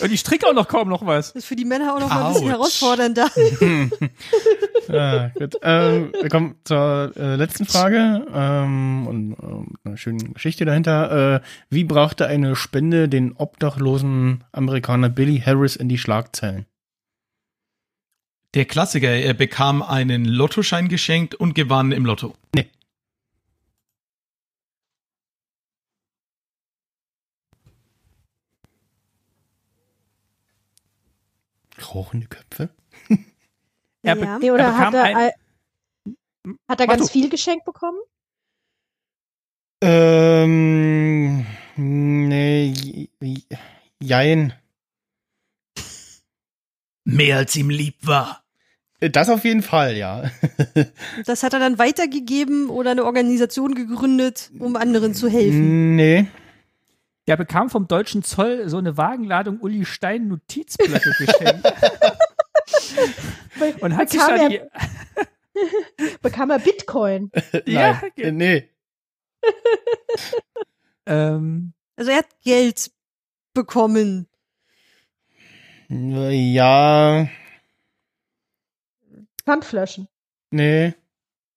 Speaker 4: Und ich stricke auch noch kaum noch was.
Speaker 3: Das ist für die Männer auch noch mal ein bisschen
Speaker 2: Autsch.
Speaker 3: herausfordernder.
Speaker 1: ah, gut. Ähm, wir kommen zur äh, letzten Frage ähm, und ähm, einer schönen Geschichte dahinter. Äh, wie brachte eine Spende den obdachlosen Amerikaner Billy Harris in die Schlagzeilen?
Speaker 2: der Klassiker. Er bekam einen Lottoschein geschenkt und gewann im Lotto.
Speaker 1: Rauchende Köpfe?
Speaker 4: Er be-
Speaker 3: ja.
Speaker 5: Nee, oder
Speaker 4: bekam
Speaker 5: hat er,
Speaker 4: ein-
Speaker 5: all- hat er
Speaker 4: Mach
Speaker 5: ganz
Speaker 4: du.
Speaker 5: viel geschenkt bekommen?
Speaker 1: Ähm, nee, j- j- jein.
Speaker 2: Mehr als ihm lieb war.
Speaker 1: Das auf jeden Fall, ja.
Speaker 3: Das hat er dann weitergegeben oder eine Organisation gegründet, um anderen zu helfen.
Speaker 1: Nee.
Speaker 4: Der bekam vom deutschen Zoll so eine Wagenladung Uli Stein Notizblöcke geschenkt. Und hat sich
Speaker 5: Bekam
Speaker 4: dann
Speaker 5: er-
Speaker 4: die,
Speaker 5: Bekam er Bitcoin.
Speaker 4: Ja,
Speaker 1: Nein.
Speaker 4: ge-
Speaker 1: Äh, nee.
Speaker 4: ähm,
Speaker 3: Also er hat Geld bekommen.
Speaker 1: Ja,
Speaker 5: Pfandflaschen.
Speaker 1: nee.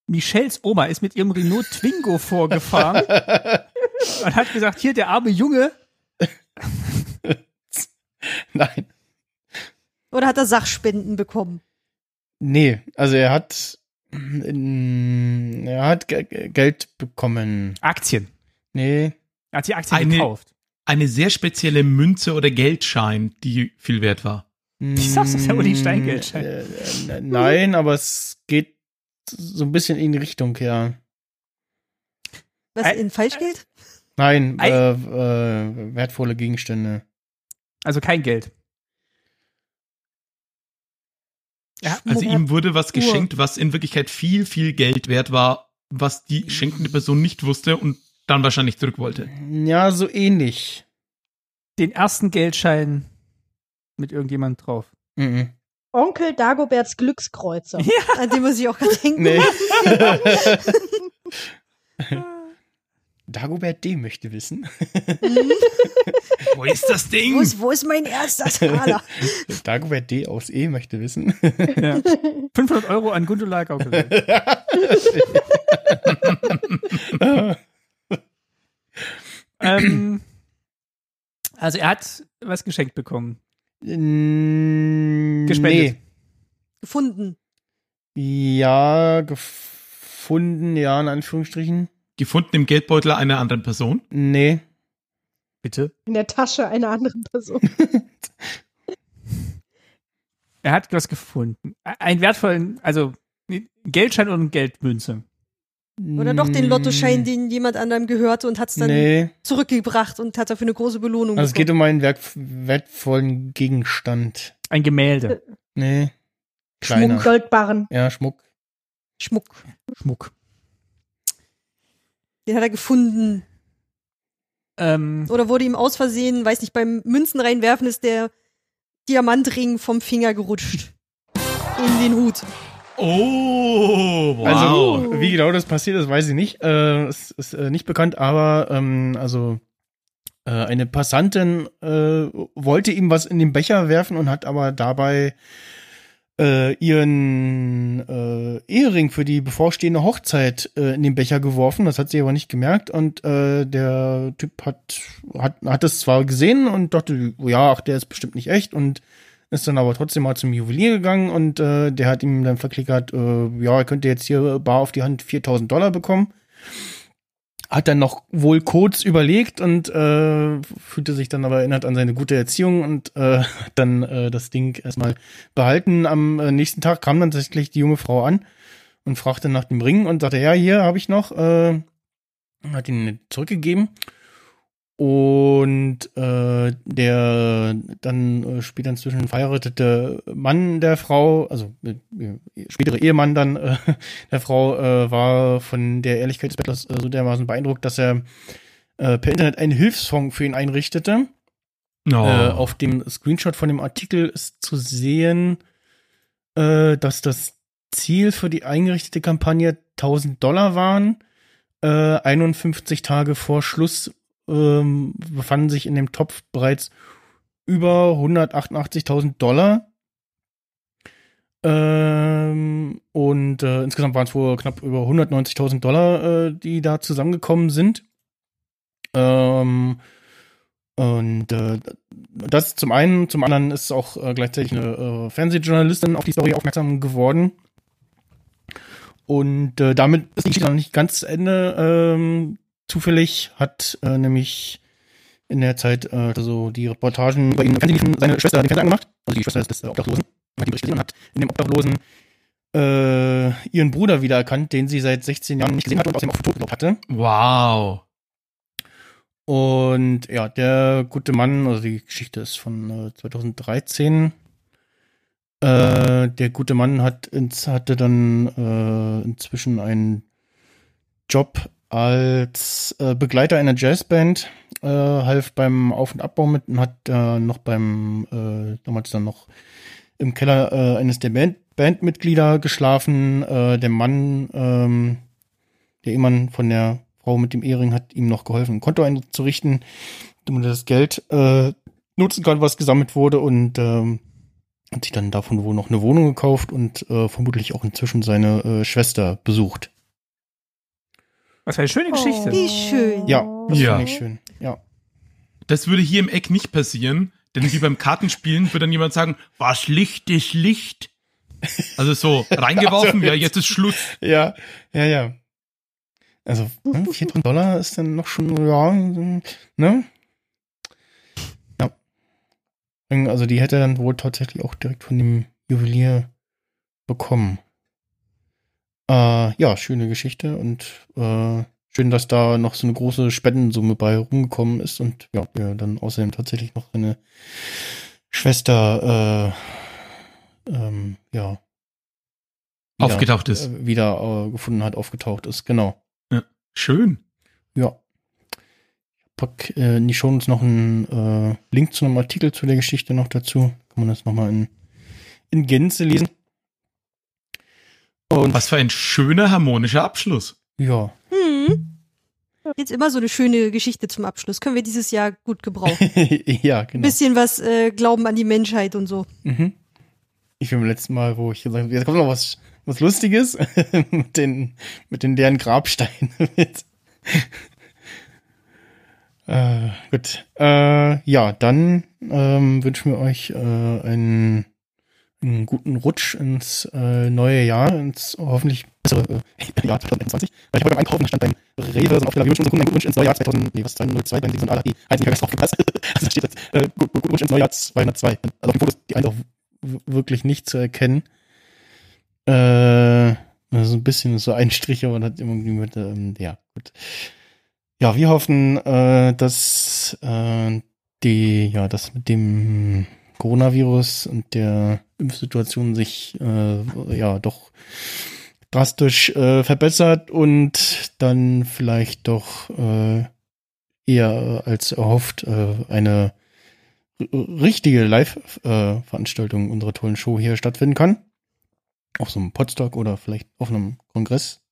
Speaker 4: Michels Oma ist mit ihrem Renault Twingo vorgefahren und hat gesagt, hier der arme Junge,
Speaker 1: Nein.
Speaker 3: Oder hat er Sachspenden bekommen?
Speaker 1: Nee, also er hat mm, er hat Ge- Ge- Geld bekommen.
Speaker 4: Aktien.
Speaker 1: Nee,
Speaker 4: Er hat die Aktien
Speaker 2: Eine-
Speaker 4: gekauft.
Speaker 2: Eine sehr spezielle Münze oder Geldschein, die viel wert war.
Speaker 4: Ich sag's doch, der Uli Stein Geldschein.
Speaker 1: Äh, äh, n- nein, aber es geht so ein bisschen in die Richtung, ja.
Speaker 3: Was,
Speaker 4: Ei-
Speaker 3: in Falschgeld?
Speaker 1: Nein,
Speaker 4: Ei-
Speaker 1: äh, äh, wertvolle Gegenstände.
Speaker 4: Also kein Geld.
Speaker 2: Also
Speaker 3: Schmuck.
Speaker 2: ihm wurde was geschenkt, was in Wirklichkeit viel, viel Geld wert war, was die schenkende Person nicht wusste und dann wahrscheinlich zurück wollte.
Speaker 1: Ja, so ähnlich.
Speaker 4: Den ersten Geldschein mit irgendjemand drauf.
Speaker 1: Mhm.
Speaker 5: Onkel Dagoberts Glückskreuzer.
Speaker 3: An dem muss ich auch gerade denken.
Speaker 1: Nee. Dagobert D. möchte wissen.
Speaker 3: Mhm.
Speaker 2: Wo ist das
Speaker 3: Wo,
Speaker 2: Ding?
Speaker 3: ist, wo ist mein erster Skala?
Speaker 1: Dagobert D. aus E. möchte wissen.
Speaker 4: Ja. 500 Euro an Gundula Gaukel. ähm, also er hat was geschenkt bekommen.
Speaker 1: Mm,
Speaker 4: Gespendet.
Speaker 3: Gefunden.
Speaker 1: Nee. Ja, gefunden, ja, in Anführungsstrichen.
Speaker 2: Gefunden im Geldbeutel einer anderen Person.
Speaker 1: Nee.
Speaker 4: Bitte?
Speaker 5: In der Tasche einer anderen Person.
Speaker 4: Er hat was gefunden. E- Einen wertvollen, also einen Geldschein und eine Geldmünze.
Speaker 3: Oder doch den Lottoschein,
Speaker 1: die
Speaker 3: den jemand anderem gehörte und hat es dann
Speaker 1: Nee.
Speaker 3: zurückgebracht und hat dafür eine große Belohnung
Speaker 1: Also es geht
Speaker 3: bekommen.
Speaker 1: um einen werk- wertvollen Gegenstand.
Speaker 4: Ein Gemälde.
Speaker 1: Nee. Kleiner.
Speaker 5: Schmuck, Goldbarren.
Speaker 1: Ja, Schmuck.
Speaker 3: Schmuck.
Speaker 4: Schmuck.
Speaker 3: Den hat er gefunden.
Speaker 4: Ähm,
Speaker 3: Oder wurde ihm aus Versehen, weiß nicht, beim Münzen reinwerfen ist der Diamantring vom Finger gerutscht. In den Hut.
Speaker 2: Oh, wow.
Speaker 1: Also, wie genau das passiert ist, weiß ich nicht. Äh, es ist äh, nicht bekannt, aber ähm, also äh, eine Passantin äh, wollte ihm was in den Becher werfen und hat aber dabei äh, ihren äh, Ehering für die bevorstehende Hochzeit äh, in den Becher geworfen. Das hat sie aber nicht gemerkt und äh, der Typ hat, hat, hat das zwar gesehen und dachte, ja, ach, der ist bestimmt nicht echt und ist dann aber trotzdem mal zum Juwelier gegangen und äh, der hat ihm dann verklickert, äh, ja, er könnte jetzt hier bar auf die Hand 4000 Dollar bekommen. Hat dann noch wohl kurz überlegt und äh, fühlte sich dann aber erinnert an seine gute Erziehung und äh, hat dann äh, das Ding erstmal behalten. Am äh, nächsten Tag kam dann tatsächlich die junge Frau an und fragte nach dem Ring und sagte, ja, hier habe ich noch. Äh, hat ihn zurückgegeben. Und äh, der dann äh, später inzwischen verheiratete Mann der Frau, also äh, spätere Ehemann dann äh, der Frau, äh, war von der Ehrlichkeit des Bettlers äh, so dermaßen beeindruckt, dass er äh, per Internet einen Hilfsfonds für ihn einrichtete.
Speaker 2: oh.
Speaker 1: Äh, auf dem Screenshot von dem Artikel ist zu sehen, äh, dass das Ziel für die eingerichtete Kampagne 1000 Dollar waren. Äh, 51 Tage vor Schluss ähm, befanden sich in dem Topf bereits über 188.000 Dollar. Ähm, und äh, insgesamt waren es wohl knapp über 190.000 Dollar, äh, die da zusammengekommen sind. Ähm, und äh, das zum einen, zum anderen ist auch äh, gleichzeitig eine äh, Fernsehjournalistin auf die Story aufmerksam geworden. Und äh, damit ist die Geschichte noch nicht ganz zu Ende. Ähm, zufällig hat äh, nämlich in der Zeit äh, so die Reportagen über ihn im Fernsehen liefen, seine Schwester den Fernseher angemacht. Also die Schwester ist des äh, Obdachlosen. Hat ihn gesehen und hat in dem Obdachlosen äh, ihren Bruder wiedererkannt, den sie seit 16 Jahren nicht gesehen hat und aus dem auch tot geglaubt hatte.
Speaker 2: wow.
Speaker 1: Und ja, der gute Mann, also die Geschichte ist von äh, 2013. Äh, der gute Mann hat ins, hatte dann äh, inzwischen einen Job als äh, Begleiter einer Jazzband, äh, half beim Auf- und Abbau mit und hat äh, noch beim, äh, damals dann noch im Keller äh, eines der Band Bandmitglieder geschlafen. Äh, der Mann, ähm, der Ehemann von der Frau mit dem Ehering hat ihm noch geholfen, ein Konto einzurichten, damit er das Geld äh, nutzen kann, was gesammelt wurde und ähm, hat sich dann davon wohl noch eine Wohnung gekauft und äh, vermutlich auch inzwischen seine äh, Schwester besucht.
Speaker 4: Was für eine
Speaker 5: Oh.
Speaker 4: schöne Geschichte.
Speaker 3: Wie schön.
Speaker 1: Ja, das
Speaker 2: Ja.
Speaker 1: finde ich schön. Ja.
Speaker 2: Das würde hier im Eck nicht passieren, denn wie beim Kartenspielen würde dann jemand sagen, was Licht ist Licht. Also so, reingeworfen,
Speaker 1: Also
Speaker 2: ja,
Speaker 1: jetzt-
Speaker 2: jetzt ist Schluss.
Speaker 1: Ja, ja, ja. Also, ne, 400 Dollar ist dann noch schon, ja, ne? Ja. Also, die hätte er dann wohl tatsächlich auch direkt von dem Juwelier bekommen. Äh, ja, schöne Geschichte und äh, schön, dass da noch so eine große Spendensumme bei rumgekommen ist und ja, ja dann außerdem tatsächlich noch seine Schwester, äh, ähm, ja. wieder-
Speaker 2: Aufgetaucht ist.
Speaker 1: äh, wieder äh, gefunden hat, aufgetaucht ist. Genau.
Speaker 2: Schön.
Speaker 1: Ja. Ich pack äh, in die Show uns noch einen äh, Link zu einem Artikel zu der Geschichte noch dazu. Kann man das nochmal in, in Gänze lesen. Und
Speaker 2: Was für ein schöner harmonischer Abschluss.
Speaker 1: ja.
Speaker 3: Hm. Jetzt immer so eine schöne Geschichte zum Abschluss. Können wir dieses Jahr gut gebrauchen.
Speaker 1: ja, genau.
Speaker 3: Bisschen was äh, Glauben an die Menschheit und so.
Speaker 1: Mhm. Ich bin beim letzten Mal, wo ich gesagt habe, jetzt kommt noch was, was Lustiges mit, den, mit den leeren Grabsteinen. mit. äh, gut. Äh, ja, dann ähm, wünschen wir euch äh, einen, einen guten Rutsch ins äh, neue Jahr, ins hoffentlich bessere äh, Jahr 2021. Weil ich heute beim Einkaufen da stand beim Rewe, also so auf der schon so einen guten Wunsch ins neue Jahr 2000, nee, was, 2002, beim Ding, so ein Ala, die heißen Jörg aufgepasst. also da steht jetzt, äh, gut- guten Wunsch ins neue Jahr 202. Also auf dem Foto ist die eine auch w- wirklich nicht zu erkennen. Äh, also ein bisschen so ein Strich, aber hat irgendwie mit, ähm, ja, gut. Ja, wir hoffen, äh, dass äh, die, ja, das mit dem Coronavirus und der Impfsituation sich äh, ja doch drastisch äh, verbessert und dann vielleicht doch äh, eher als erhofft äh, eine r- richtige Live-Veranstaltung unserer tollen Show hier stattfinden kann. Auf so einem Podstock oder vielleicht auf einem Kongress.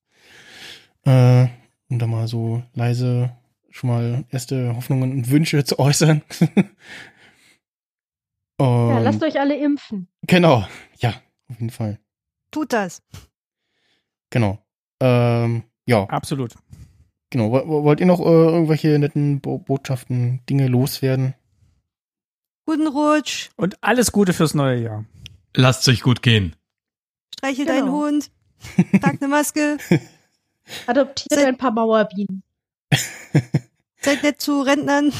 Speaker 1: Äh, um da mal so leise schon mal erste Hoffnungen und Wünsche zu äußern.
Speaker 5: Ja,
Speaker 1: Und-
Speaker 5: lasst euch alle impfen.
Speaker 1: Genau, ja, auf jeden Fall.
Speaker 3: Tut das.
Speaker 1: Genau. Ähm, ja,
Speaker 4: Absolut.
Speaker 1: genau. Wo- wo- Wollt ihr noch äh, irgendwelche netten Bo Botschaften, Dinge loswerden?
Speaker 3: Guten Rutsch.
Speaker 4: Und alles Gute fürs neue Jahr.
Speaker 2: Lasst euch gut gehen.
Speaker 3: Streichel
Speaker 5: Genau.
Speaker 3: deinen Hund. Trag eine Maske.
Speaker 5: Adoptiert
Speaker 3: Seid-
Speaker 5: ein paar Mauerbienen.
Speaker 3: Seid nett zu Rentnern.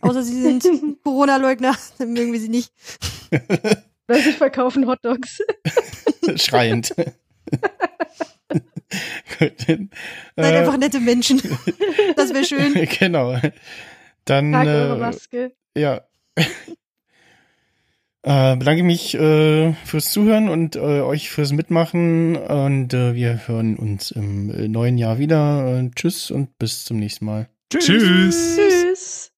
Speaker 3: Außer sie sind Corona-Leugner. Dann mögen wir sie nicht.
Speaker 5: Weil sie verkaufen Hotdogs.
Speaker 1: Schreiend. Gut, dann,
Speaker 3: Seid
Speaker 1: äh,
Speaker 3: einfach nette Menschen. Das wäre schön.
Speaker 1: Genau. Dann
Speaker 5: Tragt eure
Speaker 1: äh,
Speaker 5: Maske.
Speaker 1: ja. Äh, bedanke mich äh, fürs Zuhören und äh, euch fürs Mitmachen und äh, wir hören uns im äh, neuen Jahr wieder. Äh, tschüss und bis zum nächsten Mal.
Speaker 2: Tschüss.
Speaker 5: Tschüss.